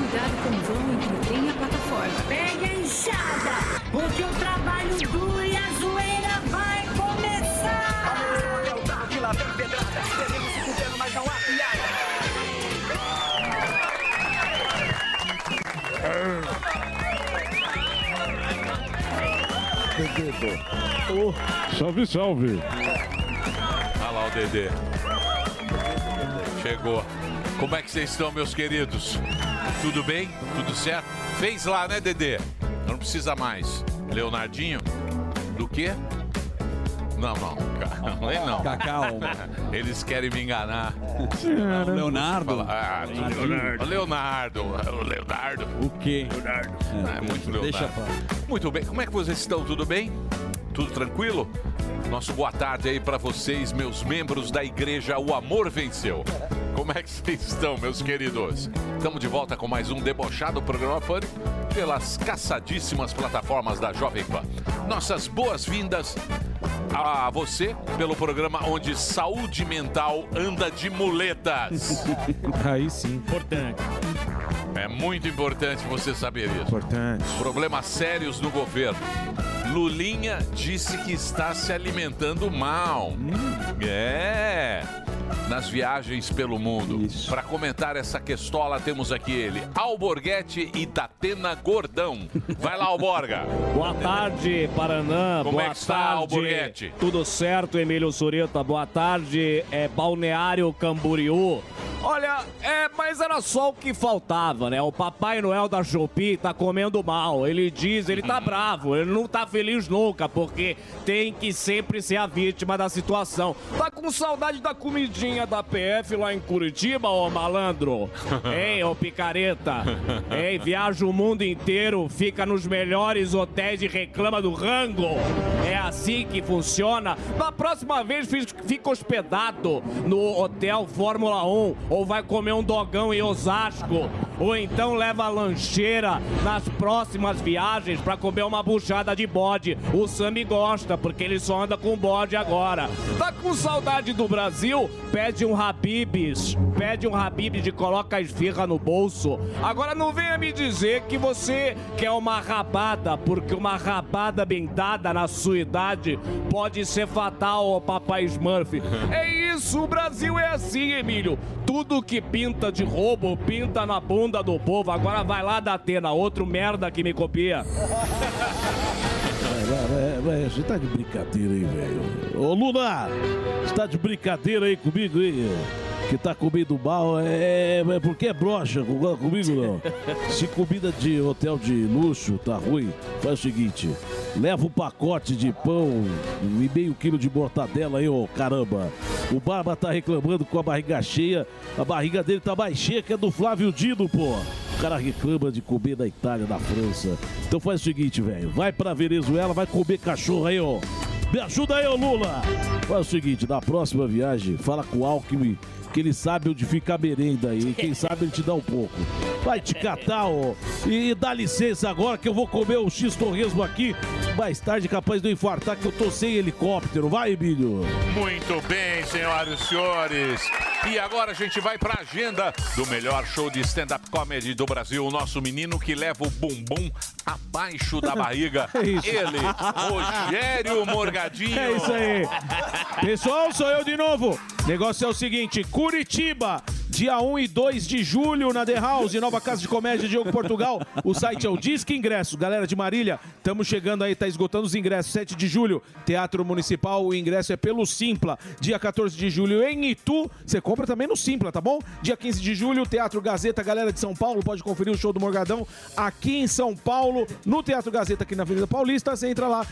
Convão entre o trem e a plataforma. Pega a enxada, porque o trabalho duro e a zoeira vai começar. É, Dedo. Salve, salve. Olha lá o Dedê. Chegou. Como é que vocês estão, meus queridos? Tudo bem? Tudo certo? Fez lá, né, Dedê? Não precisa mais. Leonardinho? Do quê? Não, não. Calma aí, não. Calma. É. Eles querem me enganar. O Leonardo. Ah, Leonardo. Leonardo. O Leonardo. O quê? Ah, é muito Leonardo. Deixa pra lá. Muito bem. Como é que vocês estão? Tudo bem? Tudo tranquilo? Nosso boa tarde aí pra vocês, meus membros da igreja O Amor Venceu. Como é que vocês estão, meus queridos? Estamos de volta com mais um debochado programa Pânico pelas caçadíssimas plataformas da Jovem Pan. Nossas boas-vindas a você pelo programa onde saúde mental anda de muletas. Aí sim. Importante. É muito importante você saber isso. Importante. Problemas sérios no governo. Lulinha disse que está se alimentando mal. É. Nas viagens pelo mundo. Para comentar essa questola, temos aqui ele, Alborguete e Datena Gordão. Vai lá, Alborga. Boa tarde, Paranã. Como é Boa que está, tarde. Alborguete? Tudo certo, Emílio Surita. Boa tarde, é Balneário Camboriú. Olha, é, mas era só o que faltava, né? O Papai Noel da Chopi tá comendo mal. Ele diz, ele Uhum. tá bravo, ele não tá feliz nunca, porque tem que sempre ser a vítima da situação. Tá com saudade da comidinha da PF lá em Curitiba, ô malandro? Ei, ô picareta. Ei, viaja o mundo inteiro, fica nos melhores hotéis e reclama do rango. É assim que funciona. Na próxima vez fiz- fica hospedado no hotel Fórmula 1 ou vai comer um dogão em Osasco. Ou então leva a lancheira nas próximas viagens pra comer uma buchada de bode. O Sammy gosta, porque ele só anda com bode agora. Tá com saudade do Brasil? Pede um Habibs. Pede um Habibs e coloca a esfirra no bolso. Agora não venha me dizer que você quer uma rabada, porque uma rabada bem dada na sua idade pode ser fatal, ô papai Smurf. É isso, o Brasil é assim, Emílio. Tudo que pinta de roubo, pinta na bunda do povo. Agora vai lá da Atena, outro merda que me copia. Vai, vai, vai, Você tá de brincadeira aí, velho. Ô, Luna, você tá de brincadeira aí comigo aí? Que tá comendo mal, é, é porque é broxa, concorda comigo não? Se comida de hotel de luxo tá ruim, faz o seguinte, leva um pacote de pão e meio quilo de mortadela aí, ô caramba. O Barba tá reclamando com a barriga cheia, a barriga dele tá mais cheia que a do Flávio Dino, pô. O cara reclama de comer da Itália, da França. Então faz o seguinte, velho. Vai pra Venezuela, vai comer cachorro aí, ó. Me ajuda aí, ô Lula! Faz o seguinte, na próxima viagem, fala com o Alckmin, que ele sabe onde fica a merenda aí. Quem sabe ele te dá um pouco. Vai te catar, ó. E dá licença agora que eu vou comer o X-Torresmo aqui. Mais tarde, capaz de eu infartar, que eu tô sem helicóptero. Vai, Emílio! Muito bem, senhoras e senhores. E agora a gente vai para a agenda do melhor show de stand-up comedy do Brasil, o nosso menino que leva o bumbum abaixo da barriga. Ele, Rogério Morgadinho. É isso aí. Pessoal, sou eu de novo. Negócio é o seguinte, Curitiba, dia 1 e 2 de julho na The House, Nova Casa de Comédia Diogo Portugal. O site é o Disque Ingresso. Galera de Marília, estamos chegando aí, tá esgotando os ingressos. 7 de julho, Teatro Municipal, o ingresso é pelo Simpla. Dia 14 de julho em Itu, você compra também no Simpla, tá bom? Dia 15 de julho, Teatro Gazeta, galera de São Paulo, pode conferir o show do Morgadão aqui em São Paulo, no Teatro Gazeta aqui na Avenida Paulista, você entra lá,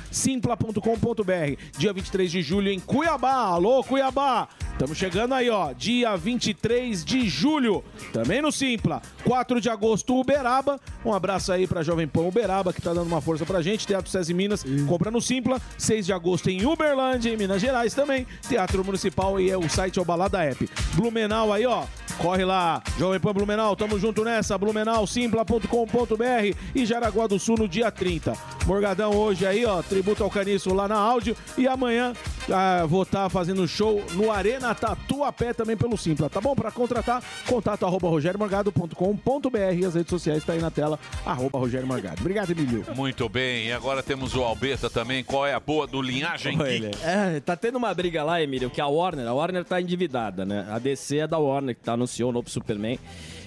simpla.com.br. Dia 23 de julho em Cuiabá, alô Cuiabá! Estamos chegando aí, ó, dia 23 de julho, também no Simpla. 4 de agosto, Uberaba. Um abraço aí pra Jovem Pan Uberaba, que tá dando uma força pra gente. Teatro César Minas, compra no Simpla. 6 de agosto em Uberlândia, em Minas Gerais também. Teatro Municipal e é o site é o Balada App. Blumenau aí, ó, corre lá. Jovem Pan Blumenau, tamo junto nessa. Blumenau, simpla.com.br e Jaraguá do Sul no dia 30. Morgadão hoje aí, ó, tributo ao Caniço lá na áudio. E amanhã ah, vou estar fazendo show no Arena Tatuapé também pelo Simpla, tá bom? Para contratar, contato arroba rogeriomorgado.com.br e as redes sociais tá aí na tela, arroba Rogério Morgado. Obrigado, Emilio. Muito bem, e agora temos o Alberta também. Qual é a boa do Linhagem Geek? É, tá tendo uma briga lá, Emílio, que a Warner, a Warner tá endividada, né? A DC é da Warner, que tá, anunciou o novo Superman.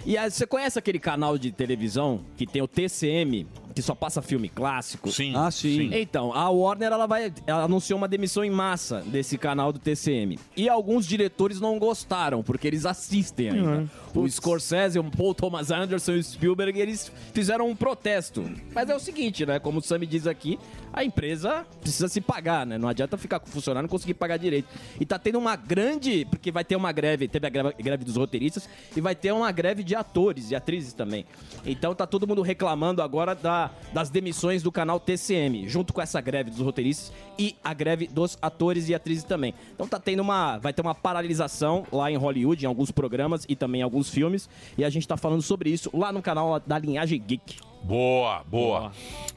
E aí, você conhece aquele canal de televisão que tem o TCM, que só passa filme clássico? Sim. Ah, sim. Sim. Então, a Warner, ela vai. Ela anunciou uma demissão em massa desse canal do TCM. E alguns diretores não gostaram, porque eles assistem ainda. O Scorsese, o Paul Thomas Anderson e o Spielberg, eles fizeram um protesto. Mas é o seguinte, né? Como o Sammy diz aqui, a empresa precisa se pagar, né? Não adianta ficar com o funcionário e não conseguir pagar direito. E tá tendo uma grande. Porque vai ter uma greve, teve a greve, greve dos roteiristas, e vai ter uma greve de atores e atrizes também. Então tá todo mundo reclamando agora da, das demissões do canal TCM, junto com essa greve dos roteiristas e a greve dos atores e atrizes também. Então tá tendo uma. Vai ter uma paralisação lá em Hollywood, em alguns programas e também em alguns filmes. E a gente tá falando sobre isso lá no canal da Linhagem Geek. Boa, boa.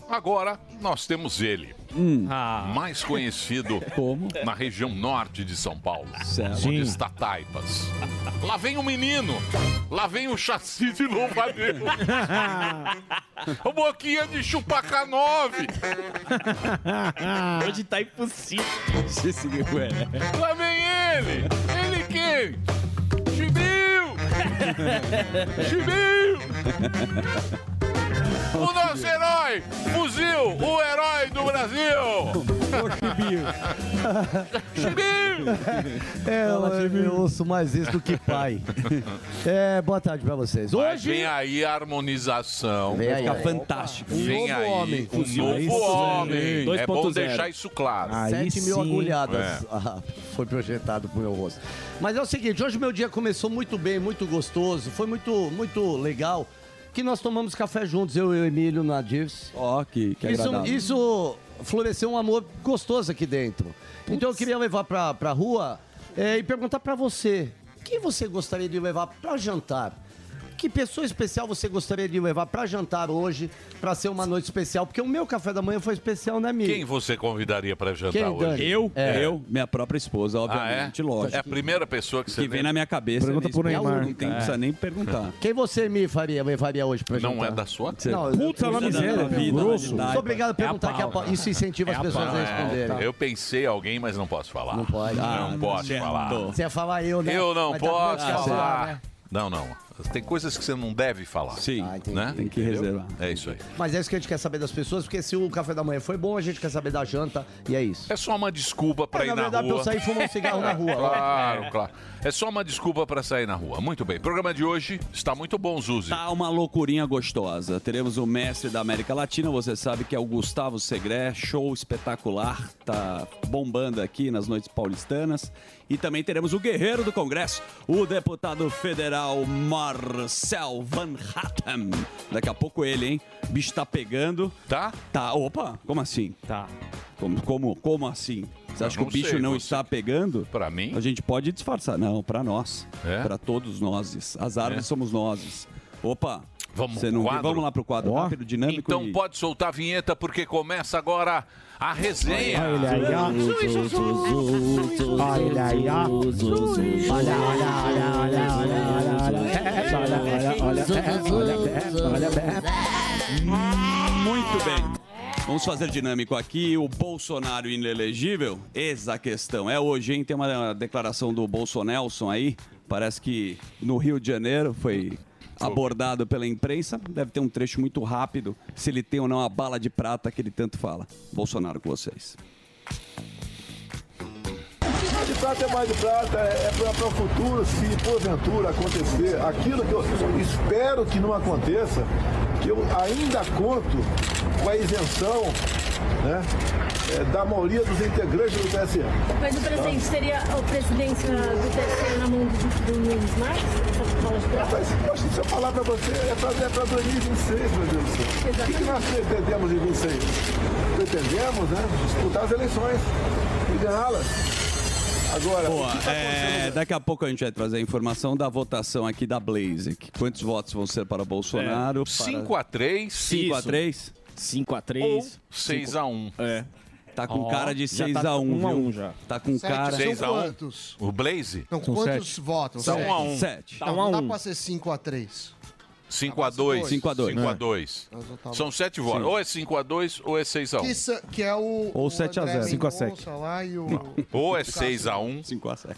Agora nós temos ele. Hum. Mais conhecido na região norte de São Paulo. Onde Sim. está Taipas. Lá vem o menino. Lá vem o chassi de louvadeiro. o boquinha de chupaca 9. Hoje tá impossível. é. Lá vem ele. Ele quem? Chibiu. Chibiu. O nosso herói, fuzil, o herói do Brasil! Chibiu! É, eu, eu ouço mais isso do que pai. É, boa tarde pra vocês. Mas Hoje. Vem aí a harmonização. Vem aí, Fica ó. fantástico. Vem novo aí homem. um Fuzil. novo É isso, homem. velho. É bom 2.0. deixar isso claro. Aí 7 mil sim. agulhadas É. ah, foi projetado pro meu rosto. Mas é o seguinte, hoje meu dia começou muito bem, muito gostoso, foi muito, muito legal. Que nós tomamos café juntos, eu e o Emílio na Divs. Ó, que, que Isso, agradável. isso floresceu um amor gostoso aqui dentro. Então eu queria levar pra, pra rua eh, e perguntar pra você: quem você gostaria de levar pra jantar? Que pessoa especial você gostaria de levar pra jantar hoje, pra ser uma noite especial? Porque o meu café da manhã foi especial, né, amigo? Quem você convidaria pra jantar Quem, hoje? Dani? Eu, É. eu, minha própria esposa, Ah, é? obviamente, lógico. É a primeira pessoa que você que vem na minha cabeça. né? Pergunta minha pro esposa, Neymar. Não tem, É. precisa nem perguntar. Quem você me faria, me faria hoje pra jantar? Não é da sua? É Não, é Puta eu- lá eu- miséria, vida, meu, grosso. vida. né? Sou obrigado a perguntar, que a pa- isso incentiva as pessoas a responderem. Eu pensei em alguém, mas não posso falar. Não pode. Não Ah, posso não falar. adiantou. Você ia falar eu, né? Eu não Mas tá posso bom, falar. né? Não, não. Tem coisas que você não deve falar. Sim, Ah, entendi. Né? tem que reservar. É isso aí. Mas é isso que a gente quer saber das pessoas, porque se o café da manhã foi bom, a gente quer saber da janta, e é isso. É só uma desculpa É, pra ir na na, verdade, rua. eu saí fumando um cigarro na rua. lá. Claro, claro. É só uma desculpa pra sair na rua. Muito bem. Programa de hoje está muito bom, Zuzi. Tá uma loucurinha gostosa. Teremos o mestre da América Latina, você sabe que é o Gustavo Segré, show espetacular, tá bombando aqui nas noites paulistanas. E também teremos o guerreiro do Congresso, o deputado federal Marcel Van Hatten. Daqui a pouco ele, hein? O bicho tá pegando. Tá? Tá, opa, como assim? Tá. Como, como, como assim? Você Eu acha que o não bicho sei, não você- está tá pegando? Pra mim? A gente pode disfarçar. Não, pra nós. É? Pra todos nós. As árvores É. somos nós. Opa. Vamos você pro não viu? quadro? Vamos lá pro quadro Ó. rápido, dinâmico. Então e- pode soltar a vinheta porque começa agora a resenha. Olha aí, ó. Olha aí, ó. Olha, olha, olha, olha, olha, olha, olha. É, olha, olha, olha, é, olha, é, olha, é. Muito bem. Vamos fazer dinâmico aqui. O Bolsonaro inelegível? Eis a questão. É hoje, hein? Tem uma declaração do Bolsonelson aí. Parece que no Rio de Janeiro foi abordado pela imprensa. Deve ter um trecho muito rápido. Se ele tem ou não a bala de prata que ele tanto fala. Bolsonaro com vocês. de prata é mais de prata, é, é para o futuro, se porventura acontecer aquilo que eu espero que não aconteça, que eu ainda conto com a isenção né, é, da maioria dos integrantes do TSE. Mas o presidente seria o presidente ah, do TSE na mão do, do Nunes Marques? é? Essa fala de prata? Mas, poxa, se eu falar para você, é para é pra 2026, meu Deus do céu. O que, que nós pretendemos em 26? Pretendemos né, disputar as eleições e ganhá-las. Agora, o Boa, que tá acontecendo é, daqui a pouco a gente vai trazer a informação da votação aqui da Blaze. que Quantos votos vão ser para o É, Bolsonaro? 5 a 3 5 a Isso. 3? 5 a ou 3 6 a 1 É. Tá com Ó, cara de já 6x1, tá viu? um a um já. Tá com Sete, cara... são 6 a 1? quantos? um. O Blaze? Não, quantos votam? São Sete. 1 a 1. Sete. Não, Tá um não a dá um. pra ser 5x3. 5 a 2 Cinco a dois. 5 a né? É. 2 Nós não tava- São 7 votos. Sim. Ou é 5 a 2 ou é 6 a 1 Então. Que, sa- que é o. Ou o 7 a André 0. 5 a Mendonça 7. lá e o. Ou é 6 a 1 5 a 7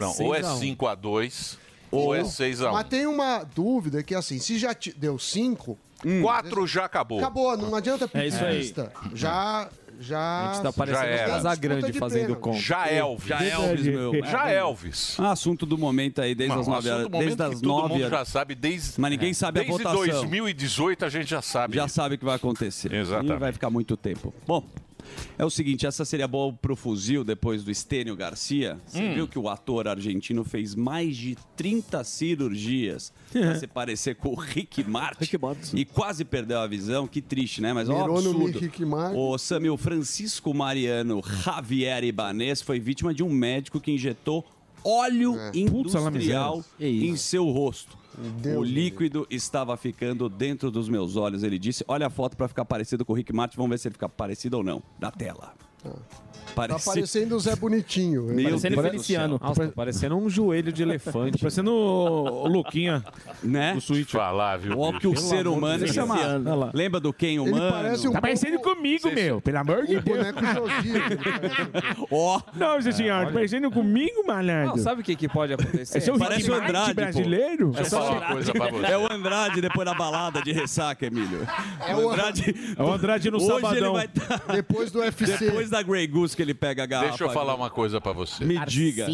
Não, Seis ou é a um. 5 a 2 ou é 6 um. a 1 Mas tem uma dúvida que assim, se já te deu 5. Hum. 4 já acabou. Acabou, não adianta É isso aí. piadista. Já. Já. A gente tá parecendo Já um era. Casagrande Disputa de fazendo pênalti. conta. É Já Elvis. Já Elvis, meu. Já É. Elvis. Ah, Assunto do momento aí, desde Não, as 9 assunto horas. do momento Desde que as todo 9 mundo já horas. sabe desde Mas ninguém sabe a É. desde votação. 2018 a gente já sabe. Já sabe o que vai acontecer. Exatamente. Não vai ficar muito tempo. Bom, é o seguinte, essa seria boa pro fuzil depois do Estênio Garcia. Você Hum. viu que o ator argentino fez mais de 30 cirurgias pra se parecer com o Rick Martin. E quase perdeu a visão. Que triste, né? Mas ó, Mirou no absurdo. Rick Martin. O Samuel Francisco Mariano Javier Ibanez foi vítima de um médico que injetou óleo É. Putz, ela industrial miséria. em seu rosto. Deus o me líquido estava ficando dentro dos meus olhos, ele disse. Olha a foto para ficar parecido com o Rick Martin, vamos ver se ele fica parecido ou não. Da tela. Ah. Tá Parece... parecendo o Zé Bonitinho. Meu Tá Parecendo Deus do Feliciano. céu. Nossa, tá parecendo um joelho de elefante. Tá parecendo o Luquinha. Né? Do Switch. Falar, viu? Ó, que o ser humano ele chama. Lembra do quem humano? tá parecendo comigo, meu. Pelo amor de Deus. Ó. Não, Zé Senhora, tá parecendo comigo, Não, malandro. sabe o que, que pode acontecer? Esse é o Parece Rick o Martin Andrade, pô. brasileiro? Deixa É eu só falar uma coisa pra você. É o Andrade depois da balada de ressaca, Emílio. É o Andrade. É o Andrade no Hoje Ele sabadão. vai tá... Depois do UFC. Depois da Grey Goose que ele pega a garrafa. Deixa eu falar uma coisa pra você. Me diga.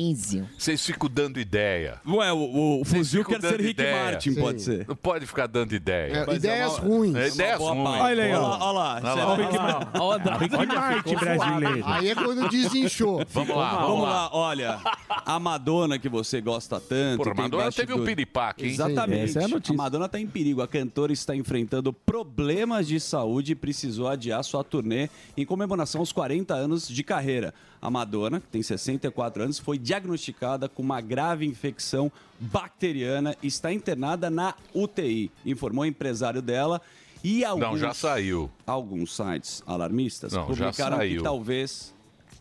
Vocês ficam dando ideia. Ué, o, o, o fuzil Ficam quer ser dando Rick ideia. Martin, pode ser. Não pode ficar dando ideia. É, Mas ideias é uma- ruins. É, ideias É uma boa ruins. pauta. Olha aí, ó. Olha lá, é Olha será lá. que- Olha lá. Olha o Andrade. Rick Olha, Martin ficou brasileiro. suado. Aí é quando desinchou. Vamos lá, vamos Vamos lá. lá, olha. A Madonna que você gosta tanto. Porra, tem Madonna teve bastidores. um piripaque, hein? Exatamente. Essa é a notícia. Madonna tá em perigo. A cantora está enfrentando problemas de saúde e precisou adiar sua turnê em comemoração aos 40 anos de carreira. A Madonna, que tem 64 anos, foi diagnosticada com uma grave infecção bacteriana e está internada na UTI, informou o empresário dela. E alguns, já saiu. Alguns sites alarmistas Não, já publicaram que saiu. talvez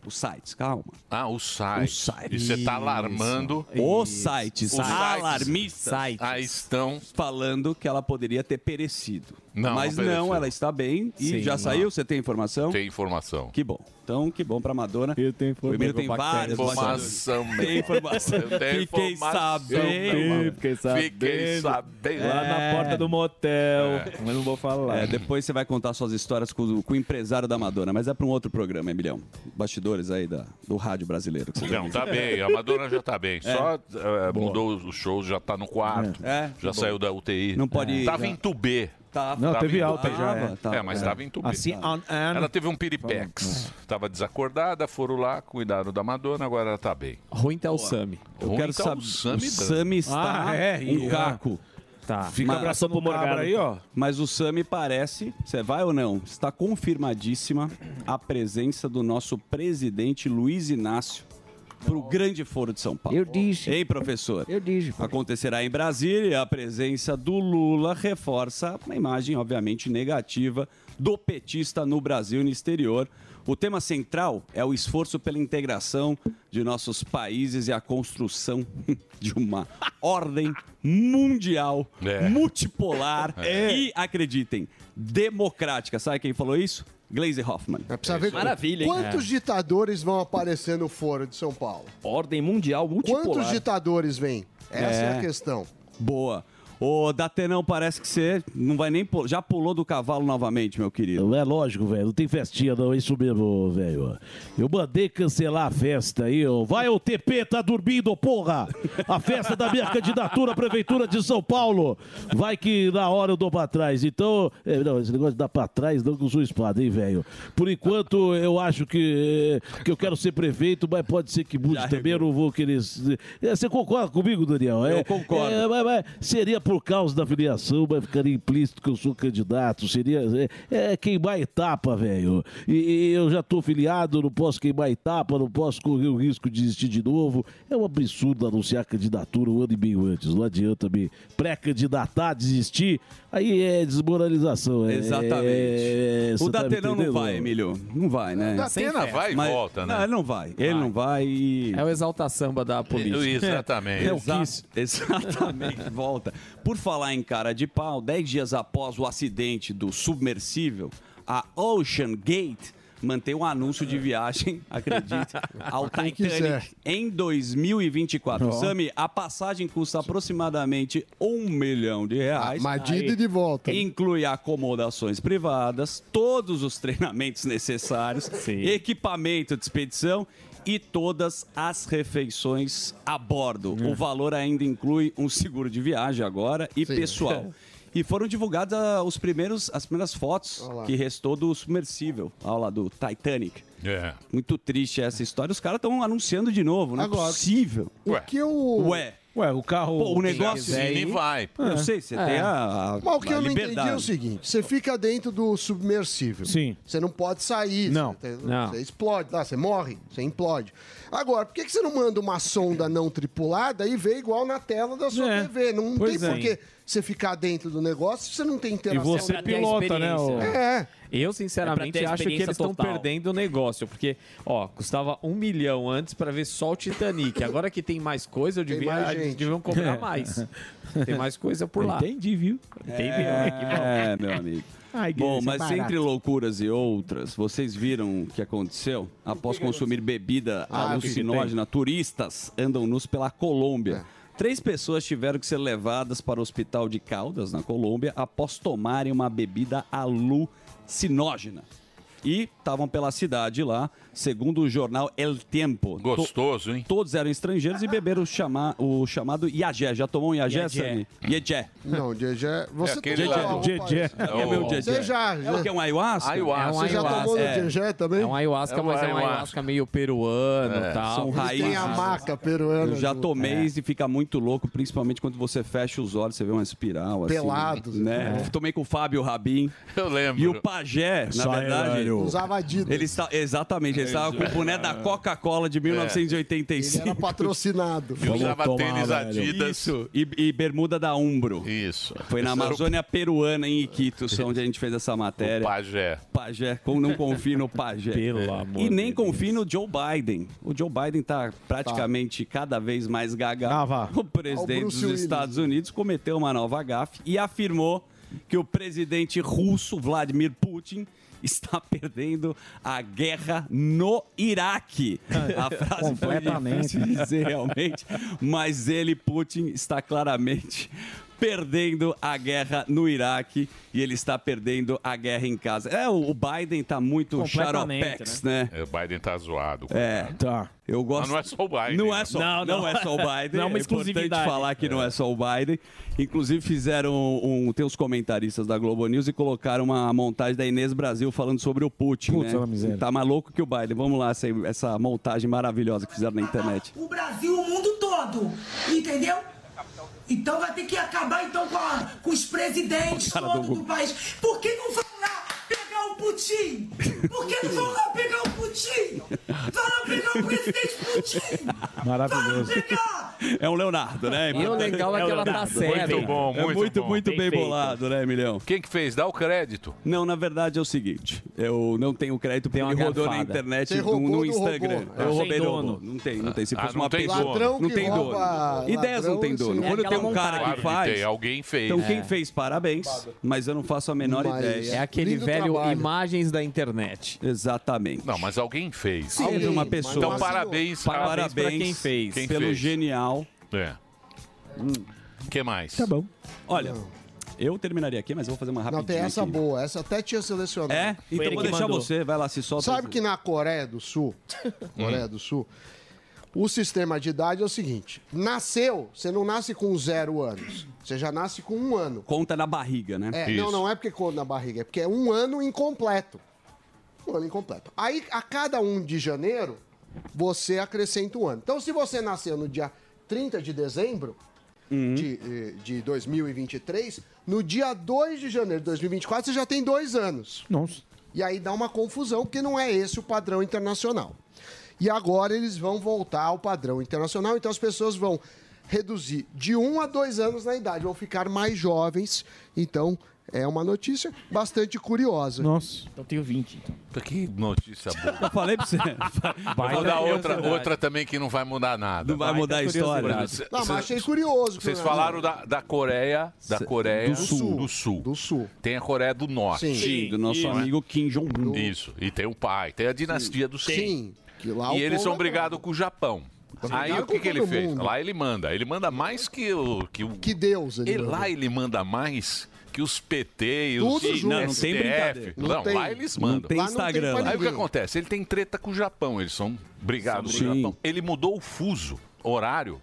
os sites, calma. Ah, os sites. E você tá alarmando. Os sites, Os sites. alarmistas. Sites. Aí estão. Falando que ela poderia ter perecido. Não, Mas não não, pereceu. ela está bem. E Sim. já saiu? Você tem informação? Tem informação. Que bom. Então, que bom pra Madonna. Eu tenho informação. O Emílio tem várias Informação, bastidores. meu. Tem informação. Eu tenho Fiquei informação, sabendo. meu. Fiquei sabendo. Fiquei sabendo. Lá na porta do motel. Mas não vou falar. É, depois você vai contar suas histórias com, o- com o empresário da Madonna, mas é pra um outro programa, Emilhão. Bastidores aí da, do rádio brasileiro. que você Não, tem. tá bem. A Madonna já tá bem. É. Só eh, mudou os shows, já tá no quarto. É. Já saiu da UTI. Não pode- Tava já- em tubê. Tava. Não, teve em alta tubê. já, é. É, mas É. tava em tubê. Assim, on- on- Ela teve um piripex. né? Tava desacordada, foram lá, cuidaram da Madonna, agora ela tá bem. Ruim tá o Sami. Eu quero saber- O o Sami, Sami está Ah, é? um caco. Tá. Fica abraçando o cabra aí, ó. Mas o Sami parece, você vai ou não, está confirmadíssima a presença do nosso presidente Luiz Inácio para o grande foro de São Paulo. Eu disse. Ei, professor. Eu disse. Acontecerá em Brasília a presença do Lula reforça uma imagem, obviamente, negativa do petista no Brasil e no exterior. O tema central é o esforço pela integração de nossos países e a construção de uma ordem mundial, multipolar e, acreditem, democrática. Sabe quem falou isso? Glaze Hoffman. Precisa ver Quantos É. ditadores vão aparecer no foro de São Paulo? Ordem mundial multipolar. Quantos ditadores vêm? Essa é, a É. questão. Boa. Ô, Datenão, parece que você não vai nem. pul- Já pulou do cavalo novamente, meu querido. É lógico, velho. Não tem festinha, não. É isso mesmo, velho. Eu mandei cancelar a festa aí, ó. Vai, ô TP, tá dormindo, porra! A festa da minha candidatura à Prefeitura de São Paulo. Vai que na hora eu dou pra trás. Então, é, não, esse negócio de dar pra trás não que eu sou espada, hein, velho. Por enquanto, eu acho que, é, que eu quero ser prefeito, mas pode ser que mude também. Eu não vou querer. se- É, Você concorda comigo, Daniel? eu concordo. seria por causa da filiação, vai ficar implícito que eu sou candidato. Seria é, é queimar etapa, velho. E, e eu já tô filiado, não posso queimar etapa, não posso correr o risco de desistir de novo. É um absurdo anunciar candidatura um ano e meio antes. Não adianta me pré-candidatar, desistir. Aí é desmoralização. é- Exatamente. é- é- o você tá me Datenão não entendendo? vai, Emílio. Não vai, né? O Datena fé. vai e volta, né? Não, ele não vai. Ele não vai e... É o exalta samba da política. Exatamente. É o Kiss. Exatamente. Volta. Por falar em cara de pau, 10 dias após o acidente do submersível, a Ocean Gate mantém um anúncio de viagem, acredita, ao Pra quem Titanic quiser. em 2024. Ó. Sami, a passagem custa aproximadamente um milhão de reais. Ah, mas de ida e de volta. Inclui acomodações privadas, todos os treinamentos necessários, equipamento de expedição e todas as refeições a bordo. O valor ainda inclui um seguro de viagem agora e pessoal. E foram divulgadas ah, os primeiros, as primeiras fotos Olha lá. que restou do submersível, olha lá, do Titanic. É. Muito triste essa história. Os caras estão anunciando de novo, não é Agora, possível. O que eu. Ué. Ué, o carro. Pô, o negócio quiser ir, É. vai. É. Eu sei, você tem a, a Mas o que a eu não entendi liberdade. é o seguinte: você fica dentro do submersível. Sim. Você não pode sair. Não, Você, não. você explode lá, você morre, você implode. Agora, por que que você não manda uma sonda não tripulada e vê igual na tela da sua É. TV? Não Pois tem é. por que você ficar dentro do negócio se você não tem E interação. é você pilota, né? o- É. Eu, sinceramente, É pra ter a acho que eles experiência estão total. perdendo o negócio. Porque, ó, custava um milhão antes pra ver só o Titanic. Agora que tem mais coisa, eu Tem devia, mais eles gente. deviam É. cobrar mais. Tem mais coisa por lá. Entendi, viu? Entendi. É, que bom. é, meu amigo. Ai, que Bom, isso é mas barato. entre loucuras e outras, vocês viram o que aconteceu? Após consumir bebida Ah, o que alucinógena, turistas andam nus pela Colômbia. É. Três pessoas tiveram que ser levadas para o hospital de Caldas, na Colômbia, após tomarem uma bebida alucinógena. E estavam pela cidade lá, segundo o jornal El Tempo. Gostoso, hein? Todos eram estrangeiros e beberam o, chama- o chamado Iagé. Já tomou um Iagé, Iagé. Sami? Iagé. Não, Jejé. Você É um aquele tem lá lá do- o Jejé. rapaz. É o meu Jejé. Você já. É o que, um ayahuasca? Ayahuasca. Você já tomou no Jejé também? É um ayahuasca, É um mas é um ayahuasca. ayahuasca meio peruano e É, tal. são raízes. Tem a maca peruana. Eu já Ah, junto. tomei e fica muito louco, principalmente quando você fecha os olhos, você vê uma espiral assim. Pelado, Né? né? Tomei com o Fábio Rabin. Eu lembro. E o Pajé, na Sai, verdade. velho. Usava Adidas. Ele está, exatamente, ele É estava isso, com o é. boné da Coca-Cola de 1985. Ele era patrocinado. É. Eu Isso, e, e bermuda da Umbro. Isso. Foi na Isso era o- Amazônia Peruana, em Iquitos, onde a gente fez essa matéria. O pajé. Pajé, como não confie no Pajé. Pelo amor E nem confie no Joe Biden. O Joe Biden tá praticamente cada vez mais gaga. Ah, O Ó, o presidente Bruce dos Willis. Estados Unidos cometeu uma nova gafe e afirmou que o presidente russo Vladimir Putin está perdendo a guerra no Iraque. A frase foi Completamente. difícil de dizer realmente, mas ele, Putin, está claramente perdendo a guerra no Iraque e ele está perdendo a guerra em casa. É, o o Biden está muito Completamente, xaropex, né? É, O Biden tá zoado. É. Tá. Eu gosto. Mas não é só o Biden. né? Não é só, não, é só o Biden. Não é uma exclusividade. importante falar que não é só o Biden. Inclusive fizeram um, tem os comentaristas da Globo News e colocaram uma montagem da Inês Brasil falando sobre o Putin, Putz, né? ela é miséria. Tá maluco que o Biden. Vamos lá essa, essa montagem maravilhosa que fizeram na internet. o Brasil, o mundo todo. Entendeu? Então vai ter que acabar então com, a- com os presidentes O cara todo do- do... país. Por que não vão lá pegar o Putin? Por que não vão lá pegar o Putin? Vão lá pegar o presidente Putin! Maravilhoso. É um Leonardo, né? E o legal um é que ela tá séria. Muito bom, muito, é muito, bom. muito Bem bem feito. bolado, né, Emilhão? Quem que fez? Dá o crédito. Não, na verdade é o seguinte, eu não tenho crédito porque uma ele rodou na garfada. internet Você e no, roubou no do Instagram. robô. Eu Não roubei tem do robô. dono. Não tem, não tem. Se Ah, fosse não uma tem pessoa, dono. não que tem dono. rouba Ideias não ladrão, tem sim. dono. É Quando aquela tem um cara montagem. que Claro que faz, tem, alguém fez. Então quem É. fez, parabéns, mas eu não faço a menor Mas- ideia. É aquele Lindo velho trabalho. imagens da internet. Exatamente. Não, mas alguém fez. Sim, Alguém, uma pessoa. Então mas- parabéns, a- Parabéns pra quem fez. Pelo genial. Hum. É. que mais? Tá bom. Olha, eu terminaria aqui, mas eu vou fazer uma rapidinha Não, tem essa aqui. boa. Essa até tinha selecionado. É? Então vou deixar você, vai lá, se solta. Sabe que na Coreia do Sul, Coreia do Sul, o sistema de idade é o seguinte: nasceu, você não nasce com zero anos, você já nasce com um ano. Conta na barriga, né? É, não, não é porque conta na barriga, é porque é um ano incompleto. Um ano incompleto. Aí, a cada 1 de um janeiro, você acrescenta um ano. Então, se você nasceu no dia 30 de dezembro, Uhum. de, eh, de 2023, no dia 2 de janeiro de 2024 você já tem dois anos. Nossa. E aí dá uma confusão, porque não é esse o padrão internacional. E agora eles vão voltar ao padrão internacional, então as pessoas vão reduzir de um a dois anos na idade, vão ficar mais jovens. Então é uma notícia bastante curiosa. Nossa. Então tenho 20. Então. Que notícia boa. Eu falei pra você. Eu vou dar outra, outra também que não vai mudar nada. Não vai Baita mudar a história. curiosidade. Cê- Não, mas cê- achei curioso. Vocês falaram da, da Coreia, da Cê- Coreia do Sul. do Sul. Do Sul. Tem a Coreia do Norte. né? Sim. Sim, do nosso amigo Kim Jong-un. Isso. E tem o pai, tem a dinastia do Sul. Sim. Que lá o e eles povo são é brigados com o Japão. Aí o brigado que, Assim, com que ele todo fez? mundo. Lá ele manda. Ele manda mais que o. Que, o... que Deus. Ele E manda. lá ele manda mais que os PT e os Tudo junto. Não, não tem brincadeira. Não, Não tem- lá eles não mandam. tem Lá não tem Instagram. pra Aí o que ninguém. acontece? Ele tem treta com o Japão. Eles são brigados Sim. com o Japão. Ele mudou o fuso horário.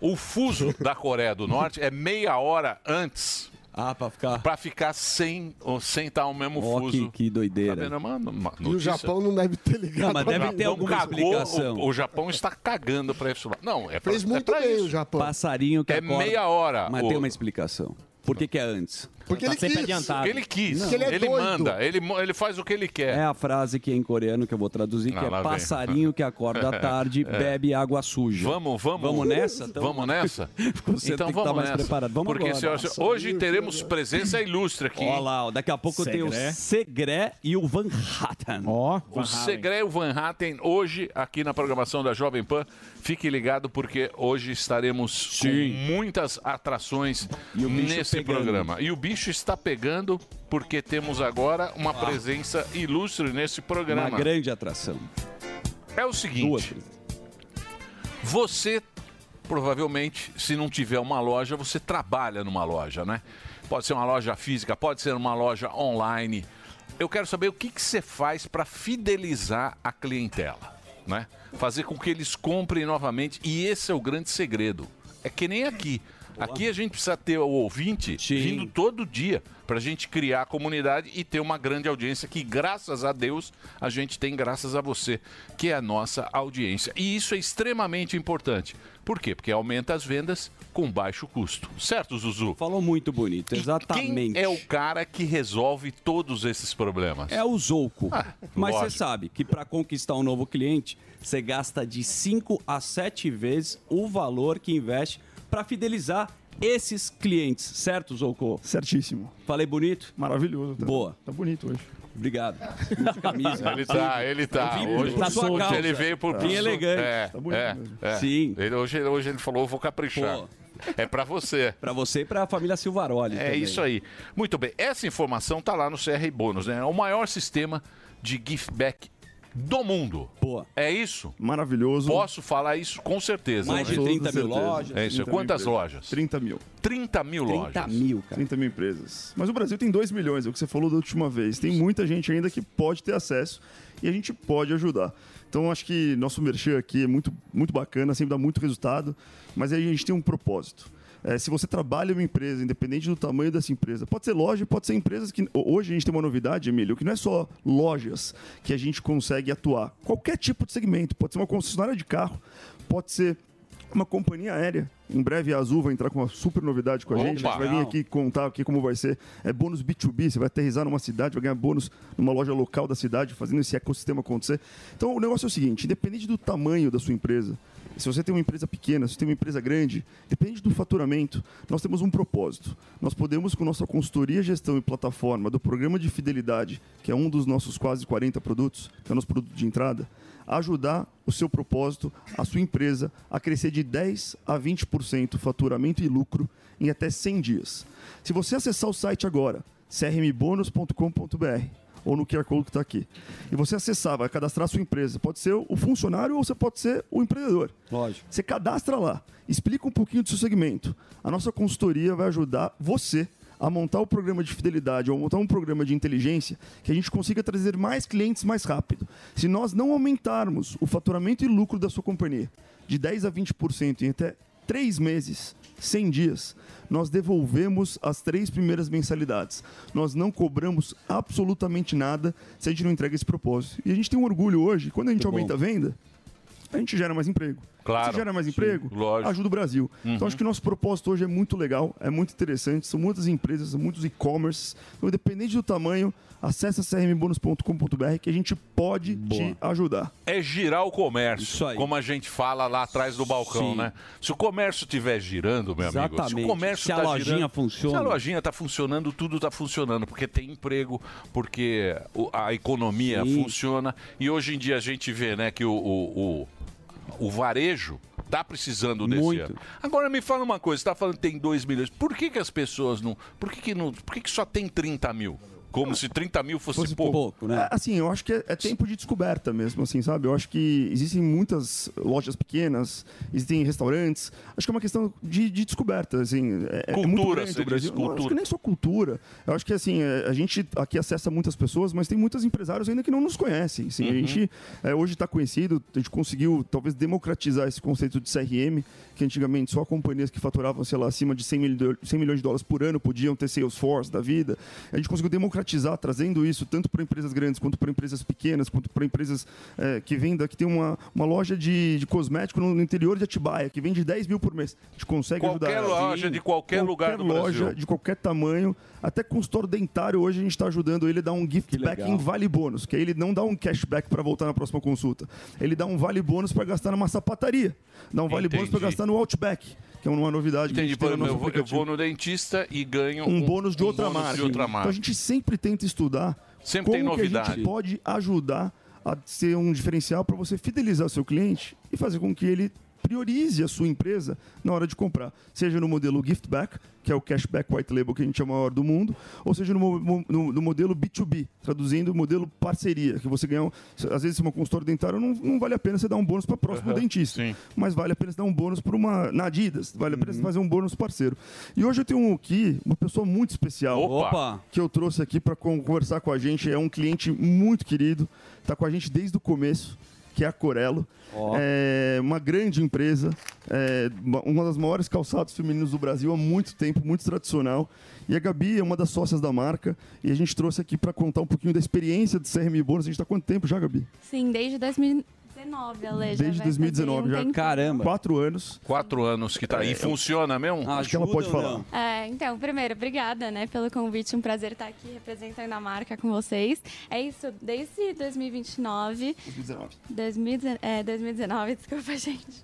O fuso da Coreia do Norte é meia hora antes. Ah, pra ficar. Pra ficar sem, ou sem estar o mesmo Ó, fuso. que, que doideira. Tá vendo? Mano, uma E o notícia. Japão não deve ter ligado. Não, mas deve nada. ter alguma cagou, explicação. O, o Japão está cagando para isso. lá. Não, é pra, Fez é muito pra bem isso. o Japão. Passarinho que É acorda- meia hora. Mas o- tem uma explicação. Por que, que é antes? Porque ele quis. é Porque Ele quis. ele manda. Ele, mo- ele faz o que ele quer. É a frase que é em coreano que eu vou traduzir, que Ah, lá é vem. passarinho que acorda à tarde, É. bebe água suja. Vamos, vamos. Vamos nessa? Então? Vamos nessa? Você tem então que vamos tá mais nessa. preparado. Vamos Porque, agora. senhoras e senhores, hoje teremos presença ilustre aqui. Ó lá, ó, daqui a pouco tem o Segré. Segré e o Van Hatten. Ó. O Segré e o Van Hatten, hoje, aqui na programação da Jovem Pan. Fique ligado, porque hoje estaremos com muitas atrações bicho nesse pegando. programa. E o bicho está pegando, porque temos agora uma presença ilustre nesse programa. Ah. Uma grande atração. É o seguinte. Você provavelmente, se não tiver uma loja, você trabalha numa loja, né? Pode ser uma loja física, pode ser uma loja online. Eu quero saber o que, que você faz para fidelizar a clientela, né? Fazer com que eles comprem novamente. E esse é o grande segredo. É que nem aqui. Aqui a gente precisa ter o ouvinte vindo todo dia para a gente criar a comunidade e ter uma grande audiência que, graças a Deus, a gente tem graças a você, que é a nossa audiência. E isso é extremamente importante. Por quê? Porque aumenta as vendas com baixo custo. Certo, Zuzu? Falou muito bonito, exatamente. Quem é o cara que resolve todos esses problemas? É o Zouco. Ah, Mas lógico. você sabe que para conquistar um novo cliente, você gasta de 5 a 7 vezes o valor que investe para fidelizar esses clientes, certo, Zouco? Certíssimo. Falei bonito? Maravilhoso. Boa. Tá bonito hoje. Obrigado. De camisa, Ele tudo. tá, ele tá. Eu vim Hoje, por sua causa. ele veio por. Vim elegante. É, Tá bonito é, mesmo. é. Sim. Ele- hoje, hoje ele falou: eu vou caprichar. Pô. É pra você. Pra você e pra família Silvaroli. É também. isso aí. Muito bem. Essa informação tá lá no CR Bônus, né? É o maior sistema de giftback do mundo. Boa. É isso? Maravilhoso. Posso falar isso com certeza. Mais de Com 30 mil certeza. lojas. É isso. 30 mil Quantas empresas. lojas? 30 mil. 30 mil 30 lojas. mil, cara. 30 mil empresas. Mas o Brasil tem 2 milhões, é o que você falou da última vez. Tem muita gente ainda que pode ter acesso e a gente pode ajudar. Então, acho que nosso merchan aqui é muito, muito bacana, sempre dá muito resultado, mas aí a gente tem um propósito. É, se você trabalha em uma empresa, independente do tamanho dessa empresa, pode ser loja, pode ser empresas que. Hoje a gente tem uma novidade, Emílio, que não é só lojas que a gente consegue atuar. Qualquer tipo de segmento, pode ser uma concessionária de carro, pode ser uma companhia aérea. Em breve a Azul vai entrar com uma super novidade com a Opa! gente. A gente vai vir Legal. aqui contar aqui como vai ser. É bônus B2B, você vai aterrizar numa cidade, vai ganhar bônus numa loja local da cidade, fazendo esse ecossistema acontecer. Então o negócio é o seguinte, independente do tamanho da sua empresa, se você tem uma empresa pequena, se você tem uma empresa grande, depende do faturamento, nós temos um propósito. Nós podemos, com nossa consultoria, gestão e plataforma do programa de fidelidade, que é um dos nossos quase 40 produtos, que é o nosso produto de entrada, ajudar o seu propósito, a sua empresa, a crescer de 10% a 20% faturamento e lucro em até 100 dias. Se você acessar o site agora, crmbonus.com.br, ou no QR Code que está aqui, e você acessar, vai cadastrar a sua empresa, pode ser o funcionário ou você pode ser o empreendedor. Lógico. Você cadastra lá, explica um pouquinho do seu segmento. A nossa consultoria vai ajudar você a montar o programa de fidelidade ou montar um programa de inteligência que a gente consiga trazer mais clientes mais rápido. Se nós não aumentarmos o faturamento e lucro da sua companhia de 10% a 20% em até 3 meses, 100 dias, nós devolvemos as três primeiras mensalidades. Nós não cobramos absolutamente nada se a gente não entrega esse propósito. E a gente tem um orgulho hoje, quando a gente Muito bom. aumenta a venda, a gente gera mais emprego. Claro. Você gera mais Sim, emprego, lógico. ajuda o Brasil. Então acho que o nosso propósito hoje é muito legal, é muito interessante. São muitas empresas, são muitos e-commerce. Então, independente do tamanho, acessa crmbonus.com.br que a gente pode te ajudar. É girar o comércio, como a gente fala lá atrás do balcão, Sim. né? Se o comércio estiver girando, meu amigo, se o Exatamente. comércio Se a tá lojinha girando, funciona. se a lojinha está funcionando, tudo está funcionando, porque tem emprego, porque o- a economia Sim. funciona. E hoje em dia a gente vê, né, que o, o, o- o varejo tá precisando desse Muito. ano. Agora me fala uma coisa, você está falando que tem 2 milhões. Por que, que as pessoas não. Por que, que não. Por que, que só tem 30 mil? Como se 30 mil fosse, pouco. né? É, Assim, eu acho que é, é tempo de descoberta mesmo, assim, sabe? Eu acho que existem muitas lojas pequenas, existem restaurantes. Acho que é uma questão de, de descoberta, assim. É, é muito Cultura, grande você o Brasil. diz, Não, acho cultura. que nem só cultura. Eu acho que, assim, é, a gente aqui acessa muitas pessoas, mas tem muitos empresários ainda que não nos conhecem, assim. A Uhum. gente é, hoje está conhecido, a gente conseguiu talvez democratizar esse conceito de CRM, que antigamente só companhias que faturavam, sei lá, acima de 100, mil do- 100 milhões de dólares por ano podiam ter Salesforce da vida. A gente conseguiu democratizar, trazendo isso tanto para empresas grandes, quanto para empresas pequenas, quanto para empresas é, que vendem, que tem uma, uma loja de, de cosmético no, no interior de Atibaia, que vende 10 mil por mês. A gente consegue Qualquer ajudar. loja, de qualquer lugar do loja, Brasil. de qualquer tamanho, até consultório dentário, hoje a gente está ajudando ele a dar um gift back legal. em vale bônus, que aí ele não dá um cashback para voltar na próxima consulta. Ele dá um vale bônus para gastar numa sapataria, dá um vale bônus para Entendi. gastar no Outback, que é uma novidade que Entendi, a por gente tem no exemplo, nosso eu, vou- eu aplicativo. vou no dentista e ganho Um bônus de um outra bônus marca. de outra marca. Então a gente sempre tenta estudar Sempre tem como que a novidade. gente pode ajudar a ser um diferencial para você fidelizar o seu cliente e fazer com que ele priorize a sua empresa na hora de comprar, seja no modelo gift back, que é o cashback white label que a gente é o maior do mundo, ou seja no, mo- no- no modelo B2B, traduzindo o modelo parceria, que você ganha, um- às vezes uma consultora dentária não, não vale a pena você dar um bônus para próximo Aham, dentista, mas vale a pena você dar um bônus para uma na Adidas, vale a pena você fazer um bônus parceiro. E hoje eu tenho aqui uma pessoa muito especial, Opa! que eu trouxe aqui para conversar com a gente. É um cliente muito querido, está com a gente desde o começo, que é a Corello. É uma grande empresa, é uma- uma das maiores calçados femininos do Brasil há muito tempo, muito tradicional. E a Gabi é uma das sócias da marca e a gente trouxe aqui para contar um pouquinho da experiência de CRM Bônus. A gente está quanto tempo já, Gabi? Sim, desde 2019, Ale. já Desde vai 2019 fazer um já. tempo. Caramba. Quatro anos. Quatro anos que tá aí. Funciona mesmo? Acho que ela pode falar. É, então, primeiro, obrigada né, pelo convite. Um prazer estar aqui representando a marca com vocês. É isso, desde 2029. 2019. 2019, é, 2019 desculpa, gente.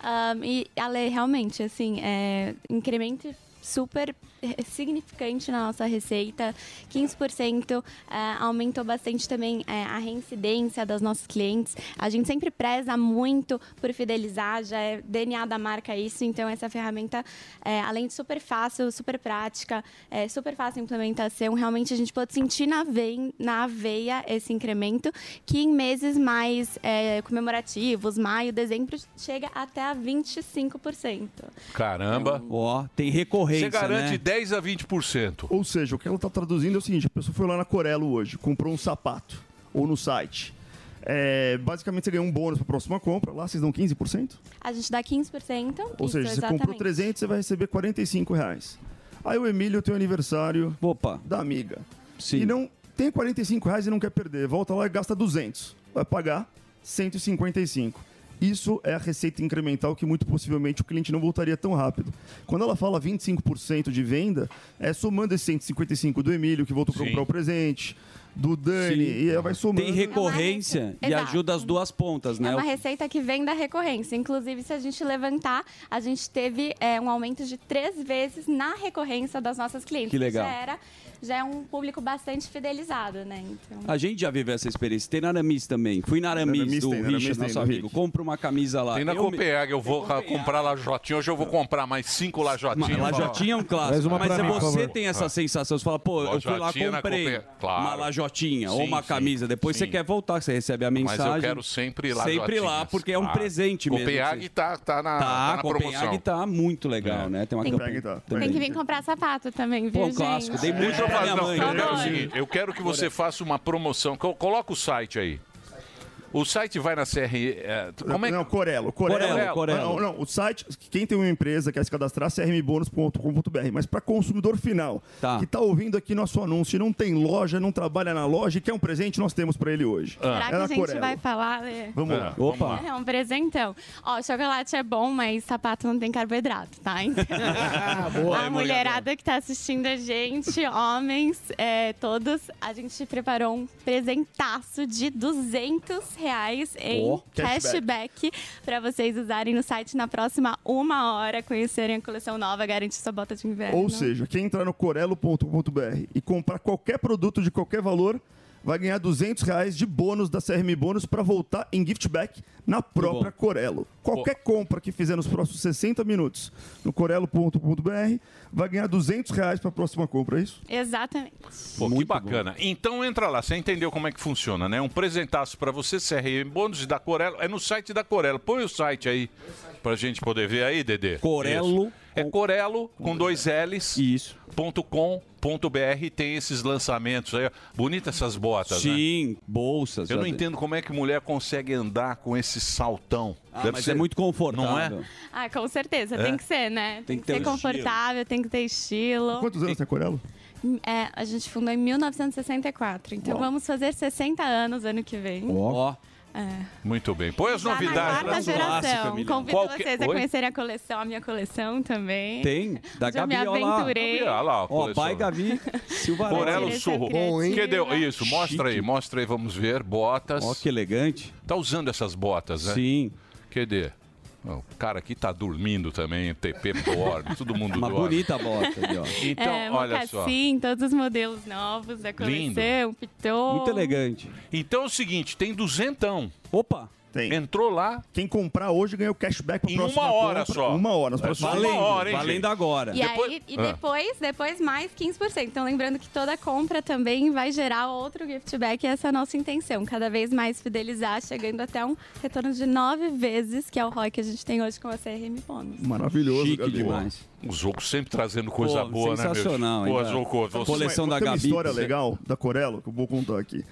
Ahn, e, Ale, realmente, assim, é, incremento super eh, significante na nossa receita, 15%, eh, aumentou bastante também eh, a reincidência das nossas clientes. A gente sempre preza muito por fidelizar, já é DNA da marca isso, então essa ferramenta, eh, além de super fácil, super prática, eh, super fácil a implementação, realmente a gente pode sentir na, veia, na veia esse incremento, que em meses mais eh, comemorativos, maio, dezembro, chega até a 25%. Caramba. Ó, tem recorrência, Você garante né? 10 a 20%. Ou seja, o que ela está traduzindo é o seguinte: a pessoa foi lá na Corello hoje, comprou um sapato ou no site. É, basicamente, você ganhou um bônus para a próxima compra. Lá vocês dão 15%. A gente dá 15%. Ou isso, seja, você comprou exatamente. 300, você vai receber 45 reais. Aí o Emílio tem o aniversário da amiga. E não tem 45 reais e não quer perder. Volta lá e gasta 200. Vai pagar 155. Isso é a receita incremental que muito possivelmente o cliente não voltaria tão rápido. Quando ela fala 25% de venda, é somando esse 155 do Emílio, que voltou para comprar o presente, do Dani, e ela vai somando. Tem recorrência e Exato. ajuda as duas pontas, né? É uma O- receita que vem da recorrência. Inclusive, se a gente levantar, a gente teve é, um aumento de três vezes na recorrência das nossas clientes. Que legal. Já, era, já é um público bastante fidelizado, né? Então, A gente já viveu essa experiência. Tem na Aramis também. Fui na Aramis Aramis do tem, na Aramis Richard, tem, nosso do amigo. Compra uma camisa lá. Tem na Eu me- Copenhague, eu vou comprar lajotinha. Hoje eu vou comprar mais cinco lajotinhas. Uma lajotinha é um clássico. Mas é você tem essa Ah. sensação. Você fala, pô, eu fui lá, Lajotinha na comprei Copen- Claro. uma lajotinha ou Sim, uma sim, camisa. Depois você quer voltar, você recebe a Mas mensagem. eu quero sempre lá. Ah. Sempre lá, porque é um presente mesmo. Copenhague tá, tá Tá, na, tá na Copenhague promoção. É. tá muito legal, né? Tem uma Tem- tá. campanha também. tem que vir comprar sapato também, viu, gente? Deixa eu fazer- não, eu quero é o Adoro. seguinte, eu quero que você faça uma promoção. Co- Coloca o site aí. O site vai na CRM. é, tu- como é que- Não, Corelo. Corelo. Não, não, o site, quem tem uma empresa quer se cadastrar, crmbônus.com.br. Mas para consumidor final, que está ouvindo aqui nosso anúncio, e não tem loja, não trabalha na loja e quer um presente, nós temos para ele hoje. Será que É na a gente Corelo. vai falar? É. Vamos lá. É, É um presentão. Ó, chocolate é bom, mas sapato não tem carboidrato, tá? Então, é boa, a hein, mulherada que tá assistindo a gente, homens, é, todos, a gente preparou um presentaço de 200 reais em Ó, cashback para vocês usarem no site na próxima uma hora, conhecerem a coleção nova, garantir sua bota de inverno. Ou seja, quem entrar no corelo.com.br e comprar qualquer produto de qualquer valor vai ganhar 200 reais de bônus da CRM Bônus para voltar em giftback na própria Corelo. Qualquer compra que fizer nos próximos 60 minutos no corelo.com.br vai ganhar 200 reais para a próxima compra, é isso? Exatamente. Pô, que bacana. Então entra lá, você entendeu como é que funciona, né? Um presentaço para você, CRM Bônus da Corelo. É no site da Corelo. Põe o site aí pra gente poder ver aí, Dedê. Corelo. Isso. É Corelo com dois L's. Isso. Ponto com. Ponto BR tem esses lançamentos aí. Bonitas essas botas, né? Sim, bolsas. Eu não já- entendo como é que mulher consegue andar com esse saltão. Ah, mas é muito confortável. Não é? Ah, com certeza, É? tem que ser, né? Tem Tem, que que, ter ser um estilo. confortável, tem que ter estilo. Quantos anos tem a Corelo? É, a gente fundou em 1964, então Uau. vamos fazer 60 anos ano que vem. Ó. É. Muito bem. Põe as Já novidades. Tá na quarta geração. Convido né? Qualquer- vocês a Oi? conhecerem a coleção, a minha coleção também. Tem? Da Onde eu Gabi, me olha lá. aventurei. é Gabi, olha lá, ó, Ó, coleção. pai Gabi Silva Corelo Araújo. Surro. Que deu? Isso, mostra aí, mostra aí, vamos ver. Botas. Ó, que elegante. Tá usando essas botas, né? Sim. Cadê? Ó, O cara aqui tá dormindo também, TP dorme, todo mundo Uma dorme. bonita bota ali, ó. Então, é, olha só. mocassim, todos os modelos novos da Lindo. coleção, pitô. elegante. Então é o seguinte, tem duzentão. Opa! Tem. Entrou lá. Quem comprar hoje ganha o cashback para Em uma hora só. Uma hora. Nas É, próximas valendo, compras. valendo Valendo agora. E Depois- aí, e Ah. depois, depois mais 15%. Então, lembrando que toda compra também vai gerar outro gift back. E essa é a nossa intenção. Cada vez mais fidelizar, chegando até um retorno de nove vezes, que é o ROI que a gente tem hoje com a CRM Bônus. Maravilhoso, Chique Gabi. demais. O Zoco sempre trazendo coisa Pô, boa, sensacional, né, meu? hein, cara? Zoco, você- Tem uma história legal da Corello que eu vou contar aqui.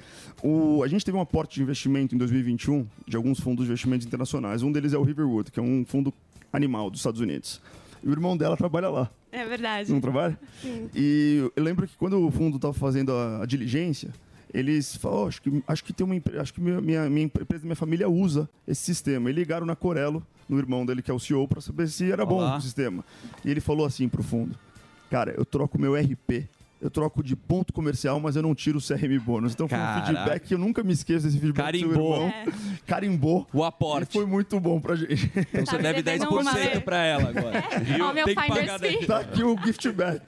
O, a gente teve um aporte de investimento em 2021 de alguns fundos de investimentos internacionais. Um deles é o Riverwood, que é um fundo animal dos Estados Unidos. E o irmão dela trabalha lá. É verdade. Não trabalha? Sim. E eu lembro que quando o fundo estava fazendo a, a diligência, eles falaram, "Ó, acho, que, acho que tem uma empre- acho que minha, minha, minha empresa, minha família usa esse sistema. E ligaram na Corello, no irmão dele, que é o CEO, para saber se era bom Olá. o sistema. E ele falou assim pro fundo, cara, eu troco meu RP, eu troco de ponto comercial, mas eu não tiro o CRM bônus. Então foi um Caraca. feedback, eu nunca me esqueço desse feedback do seu Carimbou. irmão. É. Carimbou. O aporte. foi muito bom pra gente. Então Você deve 10% pra ela agora. E Ó, o- meu tem que Finder's pagar Fee. Tá aqui o gift back.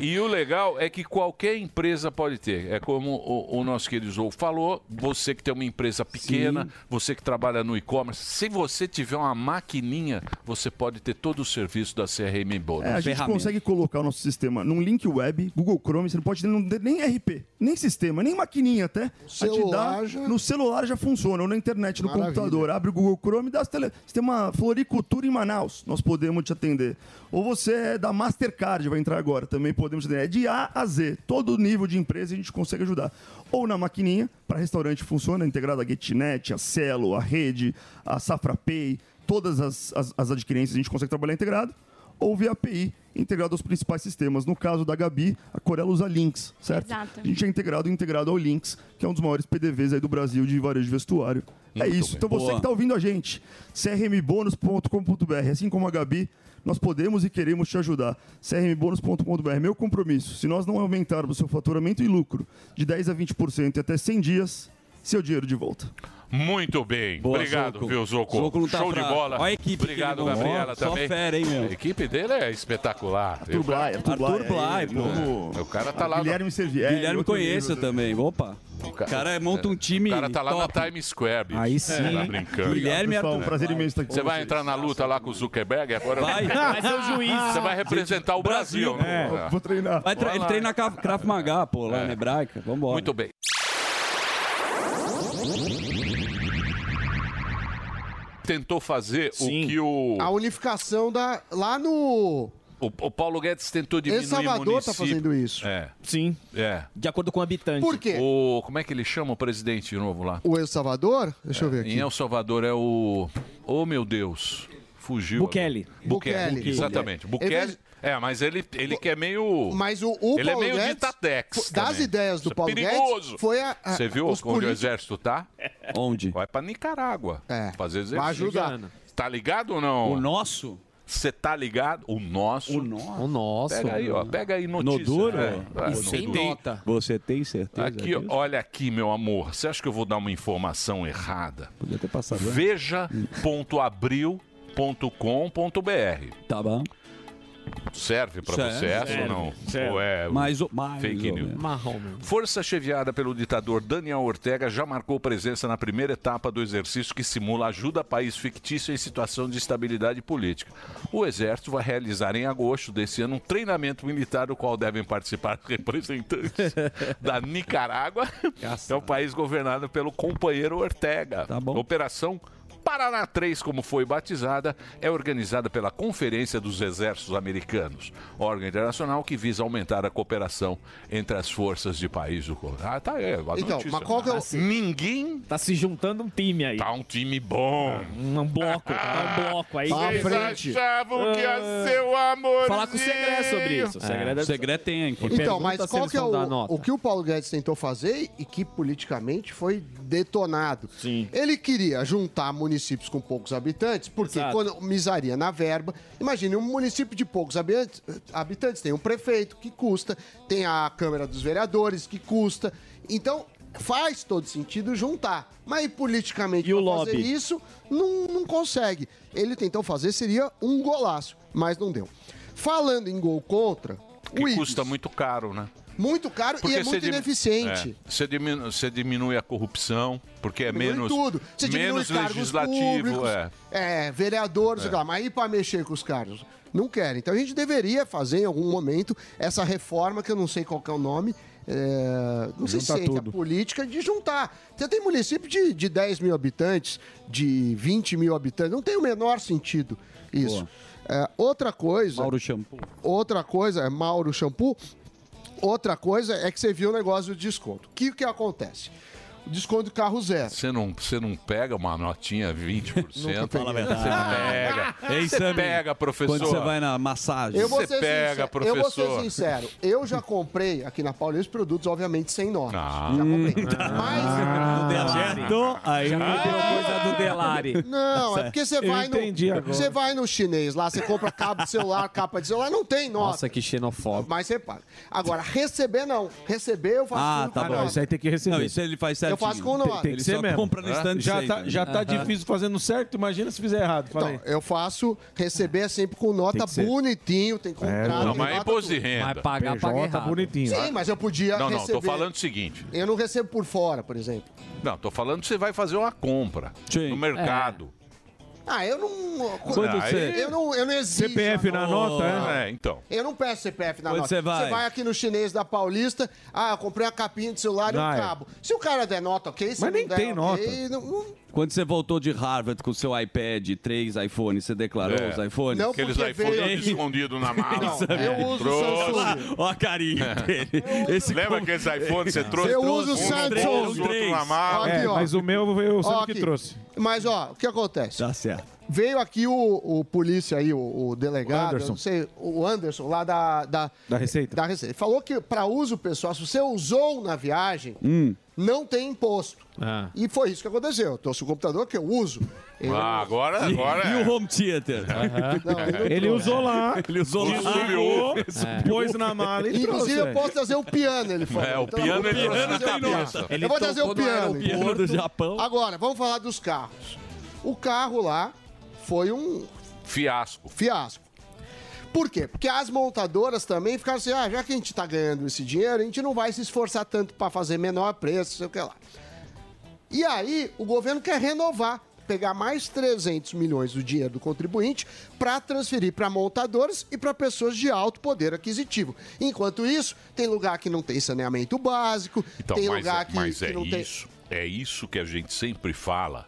E o legal é que qualquer empresa pode ter. É como o, o nosso querido Zou falou, você que tem uma empresa pequena, você que trabalha no e-commerce, se você tiver uma maquininha, você pode ter todo o serviço da CRM Bônus. É, a gente consegue colocar o nosso sistema num link web, Google Chrome, você não pode ter não ter nem RP, nem sistema, nem maquininha até. A te celular dá- já- No celular já funciona, ou na internet, no Maravilha. computador. Abre o Google Chrome e dá as tele... Você tem uma floricultura em Manaus, nós podemos te atender. Ou você é da Mastercard, vai entrar agora, também podemos te atender. É de A a Z, todo nível de empresa a gente consegue ajudar. Ou na maquininha, para restaurante funciona, integrada a GetNet, a Celo, a Rede, a Safra Pay, todas as, as, as adquirências a gente consegue trabalhar integrado ou via API, integrado aos principais sistemas. No caso da Gabi, a Corella usa Links, certo? Exato. A gente é integrado integrado ao Links, que é um dos maiores PDVs aí do Brasil de varejo de vestuário. é Muito isso. bem. Então você Boa. que está ouvindo a gente, crmbônus.com.br, assim como a Gabi, nós podemos e queremos te ajudar. crmbônus.com.br, meu compromisso, se nós não aumentarmos o seu faturamento e lucro de 10 a 20% e até 100 dias, seu dinheiro de volta. Muito bem. Boa, Obrigado, Zoco. viu, Zoco? Zoco não tá Show fraco. de bola. Olha a equipe que Obrigado, ele montou. Gabriela, Só também. fera, hein, meu? A equipe dele é espetacular. Arthur Blay, Arthur Blay, aí, vamos- É, O cara tá lá. no- Guilherme Servieri. Guilherme outro conheço nível, né? também. Opa. O cara, monta um time. O cara tá lá top. na Times Square, bicho. Aí sim. Tá brincando. Guilherme Obrigado, pessoal. Arthur. Um prazer imenso estar aqui Você com vai vocês. entrar na luta lá com o Zuckerberg agora? Vai. Vai é ser o juiz. Você vai representar o Brasil, né? É. Vai tra- Vai ele lá. treina Krav Krav Maga, pô, lá na hebraica. Vambora. É. Muito bem. Tentou fazer o que o. A unificação da. Lá no. O, o Paulo Guedes tentou diminuir Esse Salvador município. tá fazendo isso. É. Sim. É. De acordo com o habitante. Por quê? O, como é que ele chama o presidente novo lá? O El Salvador? Deixa eu ver aqui. Em El Salvador é o... Oh, meu Deus. Fugiu. Bukele. Bukele. Bukele. Exatamente. Bukele. Bukele. É, mas ele, ele quer meio... Mas o, o ele Paulo é meio Guedes, ditatex Das também. ideias do Isso é Paulo perigoso. Guedes, foi a. a- Você viu os onde o políticos- exército tá? Onde? Vai pra Nicarágua. É. Fazer exército. Vai ajudar. Tá ligado ou não? O nosso? Você tá ligado? O nosso. O O nosso. Pega aí, ó. Pega aí notícia. No duro? É, é, né? E no sem duro. nota. é Você tem certeza Aqui, ó, olha aqui, meu amor. Você acha que eu vou dar uma informação errada? Podia ter passado. né? Veja.abril.com.br. Tá bom. Serve pra Serve, você essa serve, ou não? serve. Ou é Mais ou- mais fake ou news? menos. Força chefiada pelo ditador Daniel Ortega já marcou presença na primeira etapa do exercício que simula ajuda a país fictício em situação de estabilidade política. O Exército vai realizar em agosto desse ano um treinamento militar do qual devem participar representantes da Nicarágua, que é o país governado pelo companheiro Ortega. Operação Paraná 3, como foi batizada, é organizada pela Conferência dos Exércitos Americanos, órgão internacional que visa aumentar a cooperação entre as forças de país do Cor- Ah, tá é, uma Então, notícia, mas qual que é o. né? Ninguém. Tá se juntando um time aí. Tá um time bom. Um bloco. Tá um bloco aí. Tá à Vocês frente. Ah, achavam que ia ser o amor. Falar com o Segredo sobre isso. O Segredo é- tem, Então, mas qual que é o, nota. o que o Paulo Guedes tentou fazer e que politicamente foi detonado? Sim. Ele queria juntar municípios com poucos habitantes, porque economizaria na verba. Imagine, um município de poucos habitantes, habitantes tem um prefeito que custa, tem a Câmara dos Vereadores que custa. Então, faz todo sentido juntar. Mas politicamente e fazer lobby? isso, não, não consegue. Ele tentou fazer, seria um golaço, mas não deu. Falando em gol contra, Que o Ibis- custa muito caro, né? muito caro e é você muito dimin- ineficiente. É. Você, diminu- você diminui, a corrupção, porque é Diminui menos, tudo. Você diminui menos os cargos legislativo. públicos, É. é, vereador, não sei É. lá. Mas aí para mexer com os caras, não querem. Então a gente deveria fazer em algum momento essa reforma, que eu não sei qual que é o nome, é, não sei se Juntar é entre a tudo. política, de juntar. Você tem município de, de 10 mil habitantes, de 20 mil habitantes, não tem o menor sentido isso. É, outra coisa... Mauro Shampoo. Outra coisa, é Mauro Shampoo, Outra coisa é que você viu o negócio do desconto. O que, que acontece? O desconto é, do carro zero. Você não, você não pega uma notinha 20%? Nunca peguei. Você pega. Ei, você Sammy, pega, professor. Quando você vai na massagem. Eu vou, Você ser pega, sincero, eu vou professor. ser sincero. Eu já comprei aqui na Paulista produtos, obviamente, sem nome. Ah. Já Hum. comprei. Ah. Acertou, aí Já me deu coisa do Delari. Não, é porque você vai no. Você vai no chinês lá, você compra cabo de celular, capa de celular, não tem nota. Nossa, que xenofóbico. Mas você paga. Agora, receber não. Receber eu faço. Ah, tudo tá com bom. nota. aí tem que receber. Não, isso é ele faz certinho. Eu faço com nota. Tem, tem que ser mesmo. compra no instante Já tá, já tá difícil fazendo certo, imagina se fizer errado. Fala aí. Então, eu faço receber sempre com nota que ser. bonitinho, tem contrato. Não, tem mas é nota, imposto de tudo. renda. Mas pagar, paga PJ errado. bonitinho. Sim, mas eu podia Não, não, receber. tô falando o seguinte. Eu não recebo por fora, por exemplo. Não, tô falando que você vai fazer uma compra no mercado. Ah, eu não. Quando você- Eu não, eu não exijo. CPF a na nota, é? É, então. Eu não peço CPF na Quando nota. você vai? Você vai aqui no chinês da Paulista, ah, eu comprei uma capinha de celular Ah, e é. um cabo. Se o cara der nota, ok? Se Mas não nem der, tem nota. ok, não- não- Quando você voltou de Harvard com seu iPad, três iPhones, você declarou É. os iPhones? Não, Aqueles porque iPhones veio- escondidos na mala. Não, eu uso Trouxe. Samsung. Ó a carinha dele. Esse É. É. Lembra povo- aqueles iPhones que você trouxe? Eu uso o Trouxe um, Samsung. trouxe outro na mala. Aqui, É, ó. mas o meu eu o Ó, Sam que aqui. trouxe. Mas, ó, o que acontece? Tá certo. Veio aqui o, o polícia aí, o, o delegado, Anderson. eu não sei, o Anderson, lá da... Da, Da Receita. Da Receita. Falou que para uso pessoal, se você usou na viagem, Hum. não tem imposto. Ah. E foi isso que aconteceu. Eu trouxe o computador que eu uso. Eu- Ah, agora, agora E é. o home theater? Ele usou lá. Ele usou lá. Desviou, É. pôs na mala e Inclusive, eu trouxe. posso trazer o piano, ele falou. É, o Então, piano eu vou ele trouxe trazer o na piano. cabeça. Eu vou trazer o tocou no piano. aeropiano do Japão. Agora, vamos falar dos carros. O carro lá foi um Fiasco. fiasco. Por quê? Porque as montadoras também ficaram assim, ah, já que a gente tá ganhando esse dinheiro, a gente não vai se esforçar tanto para fazer menor preço, sei o que lá. E aí, o governo quer renovar, pegar mais 300 milhões do dinheiro do contribuinte para transferir para montadoras e para pessoas de alto poder aquisitivo. Enquanto isso, tem lugar que não tem saneamento básico, Então, tem mas, lugar é- que, mas que é não tem... isso. É isso que a gente sempre fala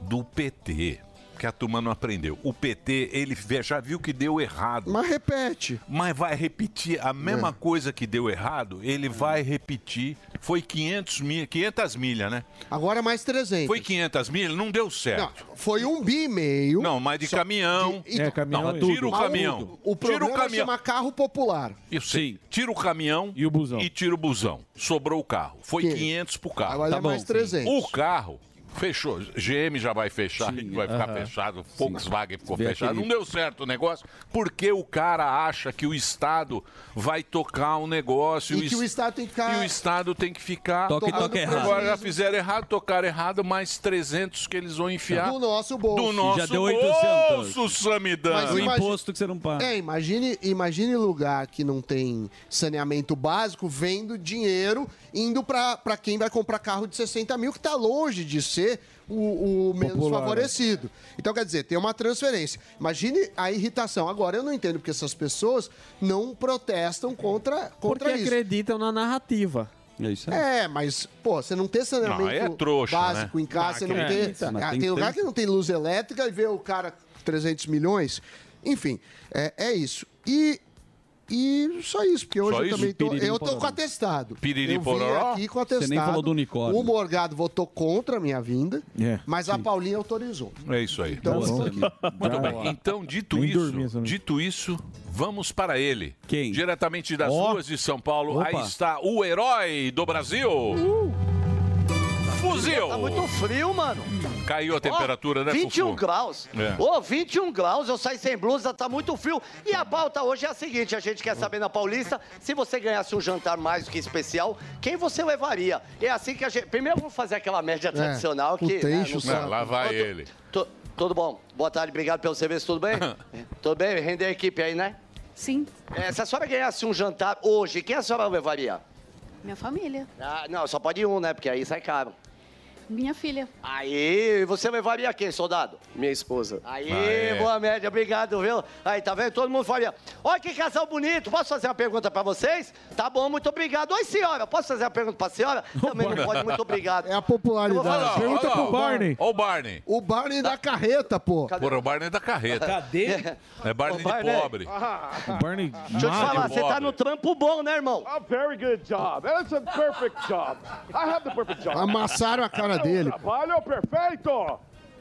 do PT. porque a turma não aprendeu. O PT, ele vê- já viu que deu errado. Mas repete. É. Mas vai repetir a mesma coisa que deu errado, ele vai repetir. Foi 500 milha, 500 milhas, né? Agora mais 300. Foi 500 milhas, não deu certo. Foi um bi e meio. Não, mas de caminhão. de- É, caminhão Não, é tudo. Tira o Mas caminhão. O, Tira o o problema é caminhão. chama carro popular. Eu sei. Tira o caminhão e o busão. E tira o busão. Sobrou o carro. Foi 500 pro carro. Agora é mais 300. O carro fechou. GM já vai fechar, vai ficar aham. fechado. Volkswagen ficou Vê fechado. aquele- Não deu certo o negócio. Porque o cara acha que o Estado vai tocar um negócio. E que es- o Estado tem que ficar- E o Estado tem que ficar... Toque, tocando toque prejuízo. errado. Agora já fizeram errado, tocaram errado, mais 300 que eles vão enfiar. Do nosso bolso. Do nosso Já deu 800. bolso, Samidana. Mas imagi- que você não paga. É, imagine, imagine lugar que não tem saneamento básico vendo dinheiro indo pra pra quem vai comprar carro de 60 mil, que tá longe de ser o, o menos Popular, né? favorecido. Então, quer dizer, tem uma transferência. Imagine a irritação. Agora, eu não entendo porque essas pessoas não protestam contra, contra Porque isso. acreditam na narrativa. É isso É, mas, pô, você não ter saneamento Não, aí é trouxa, básico né? em casa, Ah, você não que ter. isso, mas Ah, tem tem lugar tanto. que não tem luz elétrica e vê o cara com 300 milhões. Enfim, é, é isso. E. E só isso, porque hoje Só eu isso? também tô. Piriri Eu tô pororó. com atestado. Piriri eu vim pororó? aqui com Você nem atestado. falou do unicórnio. O Morgado votou contra a minha vinda, É, mas a Paulinha autorizou. É isso aí. Então, Boa, vamos Samir. aqui. Muito Vai bem. lá. Então, dito Nem isso, dormi, Samir. dito isso, vamos para ele. Quem? Diretamente das Ó. ruas de São Paulo, Opa. aí está o herói do Brasil. Fuzil. Tá muito frio, mano. Caiu a Ó, temperatura, né, 21 Fufu? graus. É. Ô, 21 graus, eu saí sem blusa, tá muito frio. E a pauta hoje é a seguinte, a gente quer saber na Paulista, se você ganhasse um jantar mais do que especial, quem você levaria? É assim que a gente... Primeiro vamos fazer aquela É, média tradicional o que... né, teixo, não sei- Ah, lá vai Ô, tu- ele. tu- tudo bom? Boa tarde, obrigado pelo serviço, tudo bem? tudo bem? Rendeu a equipe aí, né? Sim, É, se a senhora ganhasse um jantar hoje, quem a senhora levaria? minha família. Ah, não, só pode ir um, né? Porque aí sai caro. Minha filha. Aí, você levaria quem, soldado? Minha esposa. Aí, Ah, é. boa média, obrigado, viu? Aí, tá vendo? Todo mundo faria. Olha que casal bonito, posso fazer uma pergunta pra vocês? Tá bom, muito obrigado. Oi, senhora, posso fazer uma pergunta pra senhora? Também não pode, muito obrigado. É a popularidade. Pergunta pro Barney. Ó o Barney. O Barney da carreta, pô. Porra, o Barney é da carreta. Cadê? É Barney Ô, de Barney. pobre. Barney ah, Deixa eu te falar, você tá no trampo bom, né, irmão? A very good job. That's a perfect job. I have the perfect job. Amassaram a cara dele. É um trabalho perfeito.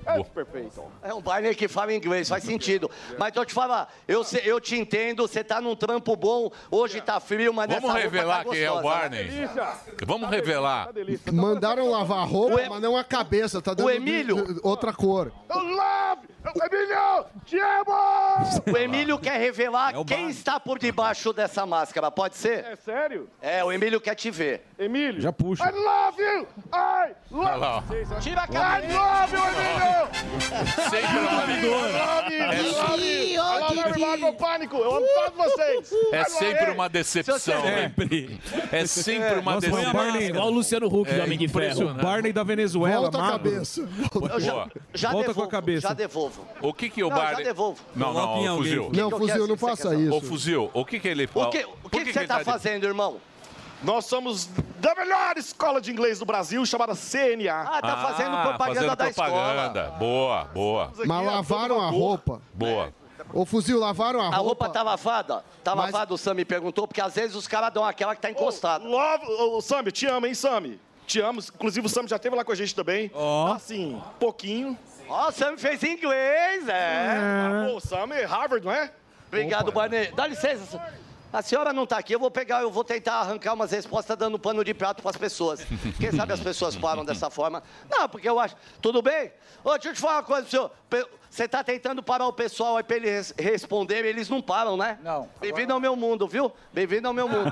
É perfeito. É um Barney que fala inglês, faz sentido. Mas deixa eu te falar, eu, se- eu te entendo, você tá num trampo bom, hoje tá frio, mas É. Vamos nessa roupa revelar tá quem é o gostosa, né? Barney. Vamos revelar. Mandaram lavar a roupa, mas não a cabeça. Tá dando Emílio- outra cor. Eu love Emílio! Te amo! O Emílio quer revelar quem está por debaixo dessa máscara, pode ser? É sério? É, o Emílio quer te ver. Emílio. Já puxa. I love you! I Olha lá, ó. love you! Tira a cara! I love you, Emílio! Sem I love you! I love you! I love everybody, meu pânico! Eu amo todos vocês! É I sempre love uma decepção. né? É sempre uma Nossa, o decepção. Barney, igual o Luciano Huck É do Homem de Ferro. O impressionante. né? Barney da Venezuela, Volta a magro. cabeça. Boa. já- já Volta com devolvo, a cabeça. já devolvo. O que que o Não, Barney... já devolvo. Não, Coloque em não, o alguém. fuzil. O que Não, que é eu Fuzil, quero, não se você faça quer saber? Ô, fuzil, o que que ele... O que- o por que que você ele tá de- fazendo? Entendo, irmão. Nós somos da melhor escola de inglês do Brasil, chamada CNA. Ah, Ah, fazendo propaganda. Boa, boa. Mas lavaram a roupa. Boa. Ô, fuzil, lavaram a A roupa. roupa tá lavada? Tá lavada, o Sam me perguntou, porque às vezes os caras dão aquela que tá encostada. Love, ô, Sammy, te amo, hein, Sammy? Te amo. Inclusive, o Sammy já esteve lá com a gente também. Tá, Assim, pouquinho. Ó, o Sammy fez inglês, é. Pô, o Sammy, Harvard, não é? Obrigado, Barney. Dá licença. A senhora não tá aqui, eu vou pegar, eu vou tentar arrancar umas respostas dando pano de prato pras pessoas. Quem sabe as pessoas param dessa forma. Não, porque eu acho. Tudo bem? Ô, deixa eu te falar uma coisa, senhor. Pe- Você tá tentando parar o pessoal aí pra eles responderem, eles não param, né? Não. Bem-vindo ao meu mundo, viu? Bem-vindo ao meu mundo.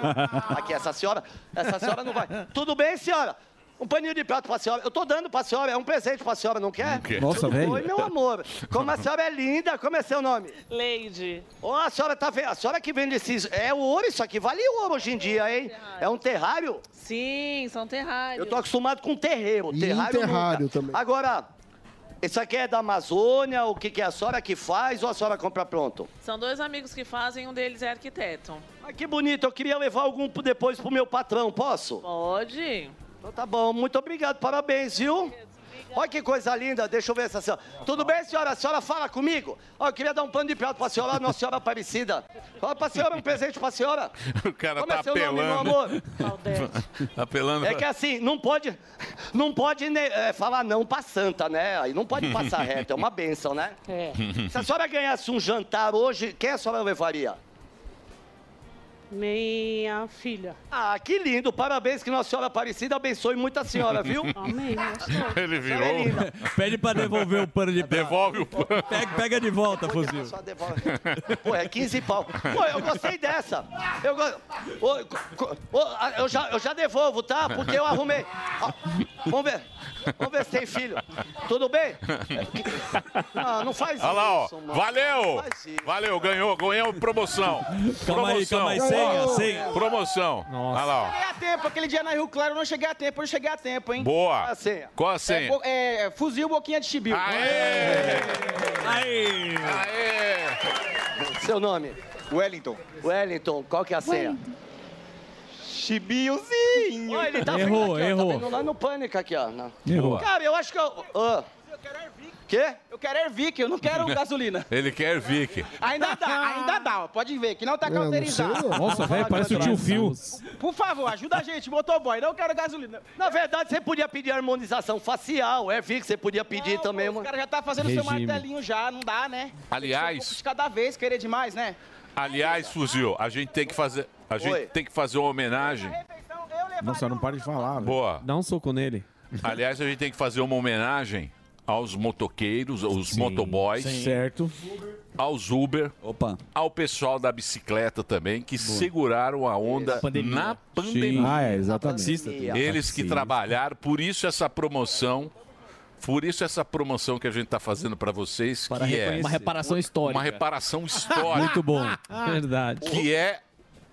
Aqui, essa senhora, essa senhora não vai. Tudo bem, senhora? Um paninho de prato pra senhora. Eu tô dando pra senhora, é um presente pra senhora, não quer? quer. Nossa, Tudo velho. Oi, meu amor. Como a senhora é linda, como é seu nome? Leide. Ô, a senhora tá vendo? A senhora que vende esses. É ouro isso aqui, vale ouro hoje em dia, hein? É um terrário? Sim, são terrários. Eu tô acostumado com terreiro. E Terrário, um terrário nunca. também. Agora, isso aqui é da Amazônia, o que, que é a senhora que faz ou a senhora compra pronto? São dois amigos que fazem, um deles é arquiteto. Mas que bonito, eu queria levar algum pro- depois pro meu patrão, posso? Pode? Então tá bom, muito obrigado, parabéns, viu? Olha que coisa linda, deixa eu ver essa senhora. Tudo bem, senhora? A senhora fala comigo? Ó, eu queria dar um pano de prato pra senhora, Nossa Senhora Aparecida. Ó, pra senhora, um presente pra senhora. O cara Como tá é seu nome, meu apelando. amor? apelando. É pra- que assim, não pode, não pode né, é, falar não pra santa, né? Aí não pode passar reto, é uma benção, né? É. Se a senhora ganhasse um jantar hoje, quem a senhora levaria? Minha filha. Ah, que lindo! Parabéns que Nossa Senhora Aparecida abençoe muito a senhora, viu? é Amém, Ele virou. Pede pra devolver o pano de prato. Devolve o pano. Pega, pega de volta, fuzil. Pô, é 15 pau. Pô, eu gostei dessa. Eu, go- Ô, co- co- ô, ah, eu já, eu já devolvo, tá? Porque eu arrumei. Ah, vamos ver. Vamos ver se tem filho. Tudo bem? Não, não faz Olha lá, ó. isso. mano. Valeu! Valeu, ganhou, ganhou promoção. Calma aí, promoção. calma aí, senha, senha. Promoção. Olha lá, ó. Cheguei a tempo, aquele dia na Rio Claro eu não cheguei a tempo, eu não cheguei a tempo, hein? Boa. Qual a senha? Qual a senha? É, bo- é, fuzil, boquinha de chibiu. Aê! Seu nome? Wellington. Wellington, qual que é a senha? Chibiozinho. ele tá Errou, vendo aqui, ó, errou. Tá vendo lá no pânico aqui, ó. na- Errou. Cara, eu acho que eu... Ah. é Quê? Eu quero Ervic, eu não um quero um gasolina. Tá Ele quer Vic. Ainda dá, ainda dá, ó, pode ver, que não É, tá Eu não cauterizado. sei, não. Nossa, velho, Fala, parece o Gabriel. tio Phil. Por favor, ajuda a gente, motoboy, não quero gasolina. Na verdade, você podia pedir harmonização facial, Ervic, você podia pedir também, O mano. cara já tá fazendo seu Regime. martelinho já, não dá, né? Aliás, De cada vez, querer demais, né? aliás, fuzil, a gente tem que fazer, a gente Oi. tem que fazer uma homenagem. Nossa, não para de falar. né? Boa. Dá um soco nele. Aliás, a gente tem que fazer uma homenagem aos motoqueiros, aos motoboys. sim. Certo. Aos Uber. Ao pessoal da bicicleta também, que seguraram a onda Na pandemia. na pandemia. Sim. Ah, é, exatamente. Taxista também. Eles que Taxista. trabalharam, por isso essa promoção. Por isso essa promoção que a gente está fazendo para vocês, que é reconhecer. Uma reparação histórica. Uma reparação histórica. Muito bom. Ah. Verdade. Que é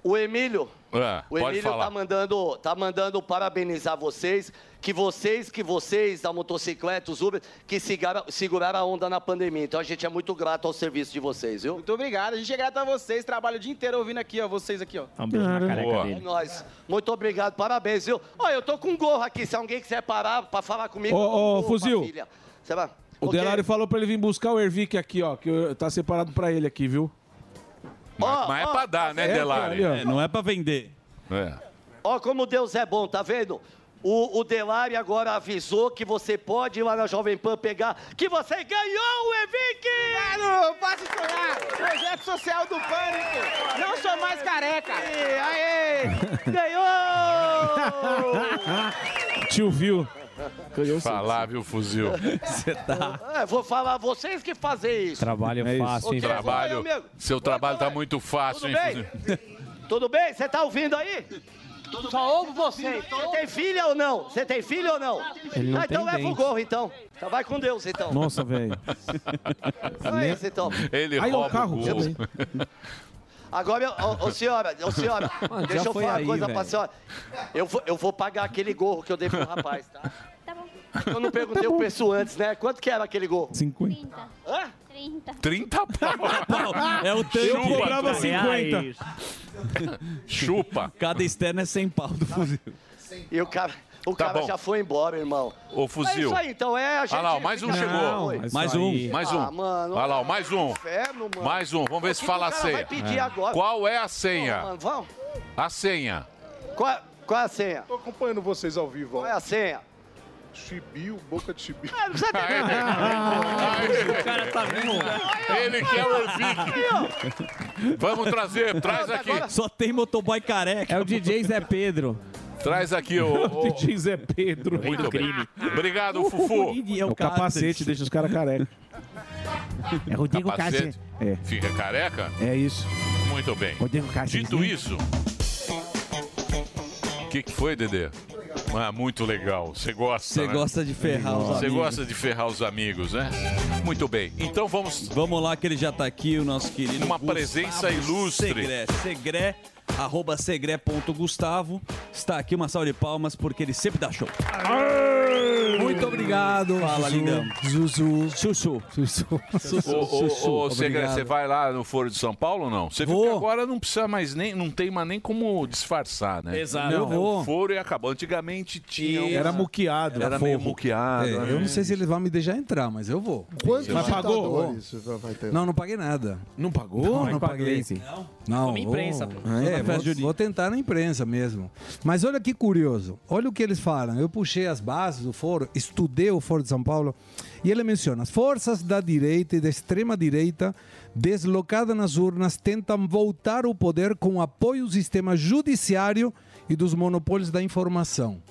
O Emílio, Ah, O pode Emílio falar. tá mandando, tá mandando parabenizar vocês, que vocês, que vocês da motocicleta, os Uber, que segura- seguraram a onda na pandemia. Então a gente é muito grato ao serviço de vocês, viu? Muito obrigado, a gente é grato a vocês, trabalho o dia inteiro ouvindo aqui, ó, vocês aqui, ó. Um beijo na careca É nóis. Muito obrigado, parabéns, viu? Olha, eu tô com um gorro aqui, se alguém quiser parar pra falar comigo... Ô, eu tô com um ô, gorro, fuzil. minha filha. Você vai... O Ok. Delário falou pra ele vir buscar o Ervic aqui, ó, que eu- tá separado pra ele aqui, viu? Ó, Mas é pra dar, né, É, Delari? olha. É, não é pra vender. É. Ó, como Deus é bom, tá vendo? O, o Delari agora avisou que você pode ir lá na Jovem Pan pegar, que você ganhou o Evic! Claro, posso sonhar! Projeto Social do Pânico! Não sou mais careca! Aê! Ganhou! Tio viu? Falar, viu, fuzil? Você tá. É, vou falar, vocês que fazem isso. Trabalho É isso. fácil, hein? Ok, Trabalho, valeu, amigo. seu trabalho tá muito fácil, Tudo bem? hein, fuzil? Tudo bem? Você tá ouvindo aí? Só ouvo vocês. Você tem filha ou não? Você tem filha ou não? Ele não ah, então tem leva o dente. gorro, então. Então vai com Deus, então. Nossa, velho. Só isso, então. Ele Aí, ó, rouba o carro. o gol. Agora, eu- ô, ô, senhora, ô senhora, Mano, deixa já eu foi falar uma aí, coisa pra velho. senhora. Eu vou, eu vou pagar aquele gorro que eu dei pro rapaz, tá? Tá bom. Eu não perguntei o preço antes, né? Quanto que era aquele gorro? 50. Hã? 30 pau. É o tanque. Eu cobrava 50. Chupa. Cada externo é 100 pau Tá. do fuzil. E o cara, o Tá cara bom. já foi embora, irmão. Ô, É fuzil. isso aí, então é a gente. Olha lá, ó, mais um fica- chegou. Oi. mais um. Mais um. Ah, mano, Olha lá, ó, mais um. Tá inferno, É, mano. Mais um. Vamos ver O se que fala a que o cara vai senha. pedir agora? Qual é a senha? Pô, mano, vamos. A senha. Qual, qual é a senha? Tô acompanhando vocês ao vivo. Qual é a senha? Chibiu, boca de chibiu. Ah, não precisa O cara tá vindo. Ele é. quer o Elvic. Vamos trazer, traz aqui. Só tem motoboy careca. É o DJ Zé Pedro. Traz aqui É o. o... DJ Zé Pedro. Muito bem. Obrigado, Uh, Fufu. É o capacete, deixa os caras carecas. É Rodrigo Capacete. É. Fica careca? É isso. Muito bem. Rodrigo Cáceres, Dito né? isso. O que, que foi, Dedê? Ah, muito legal. Você gosta. né? Você gosta de ferrar os Você amigos. gosta de ferrar os amigos, né? Muito bem. Então vamos. Vamos lá, que ele já tá aqui, o nosso querido. Uma presença ilustre. Segré, segré, arroba segré.gustavo. Está aqui uma salva de palmas porque ele sempre dá show. Muito obrigado. Obrigado. Fala, Zuzu. lindão. Zuzu. Sussu. Ô, ô, ô, Sussu. Segre, você vai lá no Foro de São Paulo ou não? Você viu que agora não precisa mais nem, não tem mais nem como disfarçar, né? Exato. Eu Não, vou. O foro e acabou. Antigamente tinha. um- Era muqueado. Era meio muqueado. É, né? eu não sei se eles vão me deixar entrar, mas eu vou. Quantos Mas pagou? Isso vai ter. Não, não paguei nada. Não pagou? Não, Mas não paguei. paguei, sim. Não? Não, Não. na imprensa, vou- pô. Na É, festa vou, junina. vou tentar na imprensa mesmo. Mas olha que curioso. Olha o que eles falam. Eu puxei as bases do foro, estudei o foro de São Paulo e ele menciona: as forças da direita e da extrema direita deslocadas nas urnas tentam voltar ao poder com apoio do sistema judiciário e dos monopólios da informação.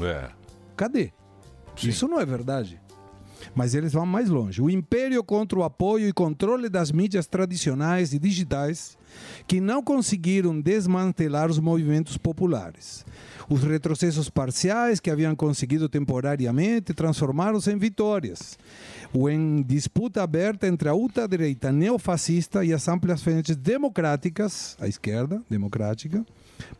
É. Cadê? Isso não é verdade. Mas eles vão mais longe. O império contra o apoio e controle das mídias tradicionais e digitais que não conseguiram desmantelar os movimentos populares. Os retrocessos parciais que haviam conseguido temporariamente transformaram-se em vitórias. Ou em disputa aberta entre a ultradireita neofascista e as amplas frentes democráticas, a esquerda democrática,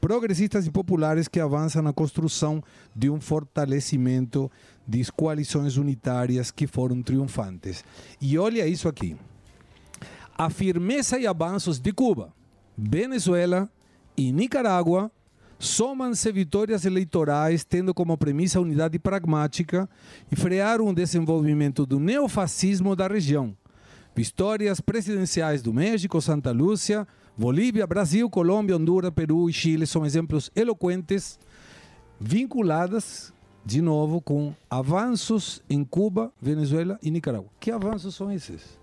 progressistas e populares que avançam na construção de um fortalecimento de coalições unitárias que foram triunfantes. E olha isso aqui. A firmeza e avanços de Cuba, Venezuela e Nicarágua somam-se vitórias eleitorais tendo como premissa a unidade pragmática e frearam o desenvolvimento do neofascismo da região. Vitórias presidenciais do México, Santa Lúcia, Bolívia, Brasil, Colômbia, Honduras, Peru e Chile são exemplos eloquentes vinculadas, de novo, com avanços em Cuba, Venezuela e Nicarágua. Que avanços são esses?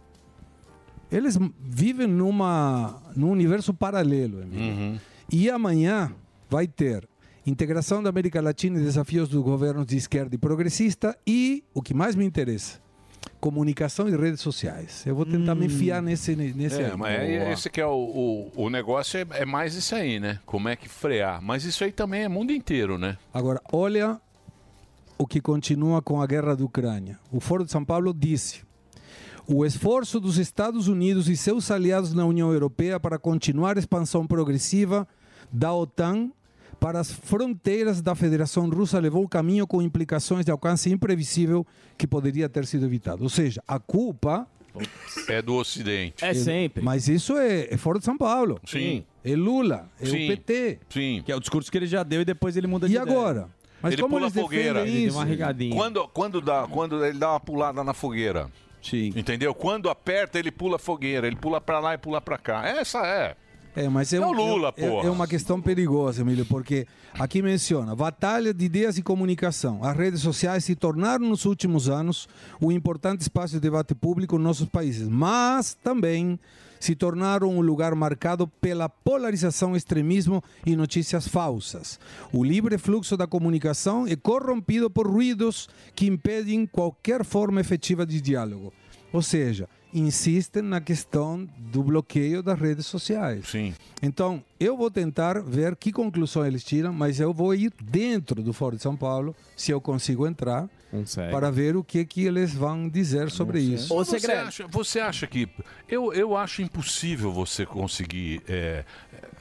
Eles m- vivem numa, num universo paralelo. amigo. Uhum. E amanhã vai ter integração da América Latina e desafios dos governos de esquerda e progressista e, o que mais me interessa, comunicação e redes sociais. Eu vou tentar me enfiar nesse... nesse Hum. É, aí. mas é- esse que é o, o, o negócio é, é mais isso aí, né? Como é que frear. Mas isso aí também é mundo inteiro, né? Agora, olha o que continua com a guerra da Ucrânia. O Foro de São Paulo disse: o esforço dos Estados Unidos e seus aliados na União Europeia para continuar a expansão progressiva da OTAN para as fronteiras da Federação Russa levou o caminho com implicações de alcance imprevisível que poderia ter sido evitado. Ou seja, a culpa É do Ocidente. Mas isso é, é fora de São Paulo. Sim. É Lula, é Sim. o PT. Sim. Que é o discurso que ele já deu e depois ele muda E de ideia. agora? Mas ele como pula a eles defendem fogueira. isso? Quando, quando, dá, quando ele dá uma pulada na fogueira. Sim. Entendeu? Quando aperta, ele pula a fogueira. Ele pula pra lá e pula pra cá. Essa é. É, mas é, É um- o Lula, é, é- porra. é uma questão perigosa, Emílio, porque aqui menciona batalha de ideias e comunicação. As redes sociais se tornaram nos últimos anos um importante espaço de debate público em nossos países, mas também se tornaram um lugar marcado pela polarização, extremismo e notícias falsas. O livre fluxo da comunicação é corrompido por ruídos que impedem qualquer forma efetiva de diálogo. Ou seja, insistem na questão do bloqueio das redes sociais. Sim. Então, eu vou tentar ver que conclusão eles tiram, mas eu vou ir dentro do Fórum de São Paulo, se eu consigo entrar, para ver o que, que eles vão dizer sobre isso. Mas você, acha, você acha que. Eu, eu acho impossível você conseguir é,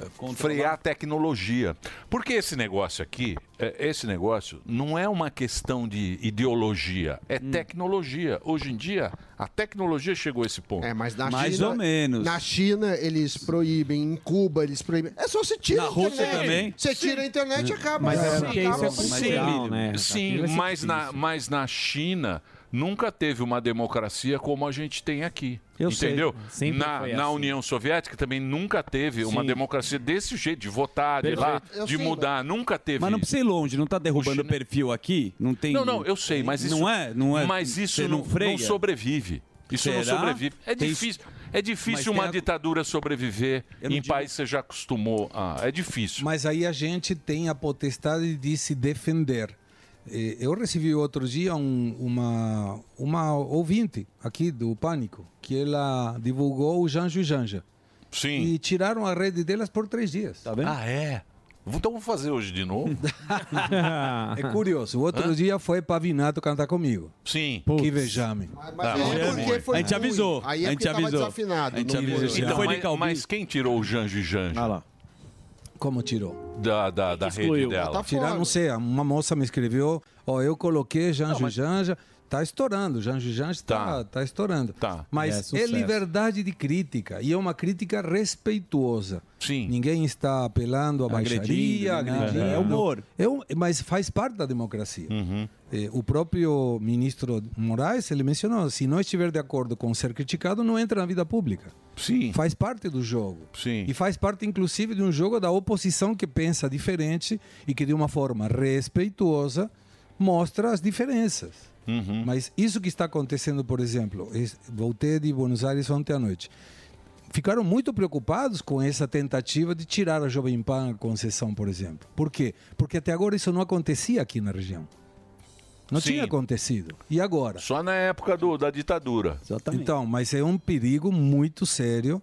é, frear a tecnologia. Porque esse negócio aqui, é, esse negócio, não é uma questão de ideologia, é tecnologia. Hoje em dia, a tecnologia chegou a esse ponto. É, mas Na China- Na China, eles proíbem. Em Cuba, eles proíbem. É só se tira Na a Rússia internet. também. Você tira a internet e acaba. É, Mas é Acaba. é sim, né? né? sim mas, na, mas na China nunca teve uma democracia como a gente tem aqui. Eu sei, entendeu? sempre na foi na assim. União Soviética também nunca teve uma Sim. democracia desse jeito, de votar, de Perfeito. lá, Eu de sei, mudar. Nunca teve. Mas não precisa ir longe, não está derrubando o perfil aqui? Não tem. Não, não, eu sei, mas isso Não é? Não é mas isso você não, não freia? não sobrevive. Isso não Será? sobrevive. É Tem- difícil, é Mas tem difícil uma a- ditadura sobreviver em país que você já acostumou a. É difícil. Mas aí a gente tem a potestade de se defender. Eh, Eu recebi outro dia um- uma, uma ouvinte aqui do Pânico, que ela divulgou o Janjo e Janja. Sim. E tiraram a rede delas por três dias. Tá vendo? Ah, é? Então vou fazer hoje de novo. É curioso. O outro Hã? dia foi Pavinato cantar comigo. Sim. Que vejame. Tá, mas é porque foi a gente ruim. avisou. Aí é a gente porque tava avisou. Então, desafinado, A gente não foi- avisou. Então, mas- mas quem tirou o Janjo e Janjo? Ah lá. Como tirou? da, da, da rede dela. Tirar, não sei, uma moça me escreveu, ó, eu coloquei Janjo Janja, tá estourando, Janjo Janja tá, tá, estourando. É Mas é, sucesso. liberdade de crítica e é uma crítica respeituosa. Sim. Ninguém está apelando à Agredindo, baixaria, né? agredindo. É humor. É um- mas faz parte da democracia. Uhum. É, o próprio ministro Moraes, ele mencionou, se não estiver de acordo com ser criticado, não entra na vida pública. Sim. Faz parte do jogo. Sim. E faz parte, inclusive, de um jogo da oposição que pensa diferente e que, de uma forma respeitosa, mostra as diferenças. Uhum. Mas isso que está acontecendo, por exemplo, es- voltei de Buenos Aires ontem à noite. Ficaram muito preocupados com essa tentativa de tirar a Jovem Pan a concessão, por exemplo. Por quê? Porque até agora isso não acontecia aqui na região. Não tinha acontecido. E agora? Só na época do, da ditadura. Então, mas é um perigo muito sério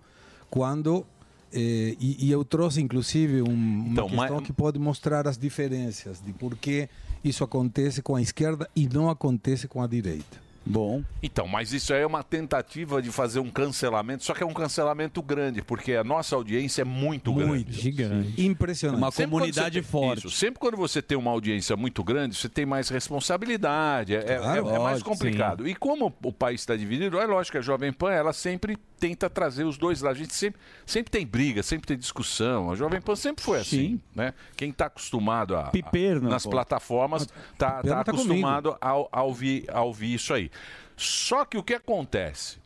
quando. eh, e, e eu trouxe, inclusive, um- uma Então, mas- questão que pode mostrar as diferenças de por que isso acontece com a esquerda e não acontece com a direita. Bom. Então, mas isso aí é uma tentativa de fazer um cancelamento, só que é um cancelamento grande, porque a nossa audiência é muito, grande. Muito. Gigante. Impressionante. Sempre quando você tem- isso, sempre quando você tem uma audiência muito grande, você tem mais responsabilidade, é, é- Claro, é- é mais lógico, complicado. E como o país está dividido, é lógico que a Jovem Pan ela sempre tenta trazer os dois lados. A gente sempre, sempre tem briga, sempre tem discussão. A Jovem Pan sempre foi assim. Né? Quem está acostumado a, a- Piperno, nas pô. plataformas está Piperno tá acostumado ao a, ouvir, a ouvir isso aí. Só que o que acontece?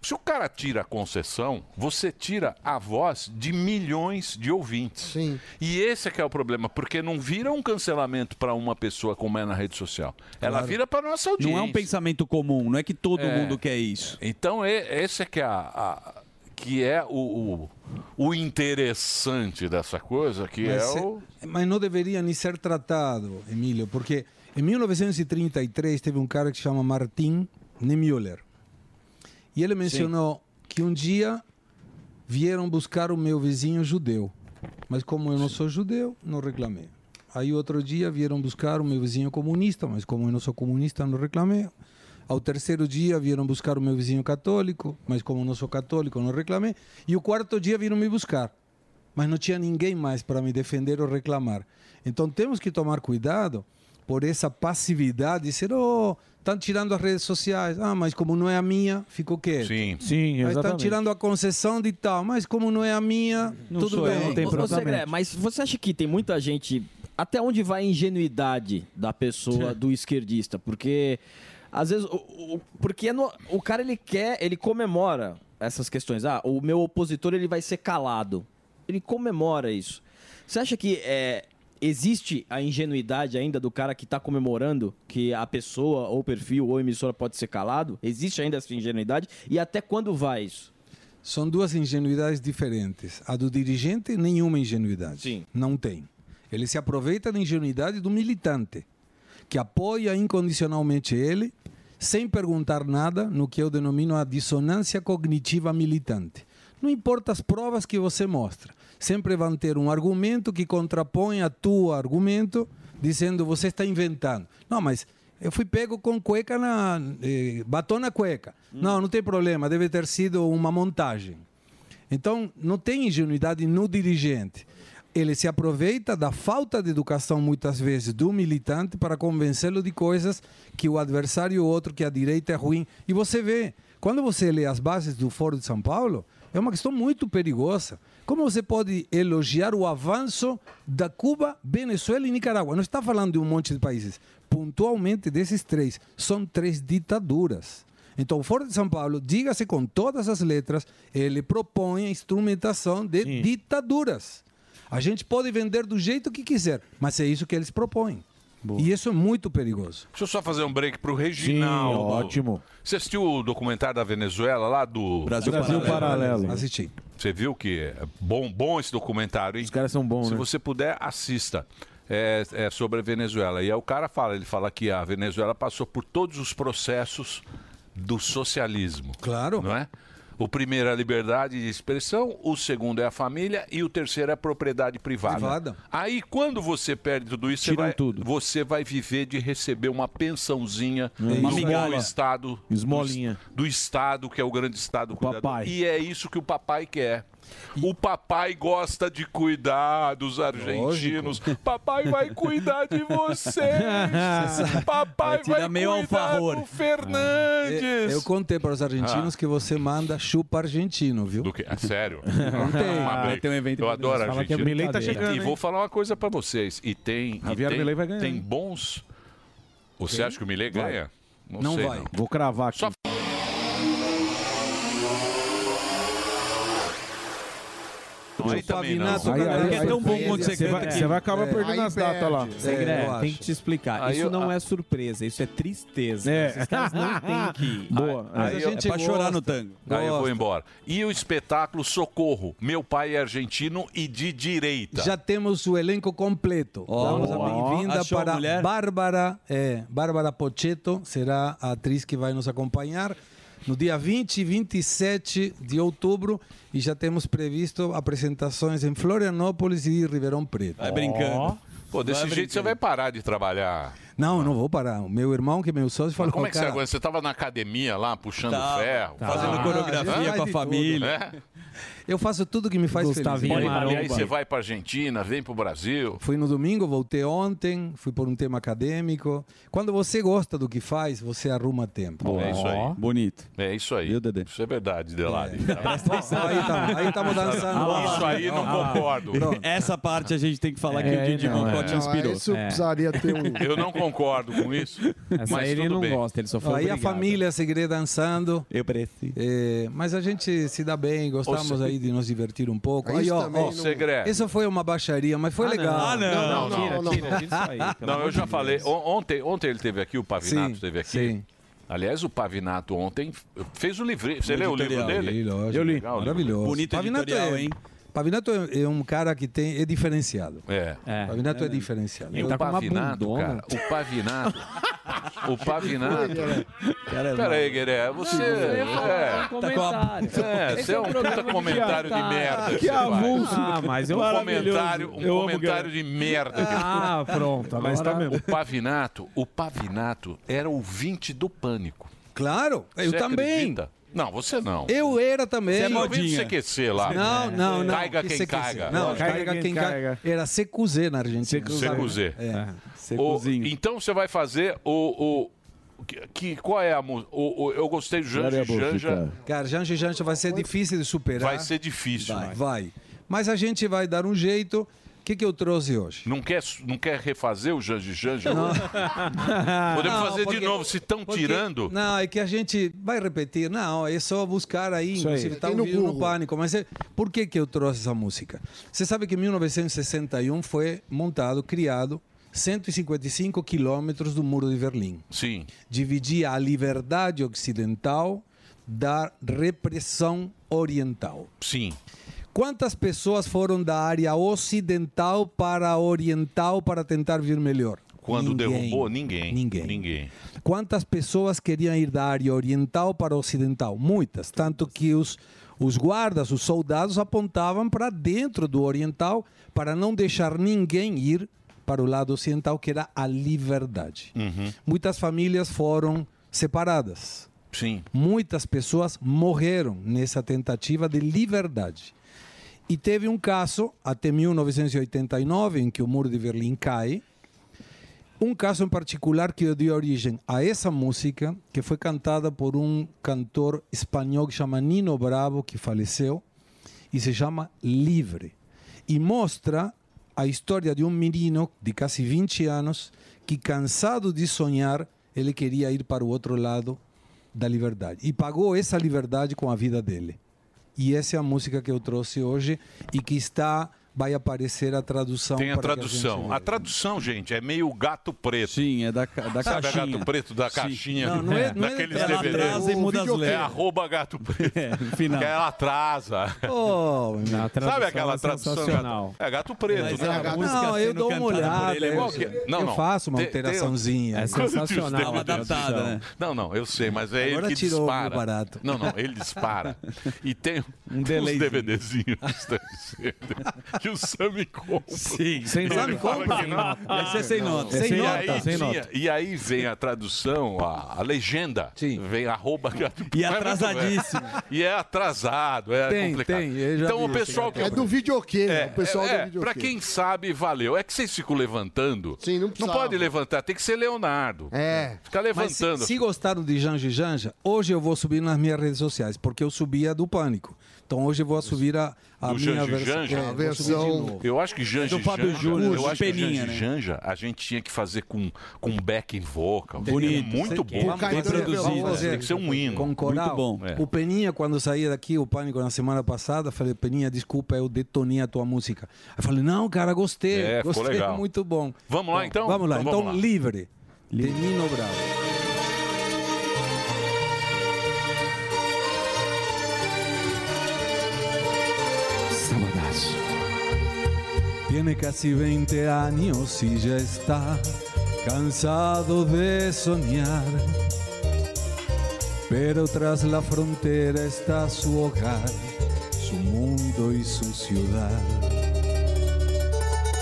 Se o cara tira a concessão, você tira a voz de milhões de ouvintes. Sim. E esse é que é o problema, porque não vira um cancelamento para uma pessoa como é na rede social. Ela Claro. vira para nossa audiência. Não é um pensamento comum, não é que todo É. mundo quer isso. Então, e- esse é que é, a, a- que é o, o, o interessante dessa coisa, que mas, é se- o... mas não deveria nem ser tratado, Emílio, porque em 1933 teve um cara que se chama Martin Niemöller. E ele mencionou que um dia vieram buscar o meu vizinho judeu. Mas como eu não sou judeu, não reclamei. Aí outro dia vieram buscar o meu vizinho comunista, mas como eu não sou comunista, não reclamei. Ao terceiro dia vieram buscar o meu vizinho católico, mas como eu não sou católico, não reclamei. E o quarto dia vieram me buscar, mas não tinha ninguém mais para me defender ou reclamar. Então temos que tomar cuidado por essa passividade, de dizer, oh, estão tirando as redes sociais. Ah, mas como não é a minha, ficou quieto. Sim, Sim, Mas "Ah, estão exatamente. tirando a concessão de tal, mas como não é a minha, tudo bem. Ô, ô, Segré, mas você acha que tem muita gente. Até onde vai a ingenuidade da pessoa, do esquerdista? Porque. Às vezes. O, o- porque é no- o cara ele quer. Ele comemora essas questões. Ah, o meu opositor ele vai ser calado. Ele comemora isso. Você acha que é, existe a ingenuidade ainda do cara que está comemorando que a pessoa, ou perfil, ou emissora pode ser calado? Existe ainda essa ingenuidade? E até quando vai isso? São duas ingenuidades diferentes. A do dirigente, nenhuma ingenuidade. Não tem. Ele se aproveita da ingenuidade do militante, que apoia incondicionalmente ele, sem perguntar nada, no que eu denomino a dissonância cognitiva militante. Não importa as provas que você mostra, sempre vão ter um argumento que contrapõe a tua argumento, dizendo você está inventando. Não, mas eu fui pego com cueca na eh, batom na cueca. Não, não tem problema, deve ter sido uma montagem. Então, não tem ingenuidade no dirigente. Ele se aproveita da falta de educação, muitas vezes, do militante para convencê-lo de coisas que o adversário outro, que a direita é ruim. E você vê, quando você lê as bases do Fórum de São Paulo, é uma questão muito perigosa. Como você pode elogiar o avanço da Cuba, Venezuela e Nicarágua? Não está falando de um monte de países. Pontualmente, desses três, são três ditaduras. Então, o Foro de São Paulo, diga-se com todas as letras, ele propõe a instrumentação de ditaduras. A gente pode vender do jeito que quiser, mas é isso que eles propõem. E isso é muito perigoso. Deixa eu só fazer um break pro Reginaldo. ótimo. Você assistiu o documentário da Venezuela lá do Brasil Brasil Paralelo. Paralelo. Assisti. Você viu que é bom, bom esse documentário, hein? Os caras são bons, Se né? você puder, assista. É, é sobre a Venezuela. E aí o cara fala, ele fala que a Venezuela passou por todos os processos do socialismo. Claro. Não é? O primeiro é a liberdade de expressão, o segundo é a família e o terceiro é a propriedade privada. Privada. Aí quando você perde tudo isso, você Tiram vai, tudo. você vai viver de receber uma pensãozinha Uma do migalha. bom estado Esmolinha. do, do estado que é o grande estado cuidador. papai. E é isso que o papai quer. O papai gosta de cuidar dos argentinos. Papai vai cuidar de vocês. Papai te vai, dar meio cuidar alfajor. do Fernandes. É, Eu contei para os argentinos que você manda chupa argentino, viu? Do que? É sério? Contei. Ah, Uma briga. um Eu adoro a é Argentina. E vou vou... falar uma coisa pra vocês. E tem. E tá Javier tem, Milei vai ganhar, tem hein? bons. Você acha que o Milei Vai. ganha? Não sei, vai. Vou cravar aqui. Não, aí tá também não. Favinato, Aí- cara, aí- que é aí- tão bom aí- quanto você você canta vai- que- você vai É, acabar perdendo as datas lá. Segre- É, eu tem acho. que te explicar. Aí isso eu- não a- é surpresa, isso é tristeza. É. Esses caras não têm que ir. Boa. Aí eu- é pra chorar no tango. Aí eu vou Gosta. embora. E o espetáculo Socorro. Meu pai é argentino e de direita. Já temos o elenco completo. Damos a boa. bem-vinda Achou a para mulher? Bárbara, é, Bárbara Pochetto, será a atriz que vai nos acompanhar no dia 20 e 27 de outubro e já temos previsto apresentações em Florianópolis e Ribeirão Preto. Ó. Pô, desse tá Vai jeito você vai parar de trabalhar. Não, eu não vou parar. O meu irmão, que é meu sócio, falou, Como é que você cara, aguenta? Você tava na academia lá, puxando Tava, ferro. tava. fazendo Ah, a gente coreografia faz com a de É. família. eu faço tudo que me faz Olha, feliz. e aí você vai pra Argentina, vem pro Brasil. Fui no domingo, voltei ontem, fui por um tema acadêmico. Quando você gosta do que faz, você arruma tempo. É isso aí. Bonito. É isso aí. Isso é verdade, Delari. Aí tá estamos dançando. Isso aí não Ah, concordo. Essa parte a gente tem que falar que É, o Didi não, é. Mocote Não, inspirou. isso precisaria ter um- Eu não concordo com isso, Essa mas ele tudo não bem. gosta, ele só foi Aí obrigado. a família seguirei dançando. Eu preciso. mas a gente se dá bem, gostamos Ou se- aí de nos divertir um pouco. Isso Aí, ó, também ó, não- Segredo. Isso foi uma baixaria, mas foi Ah, não. legal. Ah, não. Não, não, não, não. Não, eu já falei. On- Ontem, ontem ele teve aqui, o Pavinato Sim, teve aqui. Aliás, o Pavinato ontem fez o livrinho. Você Um leu o livro editorial. dele? Li, lógico. Eu li. Maravilhoso. é, Pavinato é, é um cara que tem, é diferenciado. É. Pavinato é, diferenciado. E o Ele tá com uma Pavinato, bundona. cara. O Pavinato. o Pavinato. Pera aí, Gueré. Você. Não, eu é, ia falar um tá com a- comentário. É, Esse você é é um um puta programa de comentário de jantar. merda. Que você faz. avulso. Ah, mas eu- um maravilhoso. comentário, um Eu amo comentário de merda. que eu Ah, fiz. pronto, agora tá mesmo. O Pavinato, o Pavinato era ouvinte do pânico. Claro, eu Você também. acredita? Não, você não. Eu era também. Você é modinha. CQC lá. Não, não, não. Caiga Que quem CQC? caiga. Não, caiga, quem caiga. Era CQZ na Argentina. CQZ. É. O- então você vai fazer o. o- que, que- qual é a música? O, o- eu gostei do Janja Janja. Cara, Janja e Janja vai ser difícil de superar. Vai ser difícil. né? Vai. vai. Mas a gente vai dar um jeito. O que, que eu trouxe hoje? Não quer, não quer refazer o Janja Janja? Não. Podemos Não, fazer porque- de novo, se estão porque- tirando. Não, é que a gente vai repetir. Não, é só buscar aí, Isso inclusive aí. tá Tem um no vídeo no Google. pânico. Mas é- por que, que eu trouxe essa música? Você sabe que em 1961 foi montado, criado, 155 quilômetros do Muro de Berlim. Sim. Dividia a liberdade ocidental da repressão oriental. Sim. Quantas pessoas foram da área ocidental para a oriental para tentar vir melhor? Quando Ninguém. derrubou, ninguém. Ninguém. Quantas pessoas queriam ir da área oriental para a ocidental? Muitas, tanto que os, os guardas, os soldados apontavam para dentro do oriental para não deixar ninguém ir para o lado ocidental, que era a liberdade. Uhum. Muitas famílias foram separadas. Sim. Muitas pessoas morreram nessa tentativa de liberdade. E teve um caso, até 1989, em que o muro de Berlim cai, um caso em particular que deu origem a essa música, que foi cantada por um cantor espanhol que chama Nino Bravo, que faleceu, e se chama Livre. E mostra a história de um menino de quase 20 anos que, cansado de sonhar, ele queria ir para o outro lado da liberdade. E pagou essa liberdade com a vida dele. E essa é a música que eu trouxe hoje e que está vai aparecer a tradução. Tem a para Então, que gente tradução. A tradução, gente, é meio gato preto. Sim, é da, da Sabe a caixinha. gato preto da Sim. caixinha? Não, não é- não é- daqueles ela DVD. atrasa e muda as É letras. arroba gato preto. É, final. Que ela atrasa. Oh, Sabe aquela tradução? sensacional. gato- É gato preto, Mas né? a Não, música eu sendo dou uma cantada por olhada, ele é eu- Qual que é? eu faço uma alteraçãozinha. É um Quando tira os sensacional, dedos, uma adaptada, não. né? Não, não, eu sei, mas é Agora ele que tirou o meu dispara. barato. Não, não, ele dispara. E tem um delayzinho. uns DVDzinhos. que o Sami compra. Sim, sem nota. Ele fala Compra? que não. Não, Esse é sem não. nota. E Sem aí nota, sem tinha- nota. E aí vem a tradução, a, a legenda. Vem arroba gato. E Mas muito atrasadíssimo. bem. E é atrasado, é Tem, complicado. tem, eu já então vi o pessoal esse que... cara. É do videokê, né? O pessoal do é, videokê. Pra quem sabe, valeu. É que vocês ficam levantando. Sim, não precisava. Não pode levantar, tem que ser Leonardo. É. Fica Tá levantando. Mas se, se gostaram de Janja e Janja, hoje eu vou subir nas minhas redes sociais, porque eu subi a do Pânico. Então hoje eu vou subir a, a do minha Janja versão. Janja? É, vou subir de novo. Eu acho que Janja Do Fábio Janja, Júnior, eu de acho que peninha, Janja, né? Janja, a gente tinha que fazer com, com backing vocal. Bonito. Muito Sei bom. que é. Bem produzido. Vamos Tem que ser um hino. Com coral. Muito bom. É. O Peninha, quando saía daqui, o Pânico, na semana passada, falei, Peninha, desculpa, eu detonei a tua música. Eu falei, não, cara, gostei. É, ficou gostei, legal. muito bom. Vamos lá, então? Vamos lá, Então então, vamos lá. livre. De Nino Bravo. Sabadazo. Tiene casi 20 años y ya está cansado de soñar. Pero tras la frontera está su hogar, su mundo y su ciudad.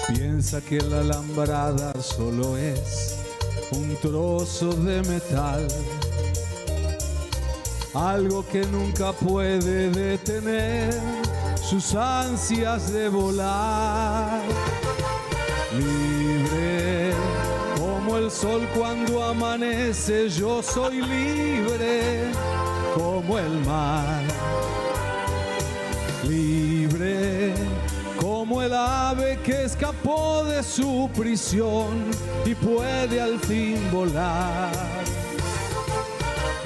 Piensa que la alambrada solo es un trozo de metal. Algo que nunca puede detener sus ansias de volar libre. Como el sol cuando amanece, yo soy libre como el mar. Libre como el ave que escapó de su prisión y puede al fin volar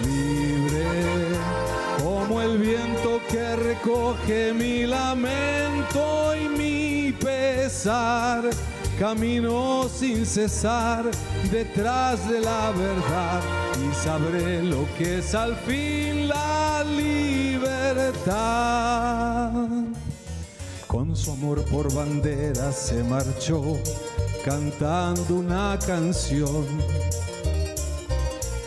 libre, como el viento que recoge mi lamento y mi pesar. Camino sin cesar detrás de la verdad y sabré lo que es al fin la libertad. Con su amor por bandera se marchó cantando una canción.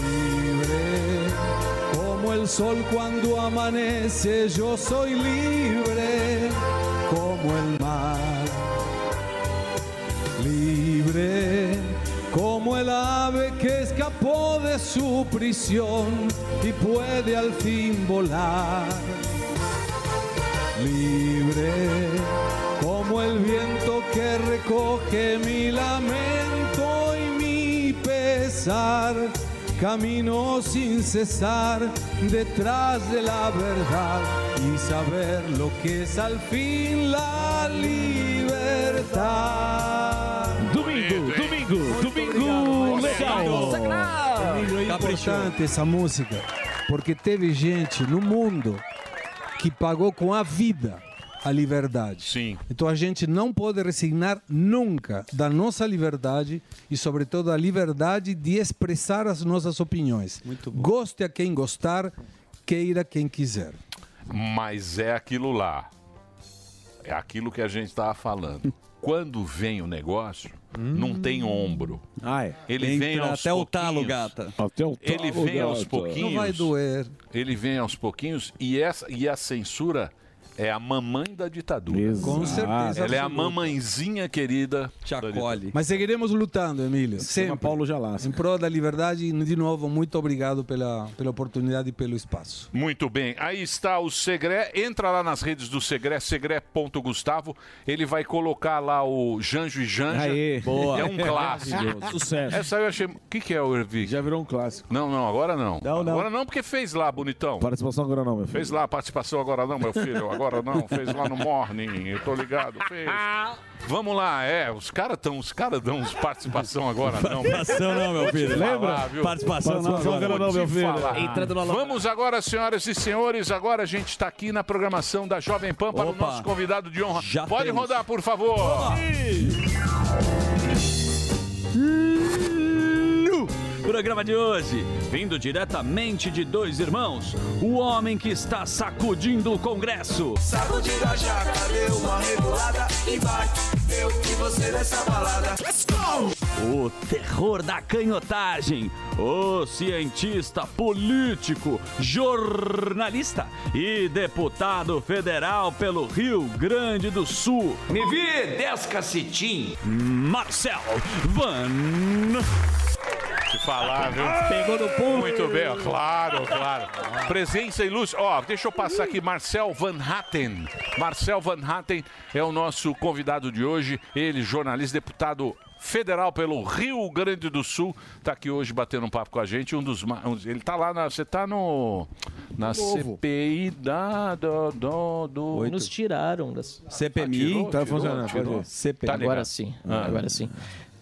Libre como el sol cuando amanece, yo soy libre como el mar. Libre como el ave que escapó de su prisión y puede al fin volar libre como el viento que recoge mi lamento y mi pesar. Camino sin cesar detrás de la verdad y saber lo que es al fin la libertad. Domingo, domingo, domingo legal. Domingo é importante essa música, porque teve gente no mundo que pagou com a vida a liberdade. Sim. Então a gente não pode resignar nunca da nossa liberdade e sobretudo a liberdade de expressar as nossas opiniões. Muito bom. Goste a quem gostar, queira quem quiser. Mas é aquilo lá. É aquilo que a gente estava falando. Quando vem o negócio, Hum. não tem ombro. Ah, é. Ele Entra vem aos até o talo, pouquinhos. gata. Até o Ele vem aos pouquinhos. Não vai doer. Ele vem aos pouquinhos e, essa, e a censura é a mamãe da ditadura. Com certeza Ela é a absoluta. mamãezinha querida. Te acolhe. Mas seguiremos lutando, Emílio. Sempre. Paulo Em prol da liberdade e, de novo, muito obrigado pela, pela oportunidade e pelo espaço. Muito bem, aí está o Segré. Entra lá nas redes do Segré, segré.gustavo. Ele vai colocar lá o Janjo e Janja. Aê. Boa. É um clássico. Maravilhoso. Sucesso. Essa eu achei. O que, que é o Ervi? Já virou um clássico. Não, não, agora não. Agora não, porque fez lá, bonitão. um Participação agora não, meu filho. Fez lá a participação agora não, meu filho. Agora não. Fez lá no Morning. Eu tô ligado. Fez. Vamos lá, é. Os caras tão. Os caras dão uns participação agora não. Participação não, meu Vou te filho. falar, Lembra? viu? Participação não Participação agora. agora não, meu Vou te filho. falar. Entrando no- Vamos agora, senhoras e senhores. Agora a gente está aqui na programação da Jovem Pan para Opa. o nosso convidado de honra. Já Pode temos. rodar, por favor. Vamos lá. Ih. Lu, Programa de hoje, vindo diretamente de dois irmãos, o homem que está sacudindo o Congresso. Sacudindo a jaca, deu uma rebolada e vai ver o que você dessa balada. Let's go! O terror da canhotagem. O cientista, político, jornalista e deputado federal pelo Rio Grande do Sul. Me vi 10 cacetim. Marcel Van. Te falar, viu? Pegou no pulo. Muito bem, ó, claro, claro. Presença ilustre. Ó, deixa eu passar aqui, Marcel Van Hatten. Marcel Van Hatten é o nosso convidado de hoje. Ele, jornalista, deputado federal pelo Rio Grande do Sul, tá aqui hoje batendo um papo com a gente. Um dos, ma- um dos- ele tá lá na, você tá no na Novo. CPI da do, do, do- Nos tiraram da CPMI, tirou, tá tirou, funcionando, tirou. pode ver. CPMI. Tá agora ligado. sim, Ah. agora sim.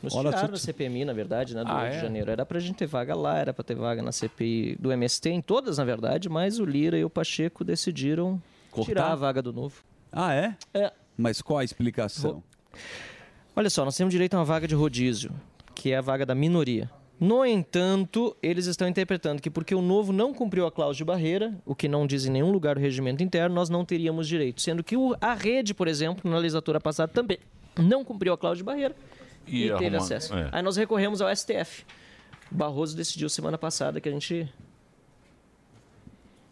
Nos Olha, tiraram tu- da CPMI, na verdade, né, do Ah, 8 é? de janeiro. Era pra gente ter vaga lá, era pra ter vaga na CPI do MST, em todas, na verdade, mas o Lira e o Pacheco decidiram tirar a vaga do novo. Ah, é? É. Mas qual a explicação? Olha só, nós temos direito a uma vaga de rodízio, que é a vaga da minoria. No entanto, eles estão interpretando que porque o novo não cumpriu a cláusula de barreira, o que não diz em nenhum lugar o regimento interno, nós não teríamos direito. Sendo que o- a rede, por exemplo, na legislatura passada também não cumpriu a cláusula de barreira E e, teve arrumando, acesso. é. Aí nós recorremos ao STF. Barroso decidiu semana passada que a gente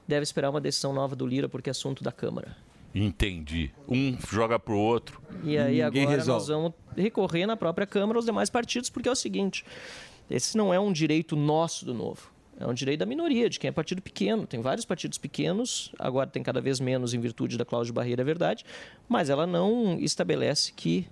deve esperar uma decisão nova do Lira porque é assunto da Câmara. Entendi. Um joga pro outro. E aí agora nós vamos recorrer na própria Câmara aos demais partidos, porque é o seguinte: esse não é um direito nosso do novo. É um direito da minoria, de quem é partido pequeno. Tem vários partidos pequenos, agora tem cada vez menos em virtude da cláusula de barreira, é verdade, mas ela não estabelece que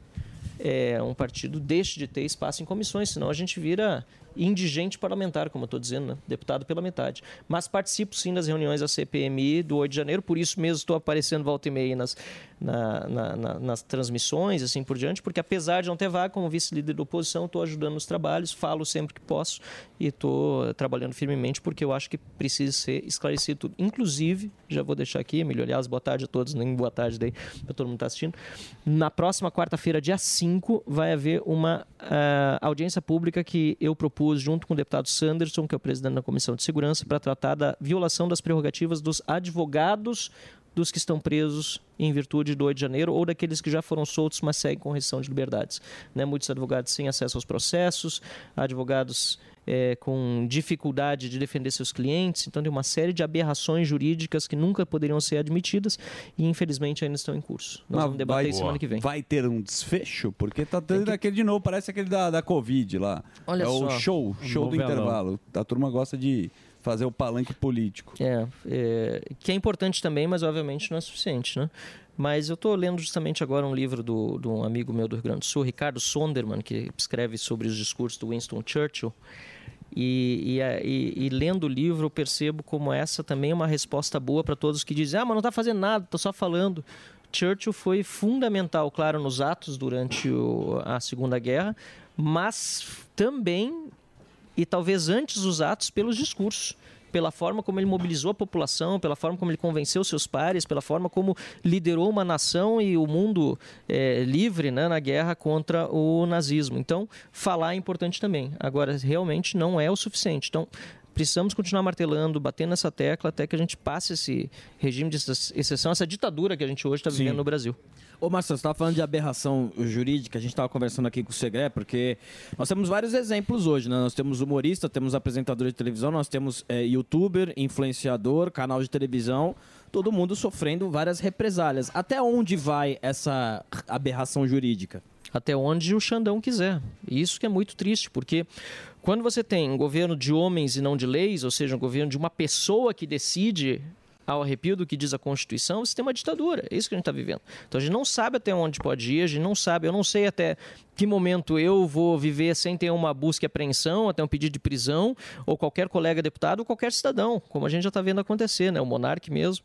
é, um partido deixe de ter espaço em comissões, senão a gente vira indigente parlamentar, como eu estou dizendo, né? deputado pela metade. Mas participo sim das reuniões da CPMI do 8 de janeiro, por isso mesmo estou aparecendo volta e meia aí nas, na- na- na- nas transmissões e assim por diante, porque apesar de não ter vaga, como vice-líder da oposição, estou ajudando nos trabalhos, falo sempre que posso e estou trabalhando firmemente porque eu acho que precisa ser esclarecido tudo. Inclusive, já vou deixar aqui, Emílio, aliás, boa tarde a todos, nem boa tarde daí para todo mundo que está assistindo. Na próxima quarta-feira, dia 5, vai haver uma ah, audiência pública que eu propus junto com o deputado Sanderson, que é o presidente da Comissão de Segurança, para tratar da violação das prerrogativas dos advogados dos que estão presos em virtude do 8 de janeiro ou daqueles que já foram soltos, mas seguem com restrição de liberdades. Né? Muitos advogados sem acesso aos processos, advogados eh, com dificuldade de defender seus clientes, então tem uma série de aberrações jurídicas que nunca poderiam ser admitidas e infelizmente ainda estão em curso. Nós Mas vamos debater vai- isso semana que vem. Vai ter um desfecho? Porque tá tendo aquele de novo, parece aquele da, da Covid lá. Olha é o só. show, show do Novelão. intervalo. A turma gosta de fazer o palanque político. É, é, que é importante também, mas obviamente não é suficiente, né? Mas eu estou lendo justamente agora um livro do- de um amigo meu do Rio Grande do Sul, Ricardo Sonderman, que escreve sobre os discursos do Winston Churchill. E, e a- e- e lendo o livro, eu percebo como essa também é uma resposta boa para todos que dizem: ah, mas não está fazendo nada, estou só falando. Churchill foi fundamental, claro, nos atos durante o- a Segunda Guerra, mas também e talvez antes os atos pelos discursos, pela forma como ele mobilizou a população, pela forma como ele convenceu seus pares, pela forma como liderou uma nação e o mundo eh, livre né, na guerra contra o nazismo. Então, falar é importante também. Agora, realmente não é o suficiente. Então, precisamos continuar martelando, batendo nessa tecla até que a gente passe esse regime de ex- exceção, essa ditadura que a gente hoje está vivendo no Brasil. Ô, Marcelo, você estava falando de aberração jurídica, a gente estava conversando aqui com o Segré, porque nós temos vários exemplos hoje, né? Nós temos humorista, temos apresentador de televisão, nós temos eh, youtuber, influenciador, canal de televisão, todo mundo sofrendo várias represálias. Até onde vai essa aberração jurídica? até onde o Xandão quiser. E isso que é muito triste, porque quando você tem um governo de homens e não de leis, ou seja, um governo de uma pessoa que decide ao arrepio do que diz a Constituição, você tem uma ditadura. É isso que a gente está vivendo. Então a gente não sabe até onde pode ir, a gente não sabe, eu não sei até que momento eu vou viver sem ter uma busca e apreensão, até um pedido de prisão, ou qualquer colega deputado, ou qualquer cidadão, como a gente já está vendo acontecer, né? O monarque mesmo.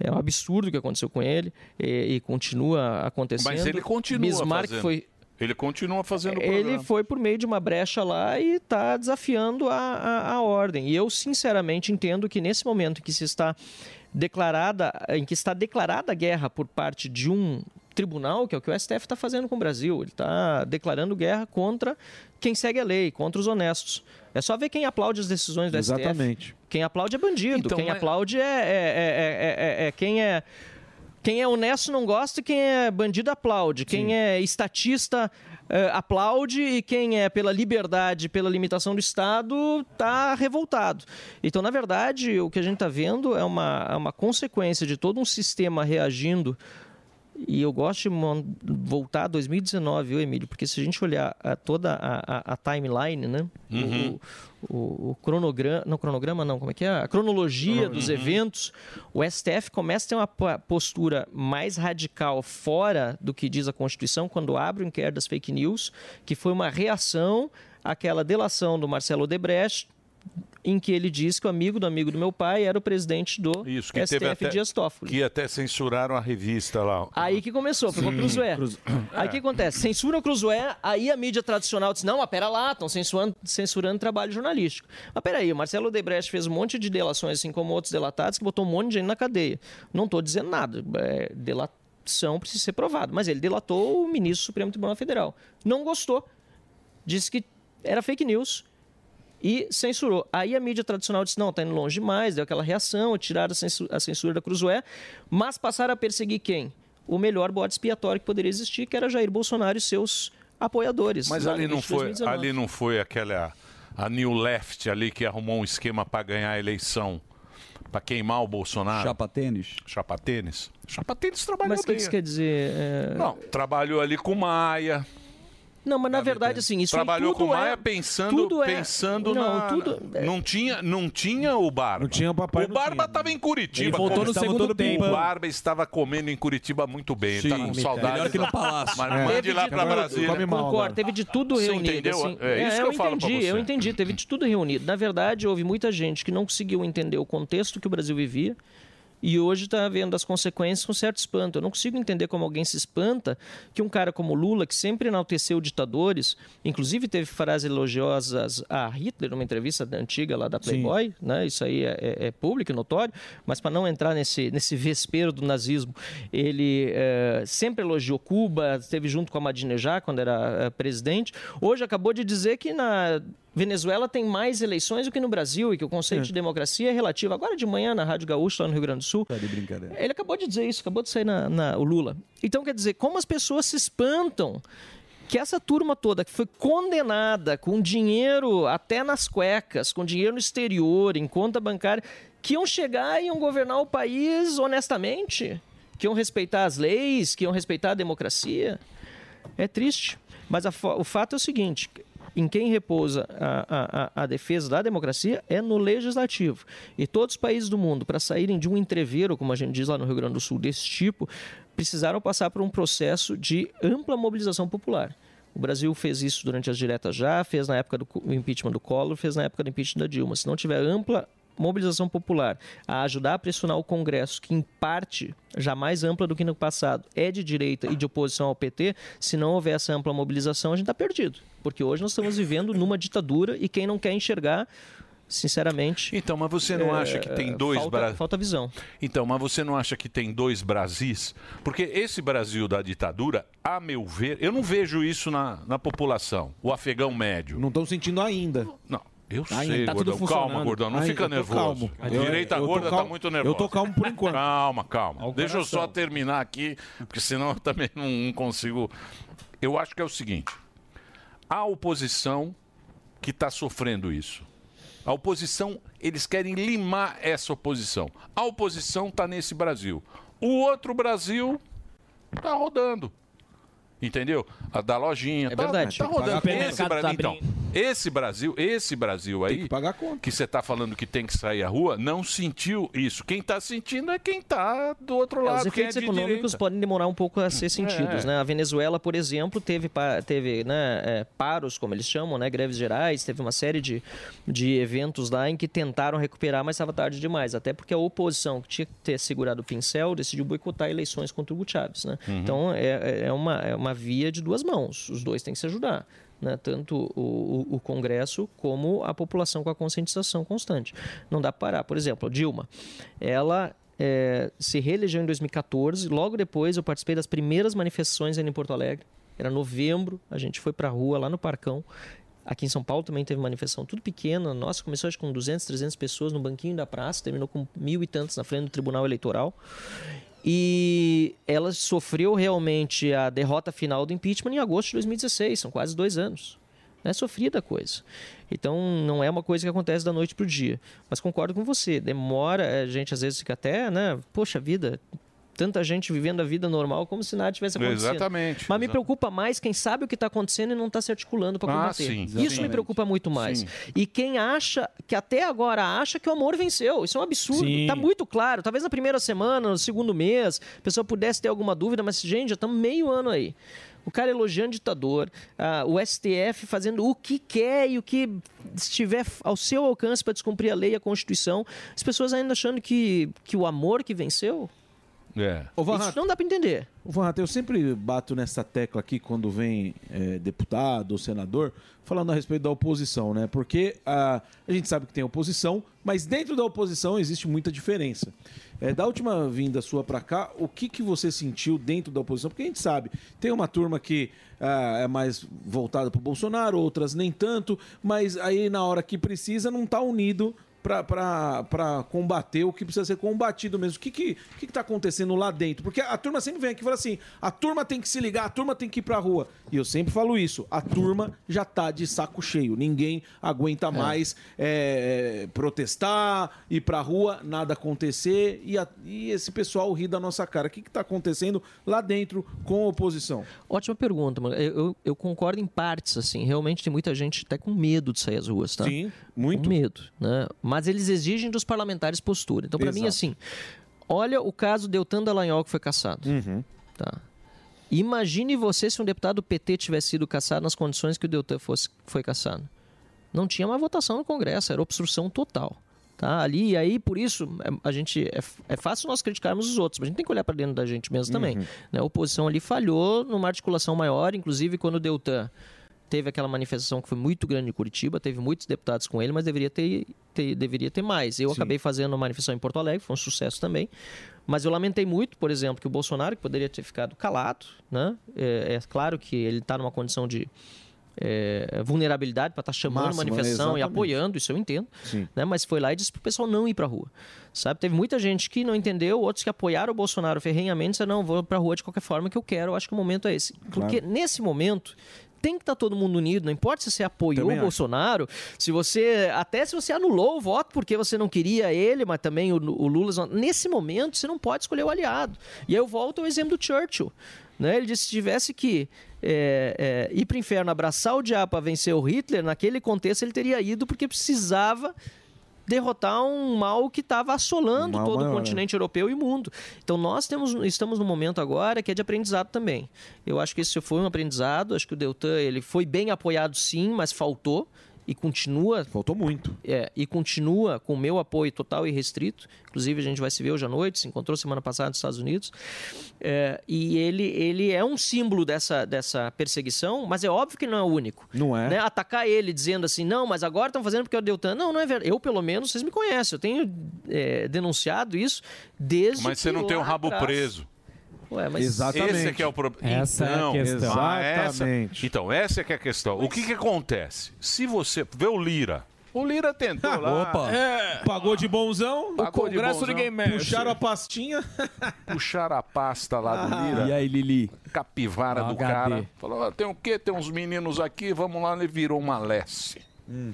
É um absurdo o que aconteceu com ele e, e continua acontecendo. Mas ele continua Bismarck fazendo. foi Ele continua fazendo o ele programa. foi por meio de uma brecha lá e está desafiando a, a, a ordem. E eu, sinceramente, entendo que nesse momento em que se está declarada, em que está declarada a guerra por parte de um tribunal, que é o que o STF está fazendo com o Brasil. Ele está declarando guerra contra quem segue a lei, contra os honestos. É só ver quem aplaude as decisões do Exatamente. STF. Quem aplaude é bandido. Então, quem mas- aplaude é, é- é- é- é- é quem é. Quem é honesto não gosta, e quem é bandido aplaude. Quem é estatista eh, aplaude e quem é pela liberdade, pela limitação do Estado, está revoltado. Então, na verdade, o que a gente está vendo é uma, é uma consequência de todo um sistema reagindo. E eu gosto de mon- voltar a 2019, viu, Emílio? Porque se a gente olhar a toda a, a- a timeline, né? O- Uhum. O, cronograma. Não, cronograma não, como é que é? A cronologia Crono- dos Uhum. eventos eventos, o STF começa a ter uma pa- postura mais radical fora do que diz a Constituição quando abre o inquérito das fake news, que foi uma reação àquela delação do Marcelo Odebrecht, em que ele diz que o amigo do amigo do meu pai era o presidente do Isso, que STF teve até, Dias Toffoli. Que até censuraram a revista lá. Aí que começou, foi com o Sim, Cruzoé. Cruz- Aí o que acontece? Censura o Cruzoé, aí a mídia tradicional diz, não, mas pera lá, estão censurando, censurando trabalho jornalístico. Mas peraí, o Marcelo Odebrecht fez um monte de delações, assim como outros delatados, que botou um monte de gente na cadeia. Não estou dizendo nada, é, delação precisa ser provado, mas ele delatou o ministro do Supremo Tribunal Federal. Não gostou, disse que era fake news e censurou. Aí a mídia tradicional disse, não, tá indo longe demais, deu aquela reação, tiraram a censu- a censura da Cruzoé, mas passaram a perseguir quem? O melhor bode expiatório que poderia existir, que era Jair Bolsonaro e seus apoiadores. Mas lá ali no não, início de foi, 2019. ali não foi aquela. A New Left ali que arrumou um esquema para ganhar a eleição. Para queimar o Bolsonaro. Chapa tênis. Chapa tênis. Chapa tênis trabalhou Mas o que bem. isso quer dizer? É- Não, trabalhou ali com Maia. Não, mas na verdade, assim, isso aí trabalhou tudo com Maia é- pensando, tudo é- pensando não, na- tudo não tinha, não tinha o Barba. Não tinha o papai. O Barba estava em Curitiba. Ele voltou como no estava segundo todo tempo. O Barba estava comendo em Curitiba muito bem. Ele tá Sim, com saudade. melhor que no Palácio. Mas É. mande Teve lá de para tudo, Brasília. come mal Concordo, teve de tudo Você reunido. entendeu? assim. É isso que eu falo pra entendi, você. Eu entendi, teve de tudo reunido. Na verdade, houve muita gente que não conseguiu entender o contexto que o Brasil vivia e hoje está vendo as consequências com certo espanto. Eu não consigo entender como alguém se espanta que um cara como Lula, que sempre enalteceu ditadores, inclusive teve frases elogiosas a Hitler numa entrevista da- antiga lá da Playboy, né? isso aí é, é- é público, e notório, mas para não entrar nesse, nesse vespeiro do nazismo, ele eh, sempre elogiou Cuba, esteve junto com a Madinejá quando era eh, presidente. Hoje acabou de dizer que na Venezuela tem mais eleições do que no Brasil e que o conceito É. de democracia é relativo. Agora de manhã, na Rádio Gaúcha, lá no Rio Grande do Sul, ele acabou de dizer isso, acabou de sair na, na- o Lula. Então, quer dizer, como as pessoas se espantam que essa turma toda que foi condenada com dinheiro até nas cuecas, com dinheiro no exterior, em conta bancária, que iam chegar e iam governar o país honestamente, que iam respeitar as leis, que iam respeitar a democracia. É triste. Mas a fa- o fato é o seguinte: em quem repousa a, a- a- a defesa da democracia é no legislativo. E todos os países do mundo, para saírem de um entreveiro, como a gente diz lá no Rio Grande do Sul, desse tipo, precisaram passar por um processo de ampla mobilização popular. O Brasil fez isso durante as diretas já, fez na época do co- impeachment do Collor, fez na época do impeachment da Dilma. Se não tiver ampla mobilização popular a ajudar a pressionar o Congresso, que em parte, já mais ampla do que no passado, é de direita e de oposição ao PT, se não houver essa ampla mobilização, a gente está perdido. Porque hoje nós estamos vivendo numa ditadura e quem não quer enxergar, sinceramente. é, Então, mas você não acha que tem dois falta, Bra- falta visão. Então, mas você não acha que tem dois Brasis? Porque esse Brasil da ditadura, a meu ver, eu não vejo isso na, na população, o afegão médio. Não estão sentindo ainda. Não, eu Ainda, sei, tá tudo gordão. Calma, funcionando. gordão, não Ai, fica eu tô nervoso. calmo. A Eu- direita eu tô gorda tá calmo. muito Eu nervosa. tô calmo por enquanto. Calma, calma. Ao Deixa eu só coração. terminar aqui, porque senão eu também não- não consigo. Eu acho que é o seguinte: a oposição que está sofrendo isso. A oposição, eles querem limar essa oposição. A oposição está nesse Brasil. O outro Brasil está rodando. Entendeu? A da lojinha. É verdade. Tá, Tem que rodando. pagar a conta. Esse, O mercado Bra... tá então, esse Brasil, esse Brasil aí, que você está falando que tem que sair à rua, não sentiu isso. Quem está sentindo é quem está do outro É, lado. os quem é efeitos de econômicos direita. podem demorar um pouco a ser sentidos. É. Né? A Venezuela, por exemplo, teve, pa- teve né, é, paros, como eles chamam, né, greves gerais, teve uma série de, de eventos lá em que tentaram recuperar, mas estava tarde demais. Até porque a oposição, que tinha que ter segurado o pincel, decidiu boicotar eleições contra o Hugo Chávez. Né? Uhum. Então, é, é- é uma, é uma via de duas mãos. Os dois têm que se ajudar. né? Tanto o, o- o Congresso como a população com a conscientização constante. Não dá para parar. Por exemplo, a Dilma, ela eh, se reelegeu em 2014. Logo depois, eu participei das primeiras manifestações ainda em Porto Alegre. Era novembro, a gente foi para a rua, lá no Parcão. Aqui em São Paulo também teve manifestação, tudo pequena. Nossa, começou acho, com 200, 300 pessoas no banquinho da praça, terminou com mil e tantos na frente do Tribunal Eleitoral. E ela sofreu realmente a derrota final do impeachment em agosto de 2016, são quase dois anos. É sofrida a coisa. Então, não é uma coisa que acontece da noite para o dia. Mas concordo com você, demora, a gente às vezes fica até, né? Poxa vida, tanta gente vivendo a vida normal como se nada tivesse acontecido. Exatamente, Mas me exato. preocupa mais quem sabe o que está acontecendo e não está se articulando para Ah, combater. sim, Isso me exatamente. preocupa muito mais. Sim. E quem acha, que até agora acha que o amor venceu. Isso é um absurdo. Sim. Tá muito claro. Talvez na primeira semana, no segundo mês, a pessoa pudesse ter alguma dúvida, mas, gente, já estamos meio ano aí. O cara elogiando ditador, ah, o STF fazendo o que quer e o que estiver ao seu alcance para descumprir a lei e a Constituição. As pessoas ainda achando que, que o amor que venceu É. Ô, Van isso não dá para entender. Ô, Van Hatten, eu sempre bato nessa tecla aqui quando vem eh, deputado ou senador falando a respeito da oposição, né? Porque ah, a gente sabe que tem oposição, mas dentro da oposição existe muita diferença. Eh, da última vinda sua para cá, o que, que você sentiu dentro da oposição? Porque a gente sabe, tem uma turma que ah, é mais voltada para o Bolsonaro, outras nem tanto, mas aí na hora que precisa não está unido para combater o que precisa ser combatido mesmo. O que que, o que que tá acontecendo lá dentro? Porque a turma sempre vem aqui e fala assim, a turma tem que se ligar, a turma tem que ir pra rua. E eu sempre falo isso, a turma já tá de saco cheio. Ninguém aguenta mais é, é, protestar, ir pra rua, nada acontecer e, a- e esse pessoal ri da nossa cara. O que que tá acontecendo lá dentro com a oposição? Ótima pergunta, mano. Eu, eu- eu concordo em partes, assim. Realmente tem muita gente até com medo de sair às ruas, tá? Sim, muito. Com medo, né? Mas eles exigem dos parlamentares postura. Então, pra mim, Exato. assim, olha o caso do Deltan Dallagnol que foi caçado. Uhum. Tá? Imagine você se um deputado do PT tivesse sido caçado nas condições que o Deltan fosse, foi caçado. Não tinha uma votação no Congresso, era obstrução total. Tá? Ali, e aí, por isso, é- a gente é, f- é fácil nós criticarmos os outros, mas a gente tem que olhar para dentro da gente mesmo também. Uhum. né? A oposição ali falhou numa articulação maior, inclusive quando o Deltan teve aquela manifestação que foi muito grande em Curitiba, teve muitos deputados com ele, mas deveria ter, ter- deveria ter mais. Eu acabei fazendo uma manifestação em Porto Alegre, foi um sucesso também. Mas eu lamentei muito, por exemplo, que o Bolsonaro, que poderia ter ficado calado, né? É, é claro que ele está numa condição de é, vulnerabilidade para estar chamando Máxima, né? manifestação e exatamente. apoiando, isso eu entendo. Sim. Né? Mas foi lá e disse pro pessoal não ir pra rua. Sabe? Teve muita gente que não entendeu, outros que apoiaram o Bolsonaro ferrenhamente, disseram, não, vou pra rua de qualquer forma que eu quero, eu acho que o momento é esse. Porque nesse momento tem que estar todo mundo unido, não importa se você é apoiou Também o acho. Bolsonaro, se você até se você anulou o voto porque você não queria ele, mas também o, o Lula, nesse momento você não pode escolher o aliado. E aí eu volto ao exemplo do Churchill. Né? Ele disse que se tivesse que é, é, ir para o inferno, abraçar o diabo para vencer o Hitler, naquele contexto ele teria ido porque precisava derrotar um mal que estava assolando Um mal todo maior, o né? continente europeu e mundo. Então nós temos, estamos num momento agora que é de aprendizado também. Eu acho que esse foi um aprendizado. Acho que o Deltan ele foi bem apoiado sim, mas faltou e continua. Faltou muito. É, e continua com o meu apoio total e restrito. Inclusive, a gente vai se ver hoje à noite, se encontrou semana passada nos Estados Unidos. É, e ele, ele é um símbolo dessa, dessa perseguição, mas é óbvio que não é o único. Não é. Né? Atacar ele dizendo assim, não, mas agora estão fazendo porque é o Deltan. Não, não é verdade. Eu, pelo menos, vocês me conhecem. Eu tenho é, denunciado isso desde. Mas você que não tem o lá rabo atrás- preso. Ué, mas Esse é que é o problema. Essa é a questão. Essa... Então, essa é que é a questão. O que, que acontece? Se você vê o Lira. O Lira tentou lá. Opa. É. Pagou de bonzão. Pagou de bonzão. Puxaram a pastinha. Puxaram a pasta lá Ah. do Lira. E aí, Lili? Capivara do HD. cara. Falou, "Ah, tem o quê? Tem uns meninos aqui, vamos lá. Ele virou uma lesse. Hum.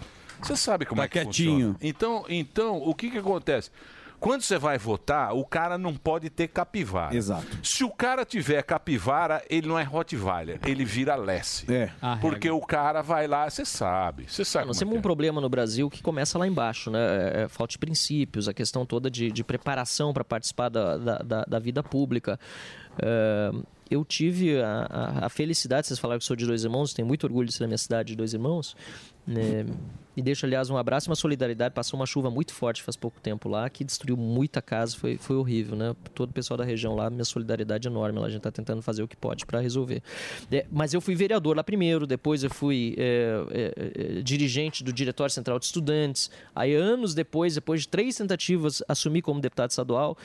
Você sabe como Tá é que quietinho. funciona. Então, então, o que que acontece? Quando você vai votar, o cara não pode ter capivara. Exato. Se o cara tiver capivara, ele não é Rottweiler, ele vira lesse. É. Ah, Porque o cara vai lá, você sabe, você sabe. Nós como é temos um problema no Brasil que começa lá embaixo, né? É, é, Falta de princípios, a questão toda de, de preparação para participar da, da, da- da vida pública. É, eu tive a, a- a felicidade, vocês falaram que sou de dois irmãos, tenho muito orgulho de ser da minha cidade de dois irmãos. né? E deixo, aliás, um abraço e uma solidariedade. Passou uma chuva muito forte faz pouco tempo lá, que destruiu muita casa, foi, foi horrível, né? Todo o pessoal da região lá, minha solidariedade enorme lá. A gente tá tentando fazer o que pode para resolver. É, mas eu fui vereador lá primeiro, depois eu fui é, é, é, dirigente do Diretório Central de Estudantes. Aí, anos depois, depois de três tentativas, assumi como deputado estadual.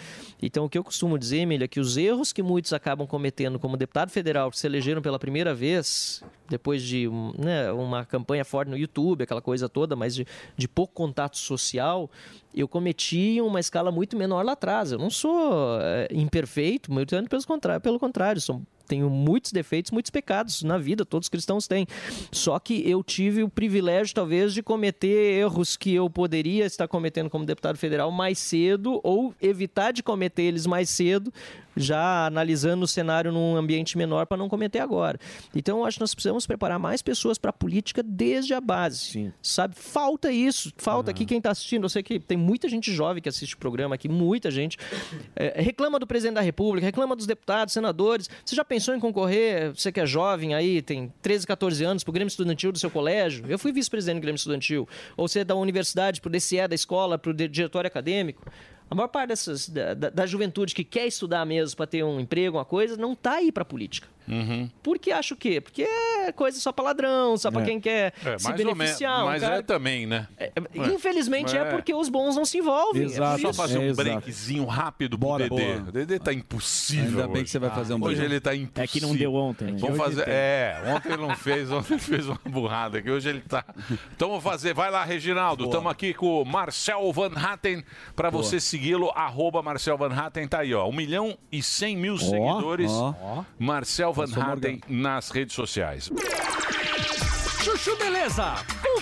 Então, o que eu costumo dizer, Emília, é que os erros que muitos acabam cometendo como deputado federal, que se elegeram pela primeira vez, depois de um, né, uma campanha forte no YouTube, aquela coisa toda, mas de, de pouco contato social, eu cometi em uma escala muito menor lá atrás. Eu não sou é, imperfeito, muito antes pelo contrário, pelo contrário, sou tenho muitos defeitos, muitos pecados na vida, todos os cristãos têm. Só que eu tive o privilégio, talvez, de cometer erros que eu poderia estar cometendo como deputado federal mais cedo ou evitar de cometer eles mais cedo, já analisando o cenário num ambiente menor para não cometer agora. Então, eu acho que nós precisamos preparar mais pessoas para a política desde a base. Sabe? Falta isso. Falta aqui quem está assistindo. Eu sei que tem muita gente jovem que assiste o programa aqui, muita gente. É, reclama do presidente da República, reclama dos deputados, senadores. Você já pensou em concorrer? Você que é jovem aí, tem 13, 14 anos, para o Grêmio Estudantil do seu colégio? Eu fui vice-presidente do Grêmio Estudantil. Ou você é da universidade, para o DCE da escola, para o diretório acadêmico. A maior parte dessas, da, da, da juventude que quer estudar mesmo para ter um emprego, uma coisa, não tá aí para política. Uhum. Porque acha o quê? Porque é coisa só para ladrão, só para É. quem quer É, se mais ou beneficiar. menos. um Mas cara é também, né? Infelizmente é. É. porque os bons não se envolvem. É por Só isso. fazer um breakzinho rápido pro Bora, Dedê. boa. O Dedê tá impossível. Ainda bem hoje. que você vai fazer um Hoje break. ele tá É que impossível. não deu ontem, né? Hoje Vamos fazer. tem. É, ontem ele não fez, ontem ele fez uma burrada aqui. Hoje ele tá. Então vamos fazer. Vai lá, Reginaldo. Boa. Estamos aqui com o Marcel Van Hatten. Pra Boa. você segui-lo, arroba Marcel Van Hatten. Tá aí, ó. 1 milhão e 100 mil seguidores. ó. Marcel Van Passou Hatten nas redes sociais. Chuchu Beleza, com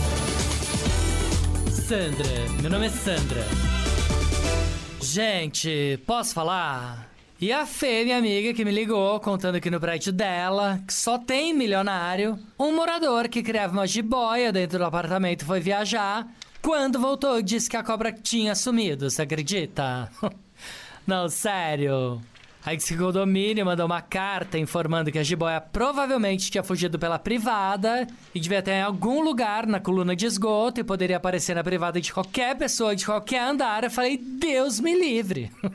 Sandra, meu nome é Sandra. Gente, posso falar? E a Fê, minha amiga, que me ligou contando que no prédio dela, que só tem milionário, um morador que criava uma jiboia dentro do apartamento foi viajar. Quando voltou, disse que a cobra tinha sumido, você acredita? Não, sério. Aí disse que o condomínio mandou uma carta informando que a jiboia provavelmente tinha fugido pela privada e devia estar em algum lugar na coluna de esgoto e poderia aparecer na privada de qualquer pessoa, de qualquer andar. Eu falei, Deus me livre.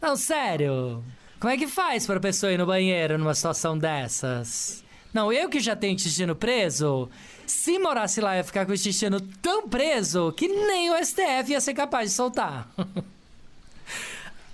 Não, sério. Como é que faz pra pessoa ir no banheiro numa situação dessas? Não, eu que já tenho intestino preso, se morasse lá ia ficar com o intestino tão preso que nem o STF ia ser capaz de soltar.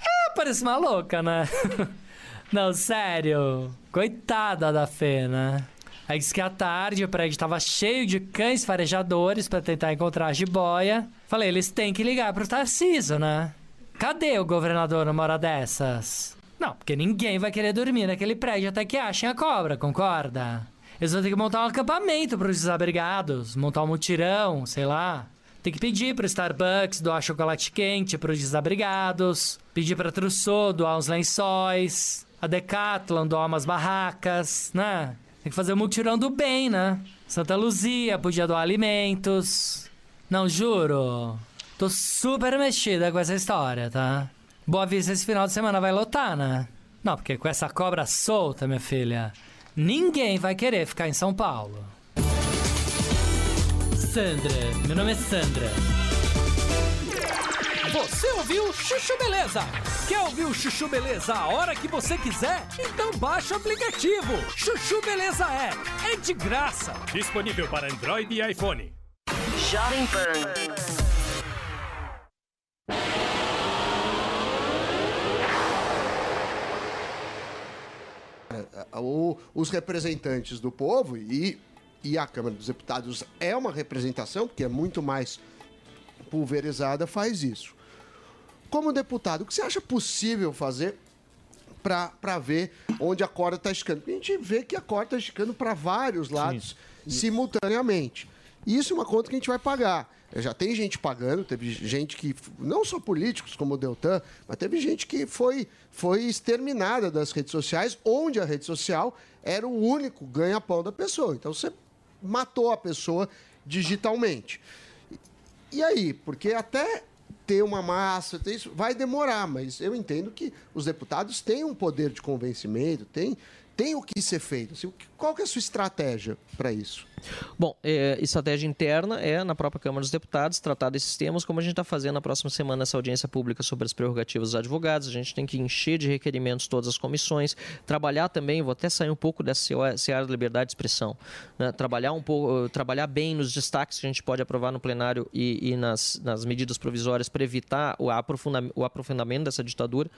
É, parece uma louca, né? Não, sério. Coitada da Fê, né? Aí disse que à tarde o prédio tava cheio de cães farejadores pra tentar encontrar a jiboia. Falei, eles têm que ligar pro Tarciso, né? Cadê o governador numa hora dessas? Não, porque ninguém vai querer dormir naquele prédio até que achem a cobra, concorda? Eles vão ter que montar um acampamento pros desabrigados, montar um mutirão, sei lá. Tem que pedir pro Starbucks doar chocolate quente pros desabrigados, pedir pra Trousseau doar uns lençóis, a Decathlon doar umas barracas, né? Tem que fazer o mutirão do bem, né? Santa Luzia podia doar alimentos. Não, juro. Tô super mexida com essa história, tá? Boa Vista esse final de semana vai lotar, né? Não, porque com essa cobra solta, minha filha, ninguém vai querer ficar em São Paulo. Sandra, meu nome é Sandra. Você ouviu Chuchu Beleza? Quer ouvir o Chuchu Beleza a hora que você quiser? Então baixa o aplicativo. Chuchu Beleza é. É de graça. Disponível para Android e iPhone. Jovem Pan. É, o- os representantes do povo e, e a Câmara dos Deputados é uma representação, porque é muito mais pulverizada, faz isso. Como deputado, o que você acha possível fazer para ver onde a tá corda está esticando? Porque A gente vê que a corda está esticando para vários lados simultaneamente. E isso é uma conta que a gente vai pagar. Já tem gente pagando, teve gente que, não só políticos como o Deltan, mas teve gente que foi, foi exterminada das redes sociais, onde a rede social era o único ganha-pão da pessoa. Então você matou a pessoa digitalmente. E aí? Porque até ter uma massa, ter isso, vai demorar, mas eu entendo que os deputados têm um poder de convencimento, tem, tem o que ser feito. Assim, o que- qual que é a sua estratégia para isso? Bom, é, estratégia interna é, na própria Câmara dos Deputados, tratar desses temas, como a gente está fazendo na próxima semana essa audiência pública sobre as prerrogativas dos advogados. A gente tem que encher de requerimentos todas as comissões, trabalhar também, vou até sair um pouco dessa seo- seara da liberdade de expressão, né? trabalhar um pouco, trabalhar bem nos destaques que a gente pode aprovar no plenário e, e nas, nas medidas provisórias para evitar o, aprofunda- o aprofundamento dessa ditadura.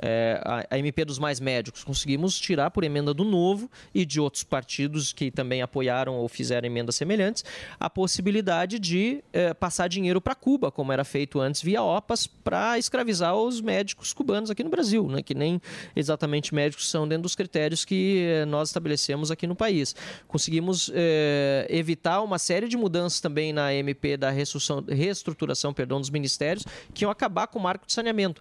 É, a, a MP dos mais médicos conseguimos tirar por emenda do Novo e de outros partidos que também apoiaram ou fizeram emendas semelhantes, a possibilidade de eh, passar dinheiro para Cuba, como era feito antes via OPAS, para escravizar os médicos cubanos aqui no Brasil, né? que nem exatamente médicos são dentro dos critérios que eh, nós estabelecemos aqui no país. Conseguimos eh, evitar uma série de mudanças também na MP da restrução- reestruturação perdão, dos ministérios, que iam acabar com o marco de saneamento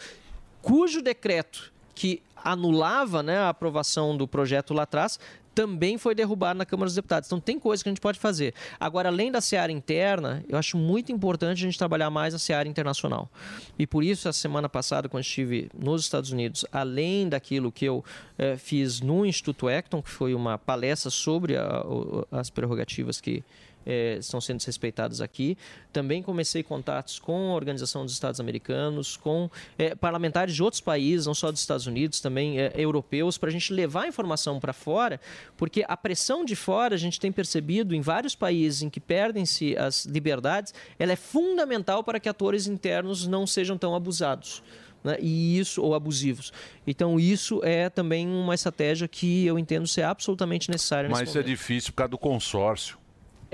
cujo decreto que anulava né, a aprovação do projeto lá atrás também foi derrubado na Câmara dos Deputados. Então tem coisa que a gente pode fazer. Agora, além da seara interna, eu acho muito importante a gente trabalhar mais a seara internacional. E por isso, a semana passada, quando estive nos Estados Unidos, além daquilo que eu eh, fiz no Instituto Acton, que foi uma palestra sobre a- o- as prerrogativas que eh, estão sendo desrespeitados aqui. Também comecei contatos com a Organização dos Estados Americanos, com eh, parlamentares de outros países, não só dos Estados Unidos, também eh, europeus, para a gente levar a informação para fora, porque a pressão de fora, a gente tem percebido em vários países em que perdem-se as liberdades, ela é fundamental para que atores internos não sejam tão abusados. né? E isso, ou abusivos. Então, isso é também uma estratégia que eu entendo ser absolutamente necessária nesse Mas isso é momento. difícil por causa do consórcio.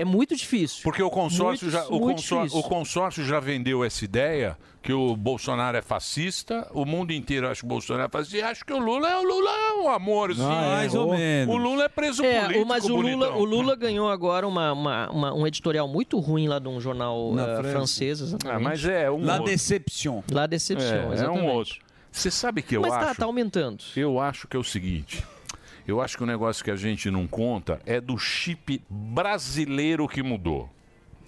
É muito difícil. Porque o consórcio, Muito, já, o, muito consor- difícil. o consórcio já vendeu essa ideia que o Bolsonaro é fascista, o mundo inteiro acha que o Bolsonaro é fascista, e acha que o Lula é o Lula é um amorzinho. Ah, é. Mais ou O- menos. O Lula é preso É, político, o- mas o Lula, bonitão. o Lula ganhou agora uma, uma- uma- um editorial muito ruim lá de um jornal Na eh, França. francês. Ah, Exatamente. mas é um outro. Deception. La Deception, é, é um exatamente. outro. Você sabe que eu Mas acho... tá- tá aumentando. Eu acho que é o seguinte... Eu acho que o negócio que a gente não conta é do chip brasileiro que mudou.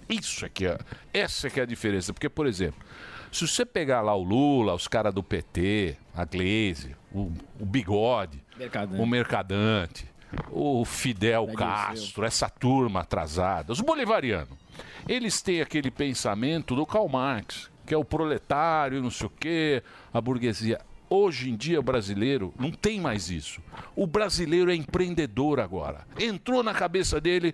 Isso é que é... Essa é que é a diferença. Porque, por exemplo, se você pegar lá o Lula, os caras do PT, a Glaze, o, o Bigode, Mercadante. o Mercadante, o Fidel Castro, essa turma atrasada, os bolivarianos, eles têm aquele pensamento do Karl Marx, que é o proletário, não sei o quê, a burguesia. Hoje em dia, o brasileiro não tem mais isso. O brasileiro é empreendedor agora. Entrou na cabeça dele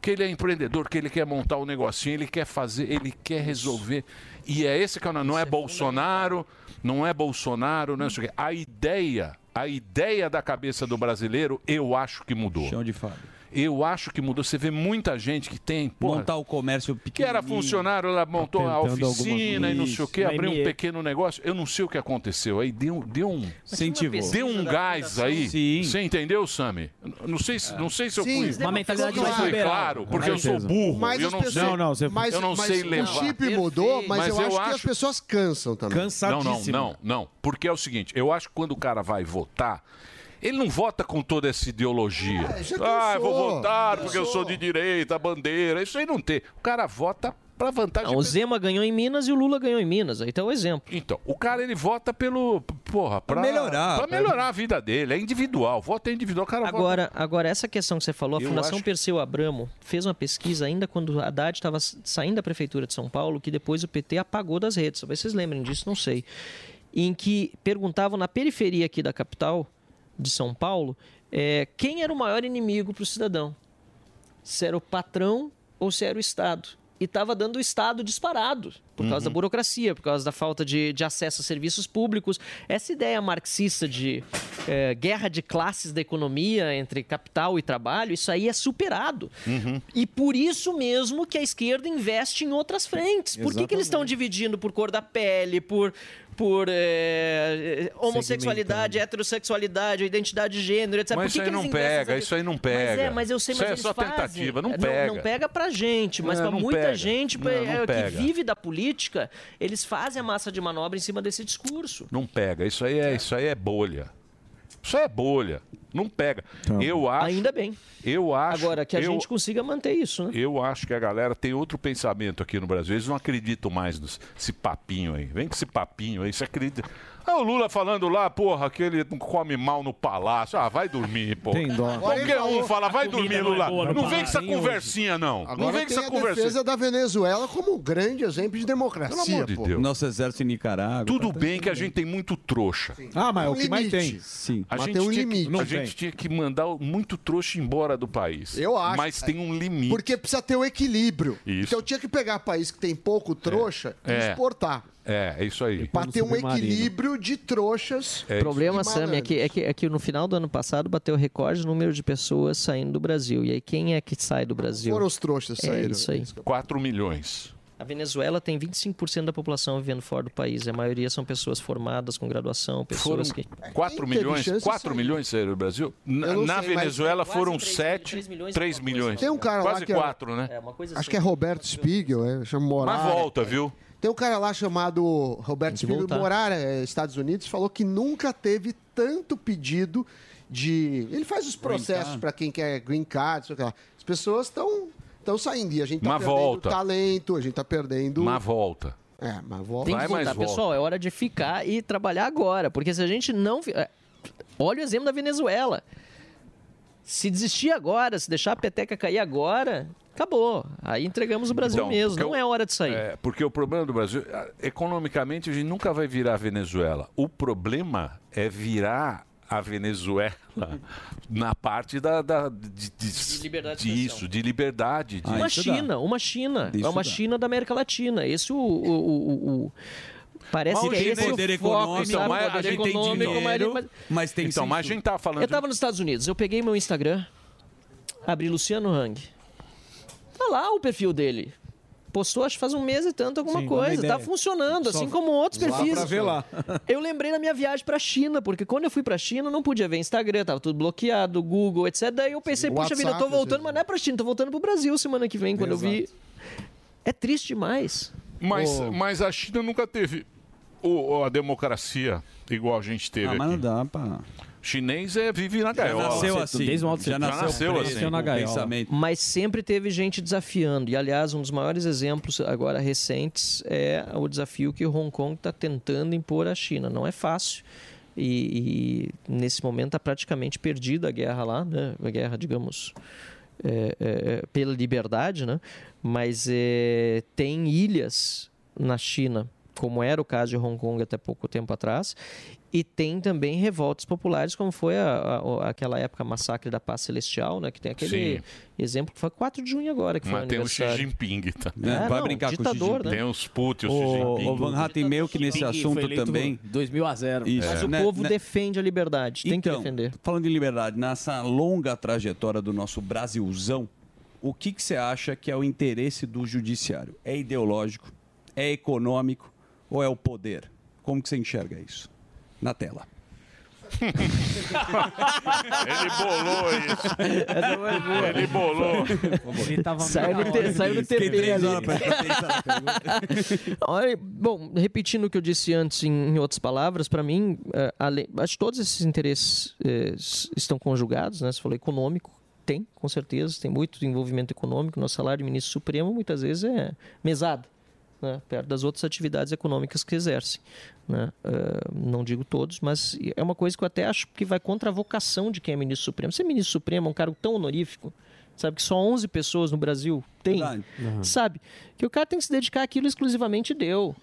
que ele é empreendedor, que ele quer montar um negocinho, ele quer fazer, ele quer resolver. E é esse canal, não é Bolsonaro, não é Bolsonaro, não é isso aqui. A ideia, a ideia da cabeça do brasileiro, eu acho que mudou. Chão de fábrica. Eu acho que mudou. Você vê muita gente que tem. Porra, Montar o comércio que era funcionário, ela montou a tentando alguma oficina e não sei o quê, coisa. abriu um Isso. pequeno negócio. Eu não sei o que aconteceu. Aí deu, deu um. Incentivou. Deu um da gás fundação. aí. Sim. Você entendeu, Sami? Não sei se, não sei se eu Sim, fui. mas Uma mentalidade se eu mais fui liberal. É claro, porque Com eu sou certeza. burro. Mas eu as não pessoas- sei. Não, não, você- eu não mas- sei mas levar. O chip mudou, mas, eu, acho, que as pessoas cansam também. Não, não, não, não. Porque é o seguinte, eu acho que quando o cara vai votar, ele não vota com toda essa ideologia. ah, eu vou votar porque eu sou de direita, a bandeira. Isso aí não tem. O cara vota pra vantagem. Não, o Zema ganhou em Minas e o Lula ganhou em Minas. Então é o exemplo. Então, o cara ele vota pelo. Porra, pra, Pra melhorar a vida dele. É individual. Voto é individual. O cara vota Agora, agora, essa questão que você falou, a Eu Fundação acho- Perseu Abramo fez uma pesquisa ainda quando o Haddad estava saindo da Prefeitura de São Paulo, que depois o PT apagou das redes. Talvez vocês lembrem disso, não sei. Em que perguntavam na periferia aqui da capital de São Paulo eh, quem era o maior inimigo para o cidadão. Se era o patrão ou se era o Estado. E estava dando o Estado disparado, por causa Uhum. da burocracia, por causa da falta de, de acesso a serviços públicos. Essa ideia marxista de eh, guerra de classes da economia entre capital e trabalho, isso aí é superado. E por isso mesmo que a esquerda investe em outras frentes. Por que, que eles estão dividindo por cor da pele, por, por eh, homossexualidade, heterossexualidade, identidade de gênero, etc. por Mas que isso aí que eles não investem pega, nessas- isso aí não Mas pega. é, mas eu sei, Isso mas é eles só fazem. tentativa, não É, pega. Não, pega pra gente, mas É, pra não muita pega. gente Não, eh, não que pega. vive da política, eles fazem a massa de manobra em cima desse discurso. Não pega. Isso aí é, isso aí é bolha. Isso aí é bolha. Não pega. Eu acho. Ainda bem. Eu acho. Agora, que a eu- gente consiga manter isso, né? Eu acho que a galera tem outro pensamento aqui no Brasil. Eles não acreditam mais nesse papinho aí. Vem com esse papinho aí, você acredita. Ah, o Lula falando lá, porra, que ele não come mal no palácio. Ah, vai dormir, pô. Tem dó. Agora ele Qualquer um falou, fala, a vai dormir, comida não é Lula. boa no não vem com palácio essa nem hoje. conversinha, não. não Agora vem com tem essa a conversinha. defesa da Venezuela como um grande exemplo de democracia. Pelo amor de pô. Deus. Nosso exército em Nicarágua. tá Tudo bem que a gente tem muito trouxa. Ah, mas é o que mais tem. Limite. Sim. A Mas gente, tem um tinha limite. Que, a Não gente tem. tinha que mandar muito trouxa embora do país. Eu acho. Mas tem um limite. Porque precisa ter o equilíbrio. Isso. Então tinha que pegar país que tem pouco trouxa É. e exportar. É, é isso aí. Pra ter um equilíbrio de trouxas. O problema, e Sam, é que, é, que, é que no final do ano passado bateu recorde no número de pessoas saindo do Brasil. E aí quem é que sai do Brasil? Foram os trouxas que É saíram. isso aí. 4 milhões. A Venezuela tem 25% da população vivendo fora do país. A maioria são pessoas formadas, com graduação, Foram pessoas que... 4 milhões, 4 milhões saíram do Brasil? Na, não na sei, mas- Venezuela Quase foram três- 7, três milhões e 3 alguma milhões. coisa. Tem um cara lá Quase que é- 4, né? assim. Acho que é Roberto Spiegel, é, chama Mas Morara. volta, viu? Tem um cara lá chamado Roberto Spiegel, voltar. Morara, é, Estados Unidos, falou que nunca teve tanto pedido de. Ele faz os processos card. para quem quer green card, sei o que lá. As pessoas estão estão saindo e a gente tá Mas perdendo volta. talento, a gente tá perdendo. Mas volta. É, mas volta. Tem que voltar, pessoal. É hora de ficar e trabalhar agora. Porque se a gente não. fi- é, Olha o exemplo da Venezuela. Se desistir agora, se deixar a peteca cair agora, acabou. Aí entregamos o Brasil Então, mesmo. porque Não o- é hora de sair. É, porque o problema do Brasil, ah, economicamente, a gente nunca vai virar a Venezuela. O problema é virar a Venezuela na parte da, da- de, de, liberdade de expressão. Ah, disso, de liberdade. De... uma China, uma China. Isso é uma dá. China da América Latina. Esse o. o, o- o- Parece Mas que o esse é poder o foco, econômico, então, sabe? mas O a poder gente tem econômico, dinheiro, mas tem Então, mas a gente tava falando Eu tava nos Estados Unidos, eu peguei meu Instagram, abri Luciano Hang. Tá lá o perfil dele. Postou, acho que faz um mês e tanto, alguma Sim, coisa. uma Tá ideia. funcionando, Só- assim como outros só perfis. pra ver lá. Eu lembrei da minha viagem pra China, porque quando eu fui pra China, eu não podia ver Instagram, tava tudo bloqueado, Google, etc. Daí eu pensei, puxa vida, eu WhatsApp, tô voltando, às mas não é pra China, tô voltando pro Brasil semana que vem, quando eu vi. É triste demais. Mas, mas a China nunca teve o- a democracia igual a gente teve. Ah, mas não dá pra. Chinês é, vive na gaiola. nasceu assim. Desde o Mao Tse Já Tung. nasceu assim. preso, nasceu na gaiola. pensamento. Mas sempre teve gente desafiando. E, aliás, um dos maiores exemplos agora recentes é o desafio que Hong Kong está tentando impor à China. Não é fácil. E, e nesse momento está praticamente perdida a guerra lá, né? A guerra, digamos, é, é, é, pela liberdade, né? Mas é, tem ilhas na China, como era o caso de Hong Kong até pouco tempo atrás, e tem também revoltas populares, como foi a- a- o- aquela época massacre da paz celestial, né? Que tem aquele Sim. exemplo que foi 4 de junho agora, que foi Mas tem o Xi aniversário. Jinping tá? É, É, vai não, brincar com o Xi ditador, Jinping. né? Tem os Putin, o Xi O, Jinping. o Van Hattenmeu, que nesse assunto também. 2000 a 0. Isso, Mas o né, povo né? defende a liberdade, tem que Então, defender. falando em liberdade, nessa longa trajetória do nosso Brasilzão, o que, que você acha que é o interesse do judiciário? É ideológico? É econômico? Ou é o poder? Como que você enxerga isso? Na tela. Ele bolou isso. Ele bolou. Saiu no, te, saiu no Fiquei TV três ali. horas pra- Olha, Bom, repetindo o que eu disse antes em, em outras palavras, para mim, eh, ale- acho que todos esses interesses eh, s- estão conjugados, né? Você falou econômico, tem, com certeza, tem muito envolvimento econômico. Nosso salário de ministro supremo muitas vezes é mesado, né? perto das outras atividades econômicas que exercem. né? Eh, não digo todos, mas é uma coisa que eu até acho que vai contra a vocação de quem é ministro supremo. Ser ministro supremo é um cargo tão honorífico, sabe que só 11 pessoas no Brasil têm, sabe? Que o cara tem que se dedicar àquilo exclusivamente deu.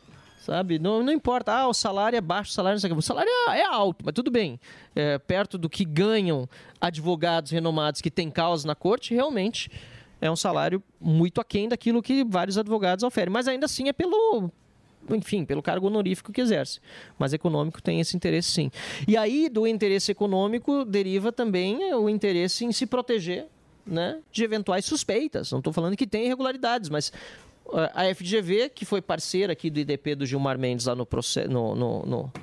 Sabe? Não, não importa, ah, o salário é baixo, o salário não sei o que. O salário é, é alto, mas tudo bem. É, perto do que ganham advogados renomados que têm causa na corte, realmente é um salário muito aquém daquilo que vários advogados oferecem. Mas ainda assim é pelo enfim, pelo cargo honorífico que exerce. Mas econômico tem esse interesse sim. E aí, do interesse econômico, deriva também eh, o interesse em se proteger né, de eventuais suspeitas. Não estou falando que tem irregularidades, mas ah, a FGV, que foi parceira aqui do IDP do Gilmar Mendes lá no processo. No, no- no-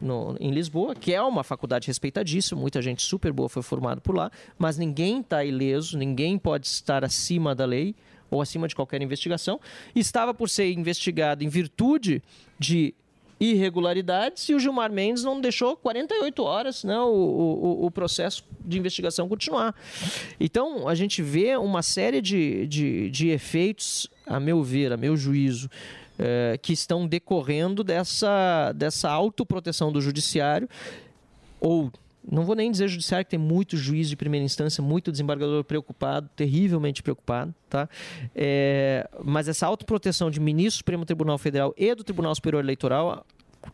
no- em Lisboa, que é uma faculdade respeitadíssima, muita gente super boa foi formada por lá, mas ninguém está ileso, ninguém pode estar acima da lei ou acima de qualquer investigação. Estava por ser investigado em virtude de irregularidades e o Gilmar Mendes não deixou 48 horas né, o, o- o- o processo de investigação continuar. Então, a gente vê uma série de, de, de efeitos, a meu ver, a meu juízo, eh, que estão decorrendo dessa, dessa autoproteção do judiciário ou não vou nem dizer judiciário que tem muito juiz de primeira instância, muito desembargador preocupado, terrivelmente preocupado, tá? É, mas essa autoproteção de ministro do Supremo Tribunal Federal e do Tribunal Superior Eleitoral,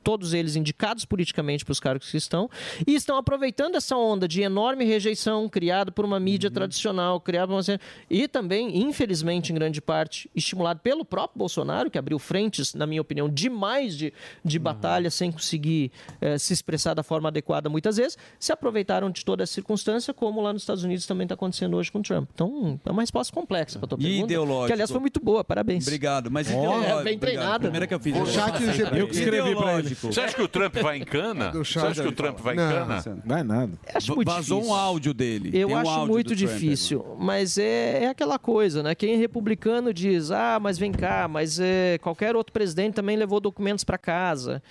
todos eles indicados politicamente para os cargos que estão, e estão aproveitando essa onda de enorme rejeição criada por uma Uhum. mídia tradicional, criada por uma... e também, infelizmente, em grande parte, estimulado pelo próprio Bolsonaro, que abriu frentes, na minha opinião, demais de, Uhum. de batalha, sem conseguir eh, se expressar da forma adequada muitas vezes, se aproveitaram de toda essa circunstância, como lá nos Estados Unidos também está acontecendo hoje com o Trump. Então, é uma resposta complexa para a tua E pergunta, ideológico. que, aliás, foi muito boa, parabéns. Obrigado, mas É, ideológico, bem obrigado. treinada. né? Primeira que eu fiz. né? O chat e o GP. Eu que escrevi pra ele. Você acha que o Trump vai em cana? Do Você chá acha que deve o Trump vai falar. em Não, cana? você não. Vai nada. Acho muito Vazou difícil. um áudio dele. Eu Tem um acho áudio muito do Trump difícil, mas é, é aquela coisa, né? Quem é republicano diz, ah, mas vem cá, mas é, qualquer outro presidente também levou documentos para casa.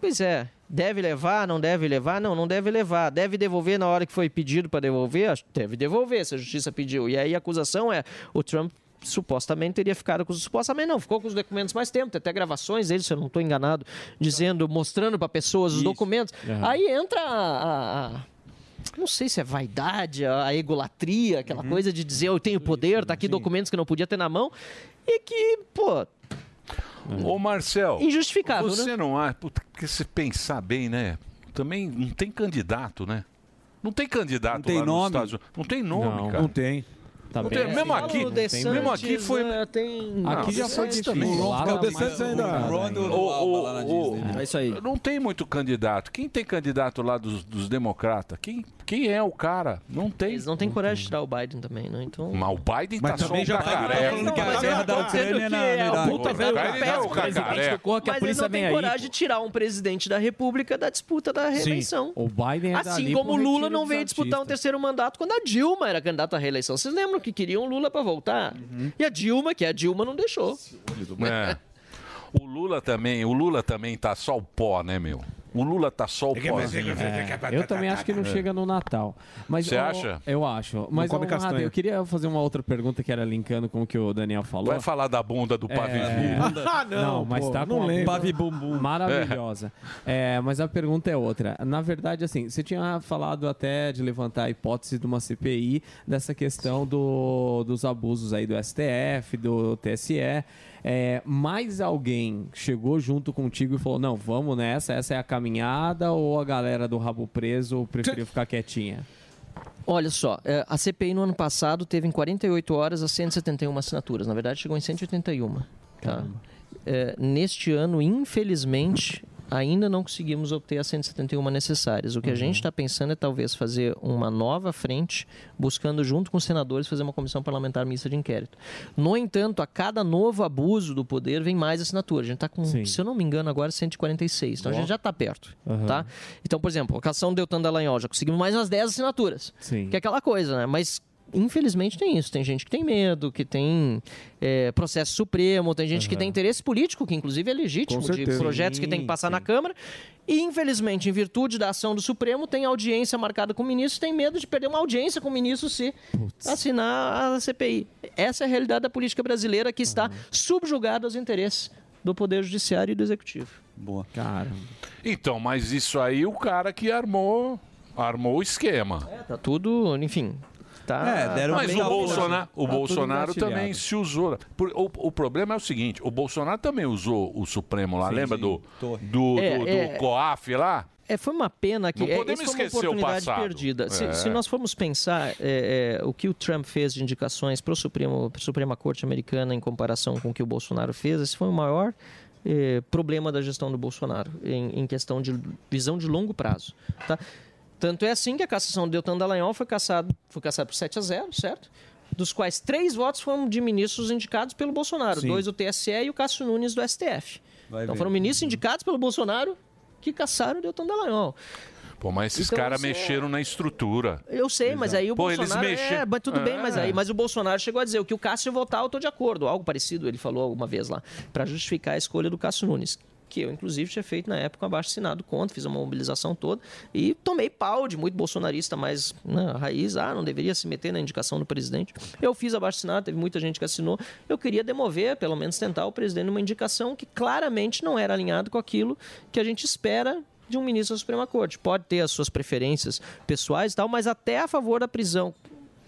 Pois é, deve levar, não deve levar? Não, não deve levar. Deve devolver na hora que foi pedido para devolver? Acho que Deve devolver, se a justiça pediu. E aí a acusação é, o Trump supostamente teria ficado com os supostamente não ficou com os documentos mais tempo tem até gravações dele se eu não estou enganado dizendo mostrando para pessoas os documentos Aham. aí entra a- a- a não sei se é vaidade, a a egolatria, aquela Uhum. coisa de dizer eu tenho poder, tá aqui documentos que eu não podia ter na mão. E que, pô, Ô, Marcel. Injustificável, Você né? não acha. Puta, porque se pensar bem, né? Também não tem candidato, né? Não tem candidato tem lá nome? nos Estados Unidos. Não tem nome, Não. cara. Não tem. Tá bem assim. mesmo aqui, Tem mesmo. mesmo aqui foi. né? Tem... Não, DeSantis também. O DeSantis ainda... né? O- o- o- É isso aí. Não tem muito candidato. Quem tem candidato lá dos, dos democratas? Quem, quem é o cara? Não tem. Eles não têm coragem de tirar o Biden também, né? Então... Mas o Biden Mas tá só também um já tá cacareco. falando que a Não, mas guerra ele da tá dizendo Ucrânia que é na- é na- o puta O velho Biden é o cacareco. Mas ele não tem coragem de tirar um presidente da república da disputa da reeleição. O Biden é Assim dali como o pro Lula retiro não dos veio disputar um artistas. terceiro mandato quando a Dilma era candidata à reeleição. Vocês lembram que queriam o Lula para voltar? E a Dilma, que é a Dilma, não deixou. É. O Lula também, o Lula também tá só o pó, né, meu? O Lula tá só o pó. Tá, É, eu também acho que não chega no Natal. Mas Você eu- acha? Eu acho. Mas come ô, castanha. Rader, eu queria fazer uma outra pergunta que era linkando com o que o Daniel falou. Vai falar da bunda do pavio. É. Ah, não, mas tá com não uma lembro. pavi bumbum maravilhosa. É, mas a pergunta é outra. Na verdade, assim, você tinha falado até de levantar a hipótese de uma CPI dessa questão do, dos abusos aí do STF, do TSE. É, mais alguém chegou junto contigo e falou: não, vamos nessa, essa é a caminhada, ou a galera do rabo preso preferiu ficar quietinha? Olha só, é, a CPI no ano passado teve em 48 horas as 171 assinaturas. Na verdade, chegou em 181. Tá? É, neste ano, infelizmente, ainda não conseguimos obter as 171 necessárias. O Uhum. que a gente está pensando é talvez fazer uma nova frente, buscando junto com os senadores fazer uma comissão parlamentar mista de inquérito. No entanto, a cada novo abuso do poder vem mais assinatura. A gente está com, se eu não me engano, agora 146. Então a Ó. gente já está perto. Aham. Tá? Então, por exemplo, a cação Deltan Dallagnol, já conseguimos mais umas 10 assinaturas. Sim. Que é aquela coisa, né? Mas, infelizmente, tem isso. Tem gente que tem medo, que tem é, processo supremo, tem gente que tem interesse político, que inclusive é legítimo, Com de certeza. projetos que tem que Sim, passar na Câmara. E, infelizmente, em virtude da ação do Supremo, tem audiência marcada com o ministro, tem medo de perder uma audiência com o ministro se assinar a CPI. Essa é a realidade da política brasileira que está subjugada aos interesses do Poder Judiciário e do Executivo. Boa. Cara. Então, mas isso aí o cara que armou, armou o esquema. É, tá tudo, enfim. Tá... É, deram Mas o Bolsonaro, o Tá tudo Bolsonaro engatilhado. também se usou. Por- o, o problema é o seguinte: o Bolsonaro também usou o Supremo lá, Sim, lembra sim. do, do, do, É, do é. COAF lá? É, foi uma pena que Não é, podemos isso foi uma esquecer o oportunidade passado. perdida. Se, É. se nós formos pensar é, é, o que o Trump fez de indicações para o Supremo, pro Suprema Corte Americana em comparação com o que o Bolsonaro fez, esse foi o maior eh, problema da gestão do Bolsonaro em, em questão de visão de longo prazo. Tá? Tanto é assim que a cassação do Deltan Dallagnol foi cassado, foi cassado por 7 a 0, certo? Dos quais três votos foram de ministros indicados pelo Bolsonaro, Sim. dois do TSE e o Cássio Nunes do STF. Vai então ver. foram ministros indicados pelo Bolsonaro que cassaram o Deltan Dallagnol. Pô, mas esses Então, caras assim, é- mexeram na estrutura. Eu sei, mas aí o Pô, eles Bolsonaro. mexem- É, mas tudo bem, mas É. aí. Mas o Bolsonaro chegou a dizer: o que o Cássio votar, eu tô de acordo. Algo parecido, ele falou alguma vez lá, para justificar a escolha do Cássio Nunes. Que eu, inclusive, tinha feito na época um abaixo assinado contra, fiz uma mobilização toda e tomei pau de muito bolsonarista, mas na raiz, ah, não deveria se meter na indicação do presidente. Eu fiz abaixo assinado, teve muita gente que assinou. Eu queria demover, pelo menos tentar o presidente numa indicação que claramente não era alinhado com aquilo que a gente espera de um ministro da Suprema Corte. Pode ter as suas preferências pessoais e tal, mas até a favor da prisão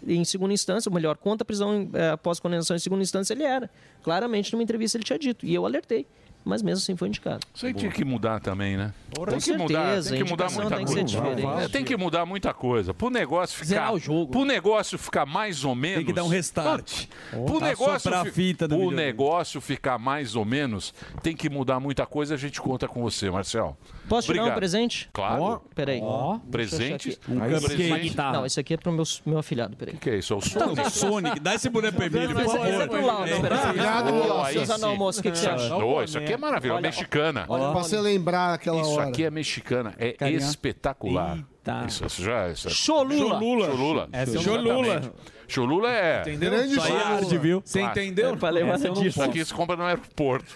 em segunda instância, ou melhor, contra a prisão em- eh, após condenação em segunda instância, ele era. Claramente, numa entrevista, ele tinha dito. E eu alertei. Mas mesmo assim foi indicado. Isso aí tinha que mudar também, né? Com tem que mudar, certeza, tem que a mudar indicação muita tem que ser coisa. diferente. É, tem que mudar muita coisa. Pro negócio ficar. Zerar o jogo. Pro negócio ficar mais ou menos. Tem que dar um restart. Pro Assoprar negócio, a fi- fita do pro videogame. negócio ficar mais ou menos, tem que mudar muita coisa. A gente conta com você, Marcel. Posso te dar um Obrigado. presente? Claro. Peraí. Ó. Deixa eu achar Presente? aqui. Um Aí cupcake. sim. Uma guitarra. Não, esse aqui é pro meu, meu afilhado. Peraí. Então, O que é isso? É o Sonic? Não, Sonic. Dá esse boneco pra Emílio, por Esse é favor. pro Lauro. Peraí. Obrigado, Aqui, ó, Lauro. Suzana Esse- Almoço, o que, que você acha? Não, isso aqui é maravilhoso. Olha, mexicana. Olha, pra você lembrar aquela Isso hora. aqui é mexicana, é Carinha. espetacular. Isso, isso já, isso é... Cholula. Cholula. Cholula. Essa é eu não- Exatamente. Cholula é... Entendeu? Grande Isso aí é Cholula. arte, viu? Você Clássico. entendeu? Eu falei, mas eu não Isso posso. aqui se compra no aeroporto.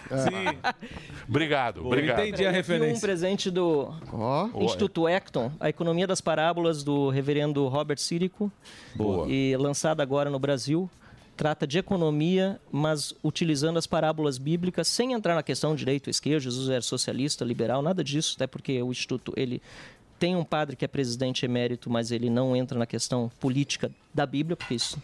obrigado, obrigado. Peraí, aqui um presente do Instituto Ecton, A Economia das Parábolas, do reverendo Robert Sírico. Boa. E lançado agora no Brasil. Trata de economia, mas utilizando as parábolas bíblicas, sem entrar na questão direito, esquerda, Jesus era socialista, liberal, nada disso, até porque o Instituto, ele tem um padre que é presidente emérito, mas ele não entra na questão política da Bíblia, porque isso,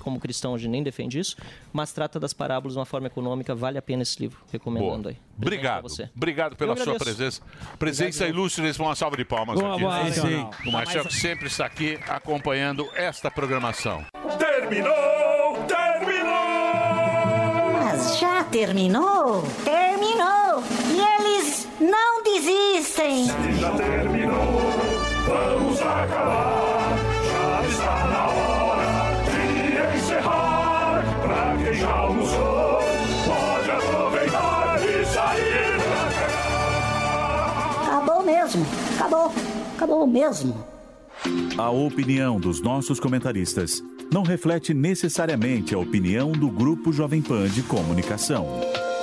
como cristão, a gente nem defende isso, mas trata das parábolas de uma forma econômica, vale a pena esse livro, recomendando Boa. aí. Obrigado. Obrigado pela Eu sua agradeço. presença. Presença ilustre, nesse uma salva de palmas Uma aqui. boa, Sim, então. O Marcel que sempre está aqui acompanhando esta programação. Terminou! Terminou! Mas já terminou? Terminou! E eles não desistem! Já terminou, vamos acabar. Já está na hora de encerrar. Pra quem já almoçou, pode aproveitar e sair pra cá. Acabou mesmo! Acabou! Acabou mesmo! A opinião dos nossos comentaristas não reflete necessariamente a opinião do Grupo Jovem Pan de Comunicação.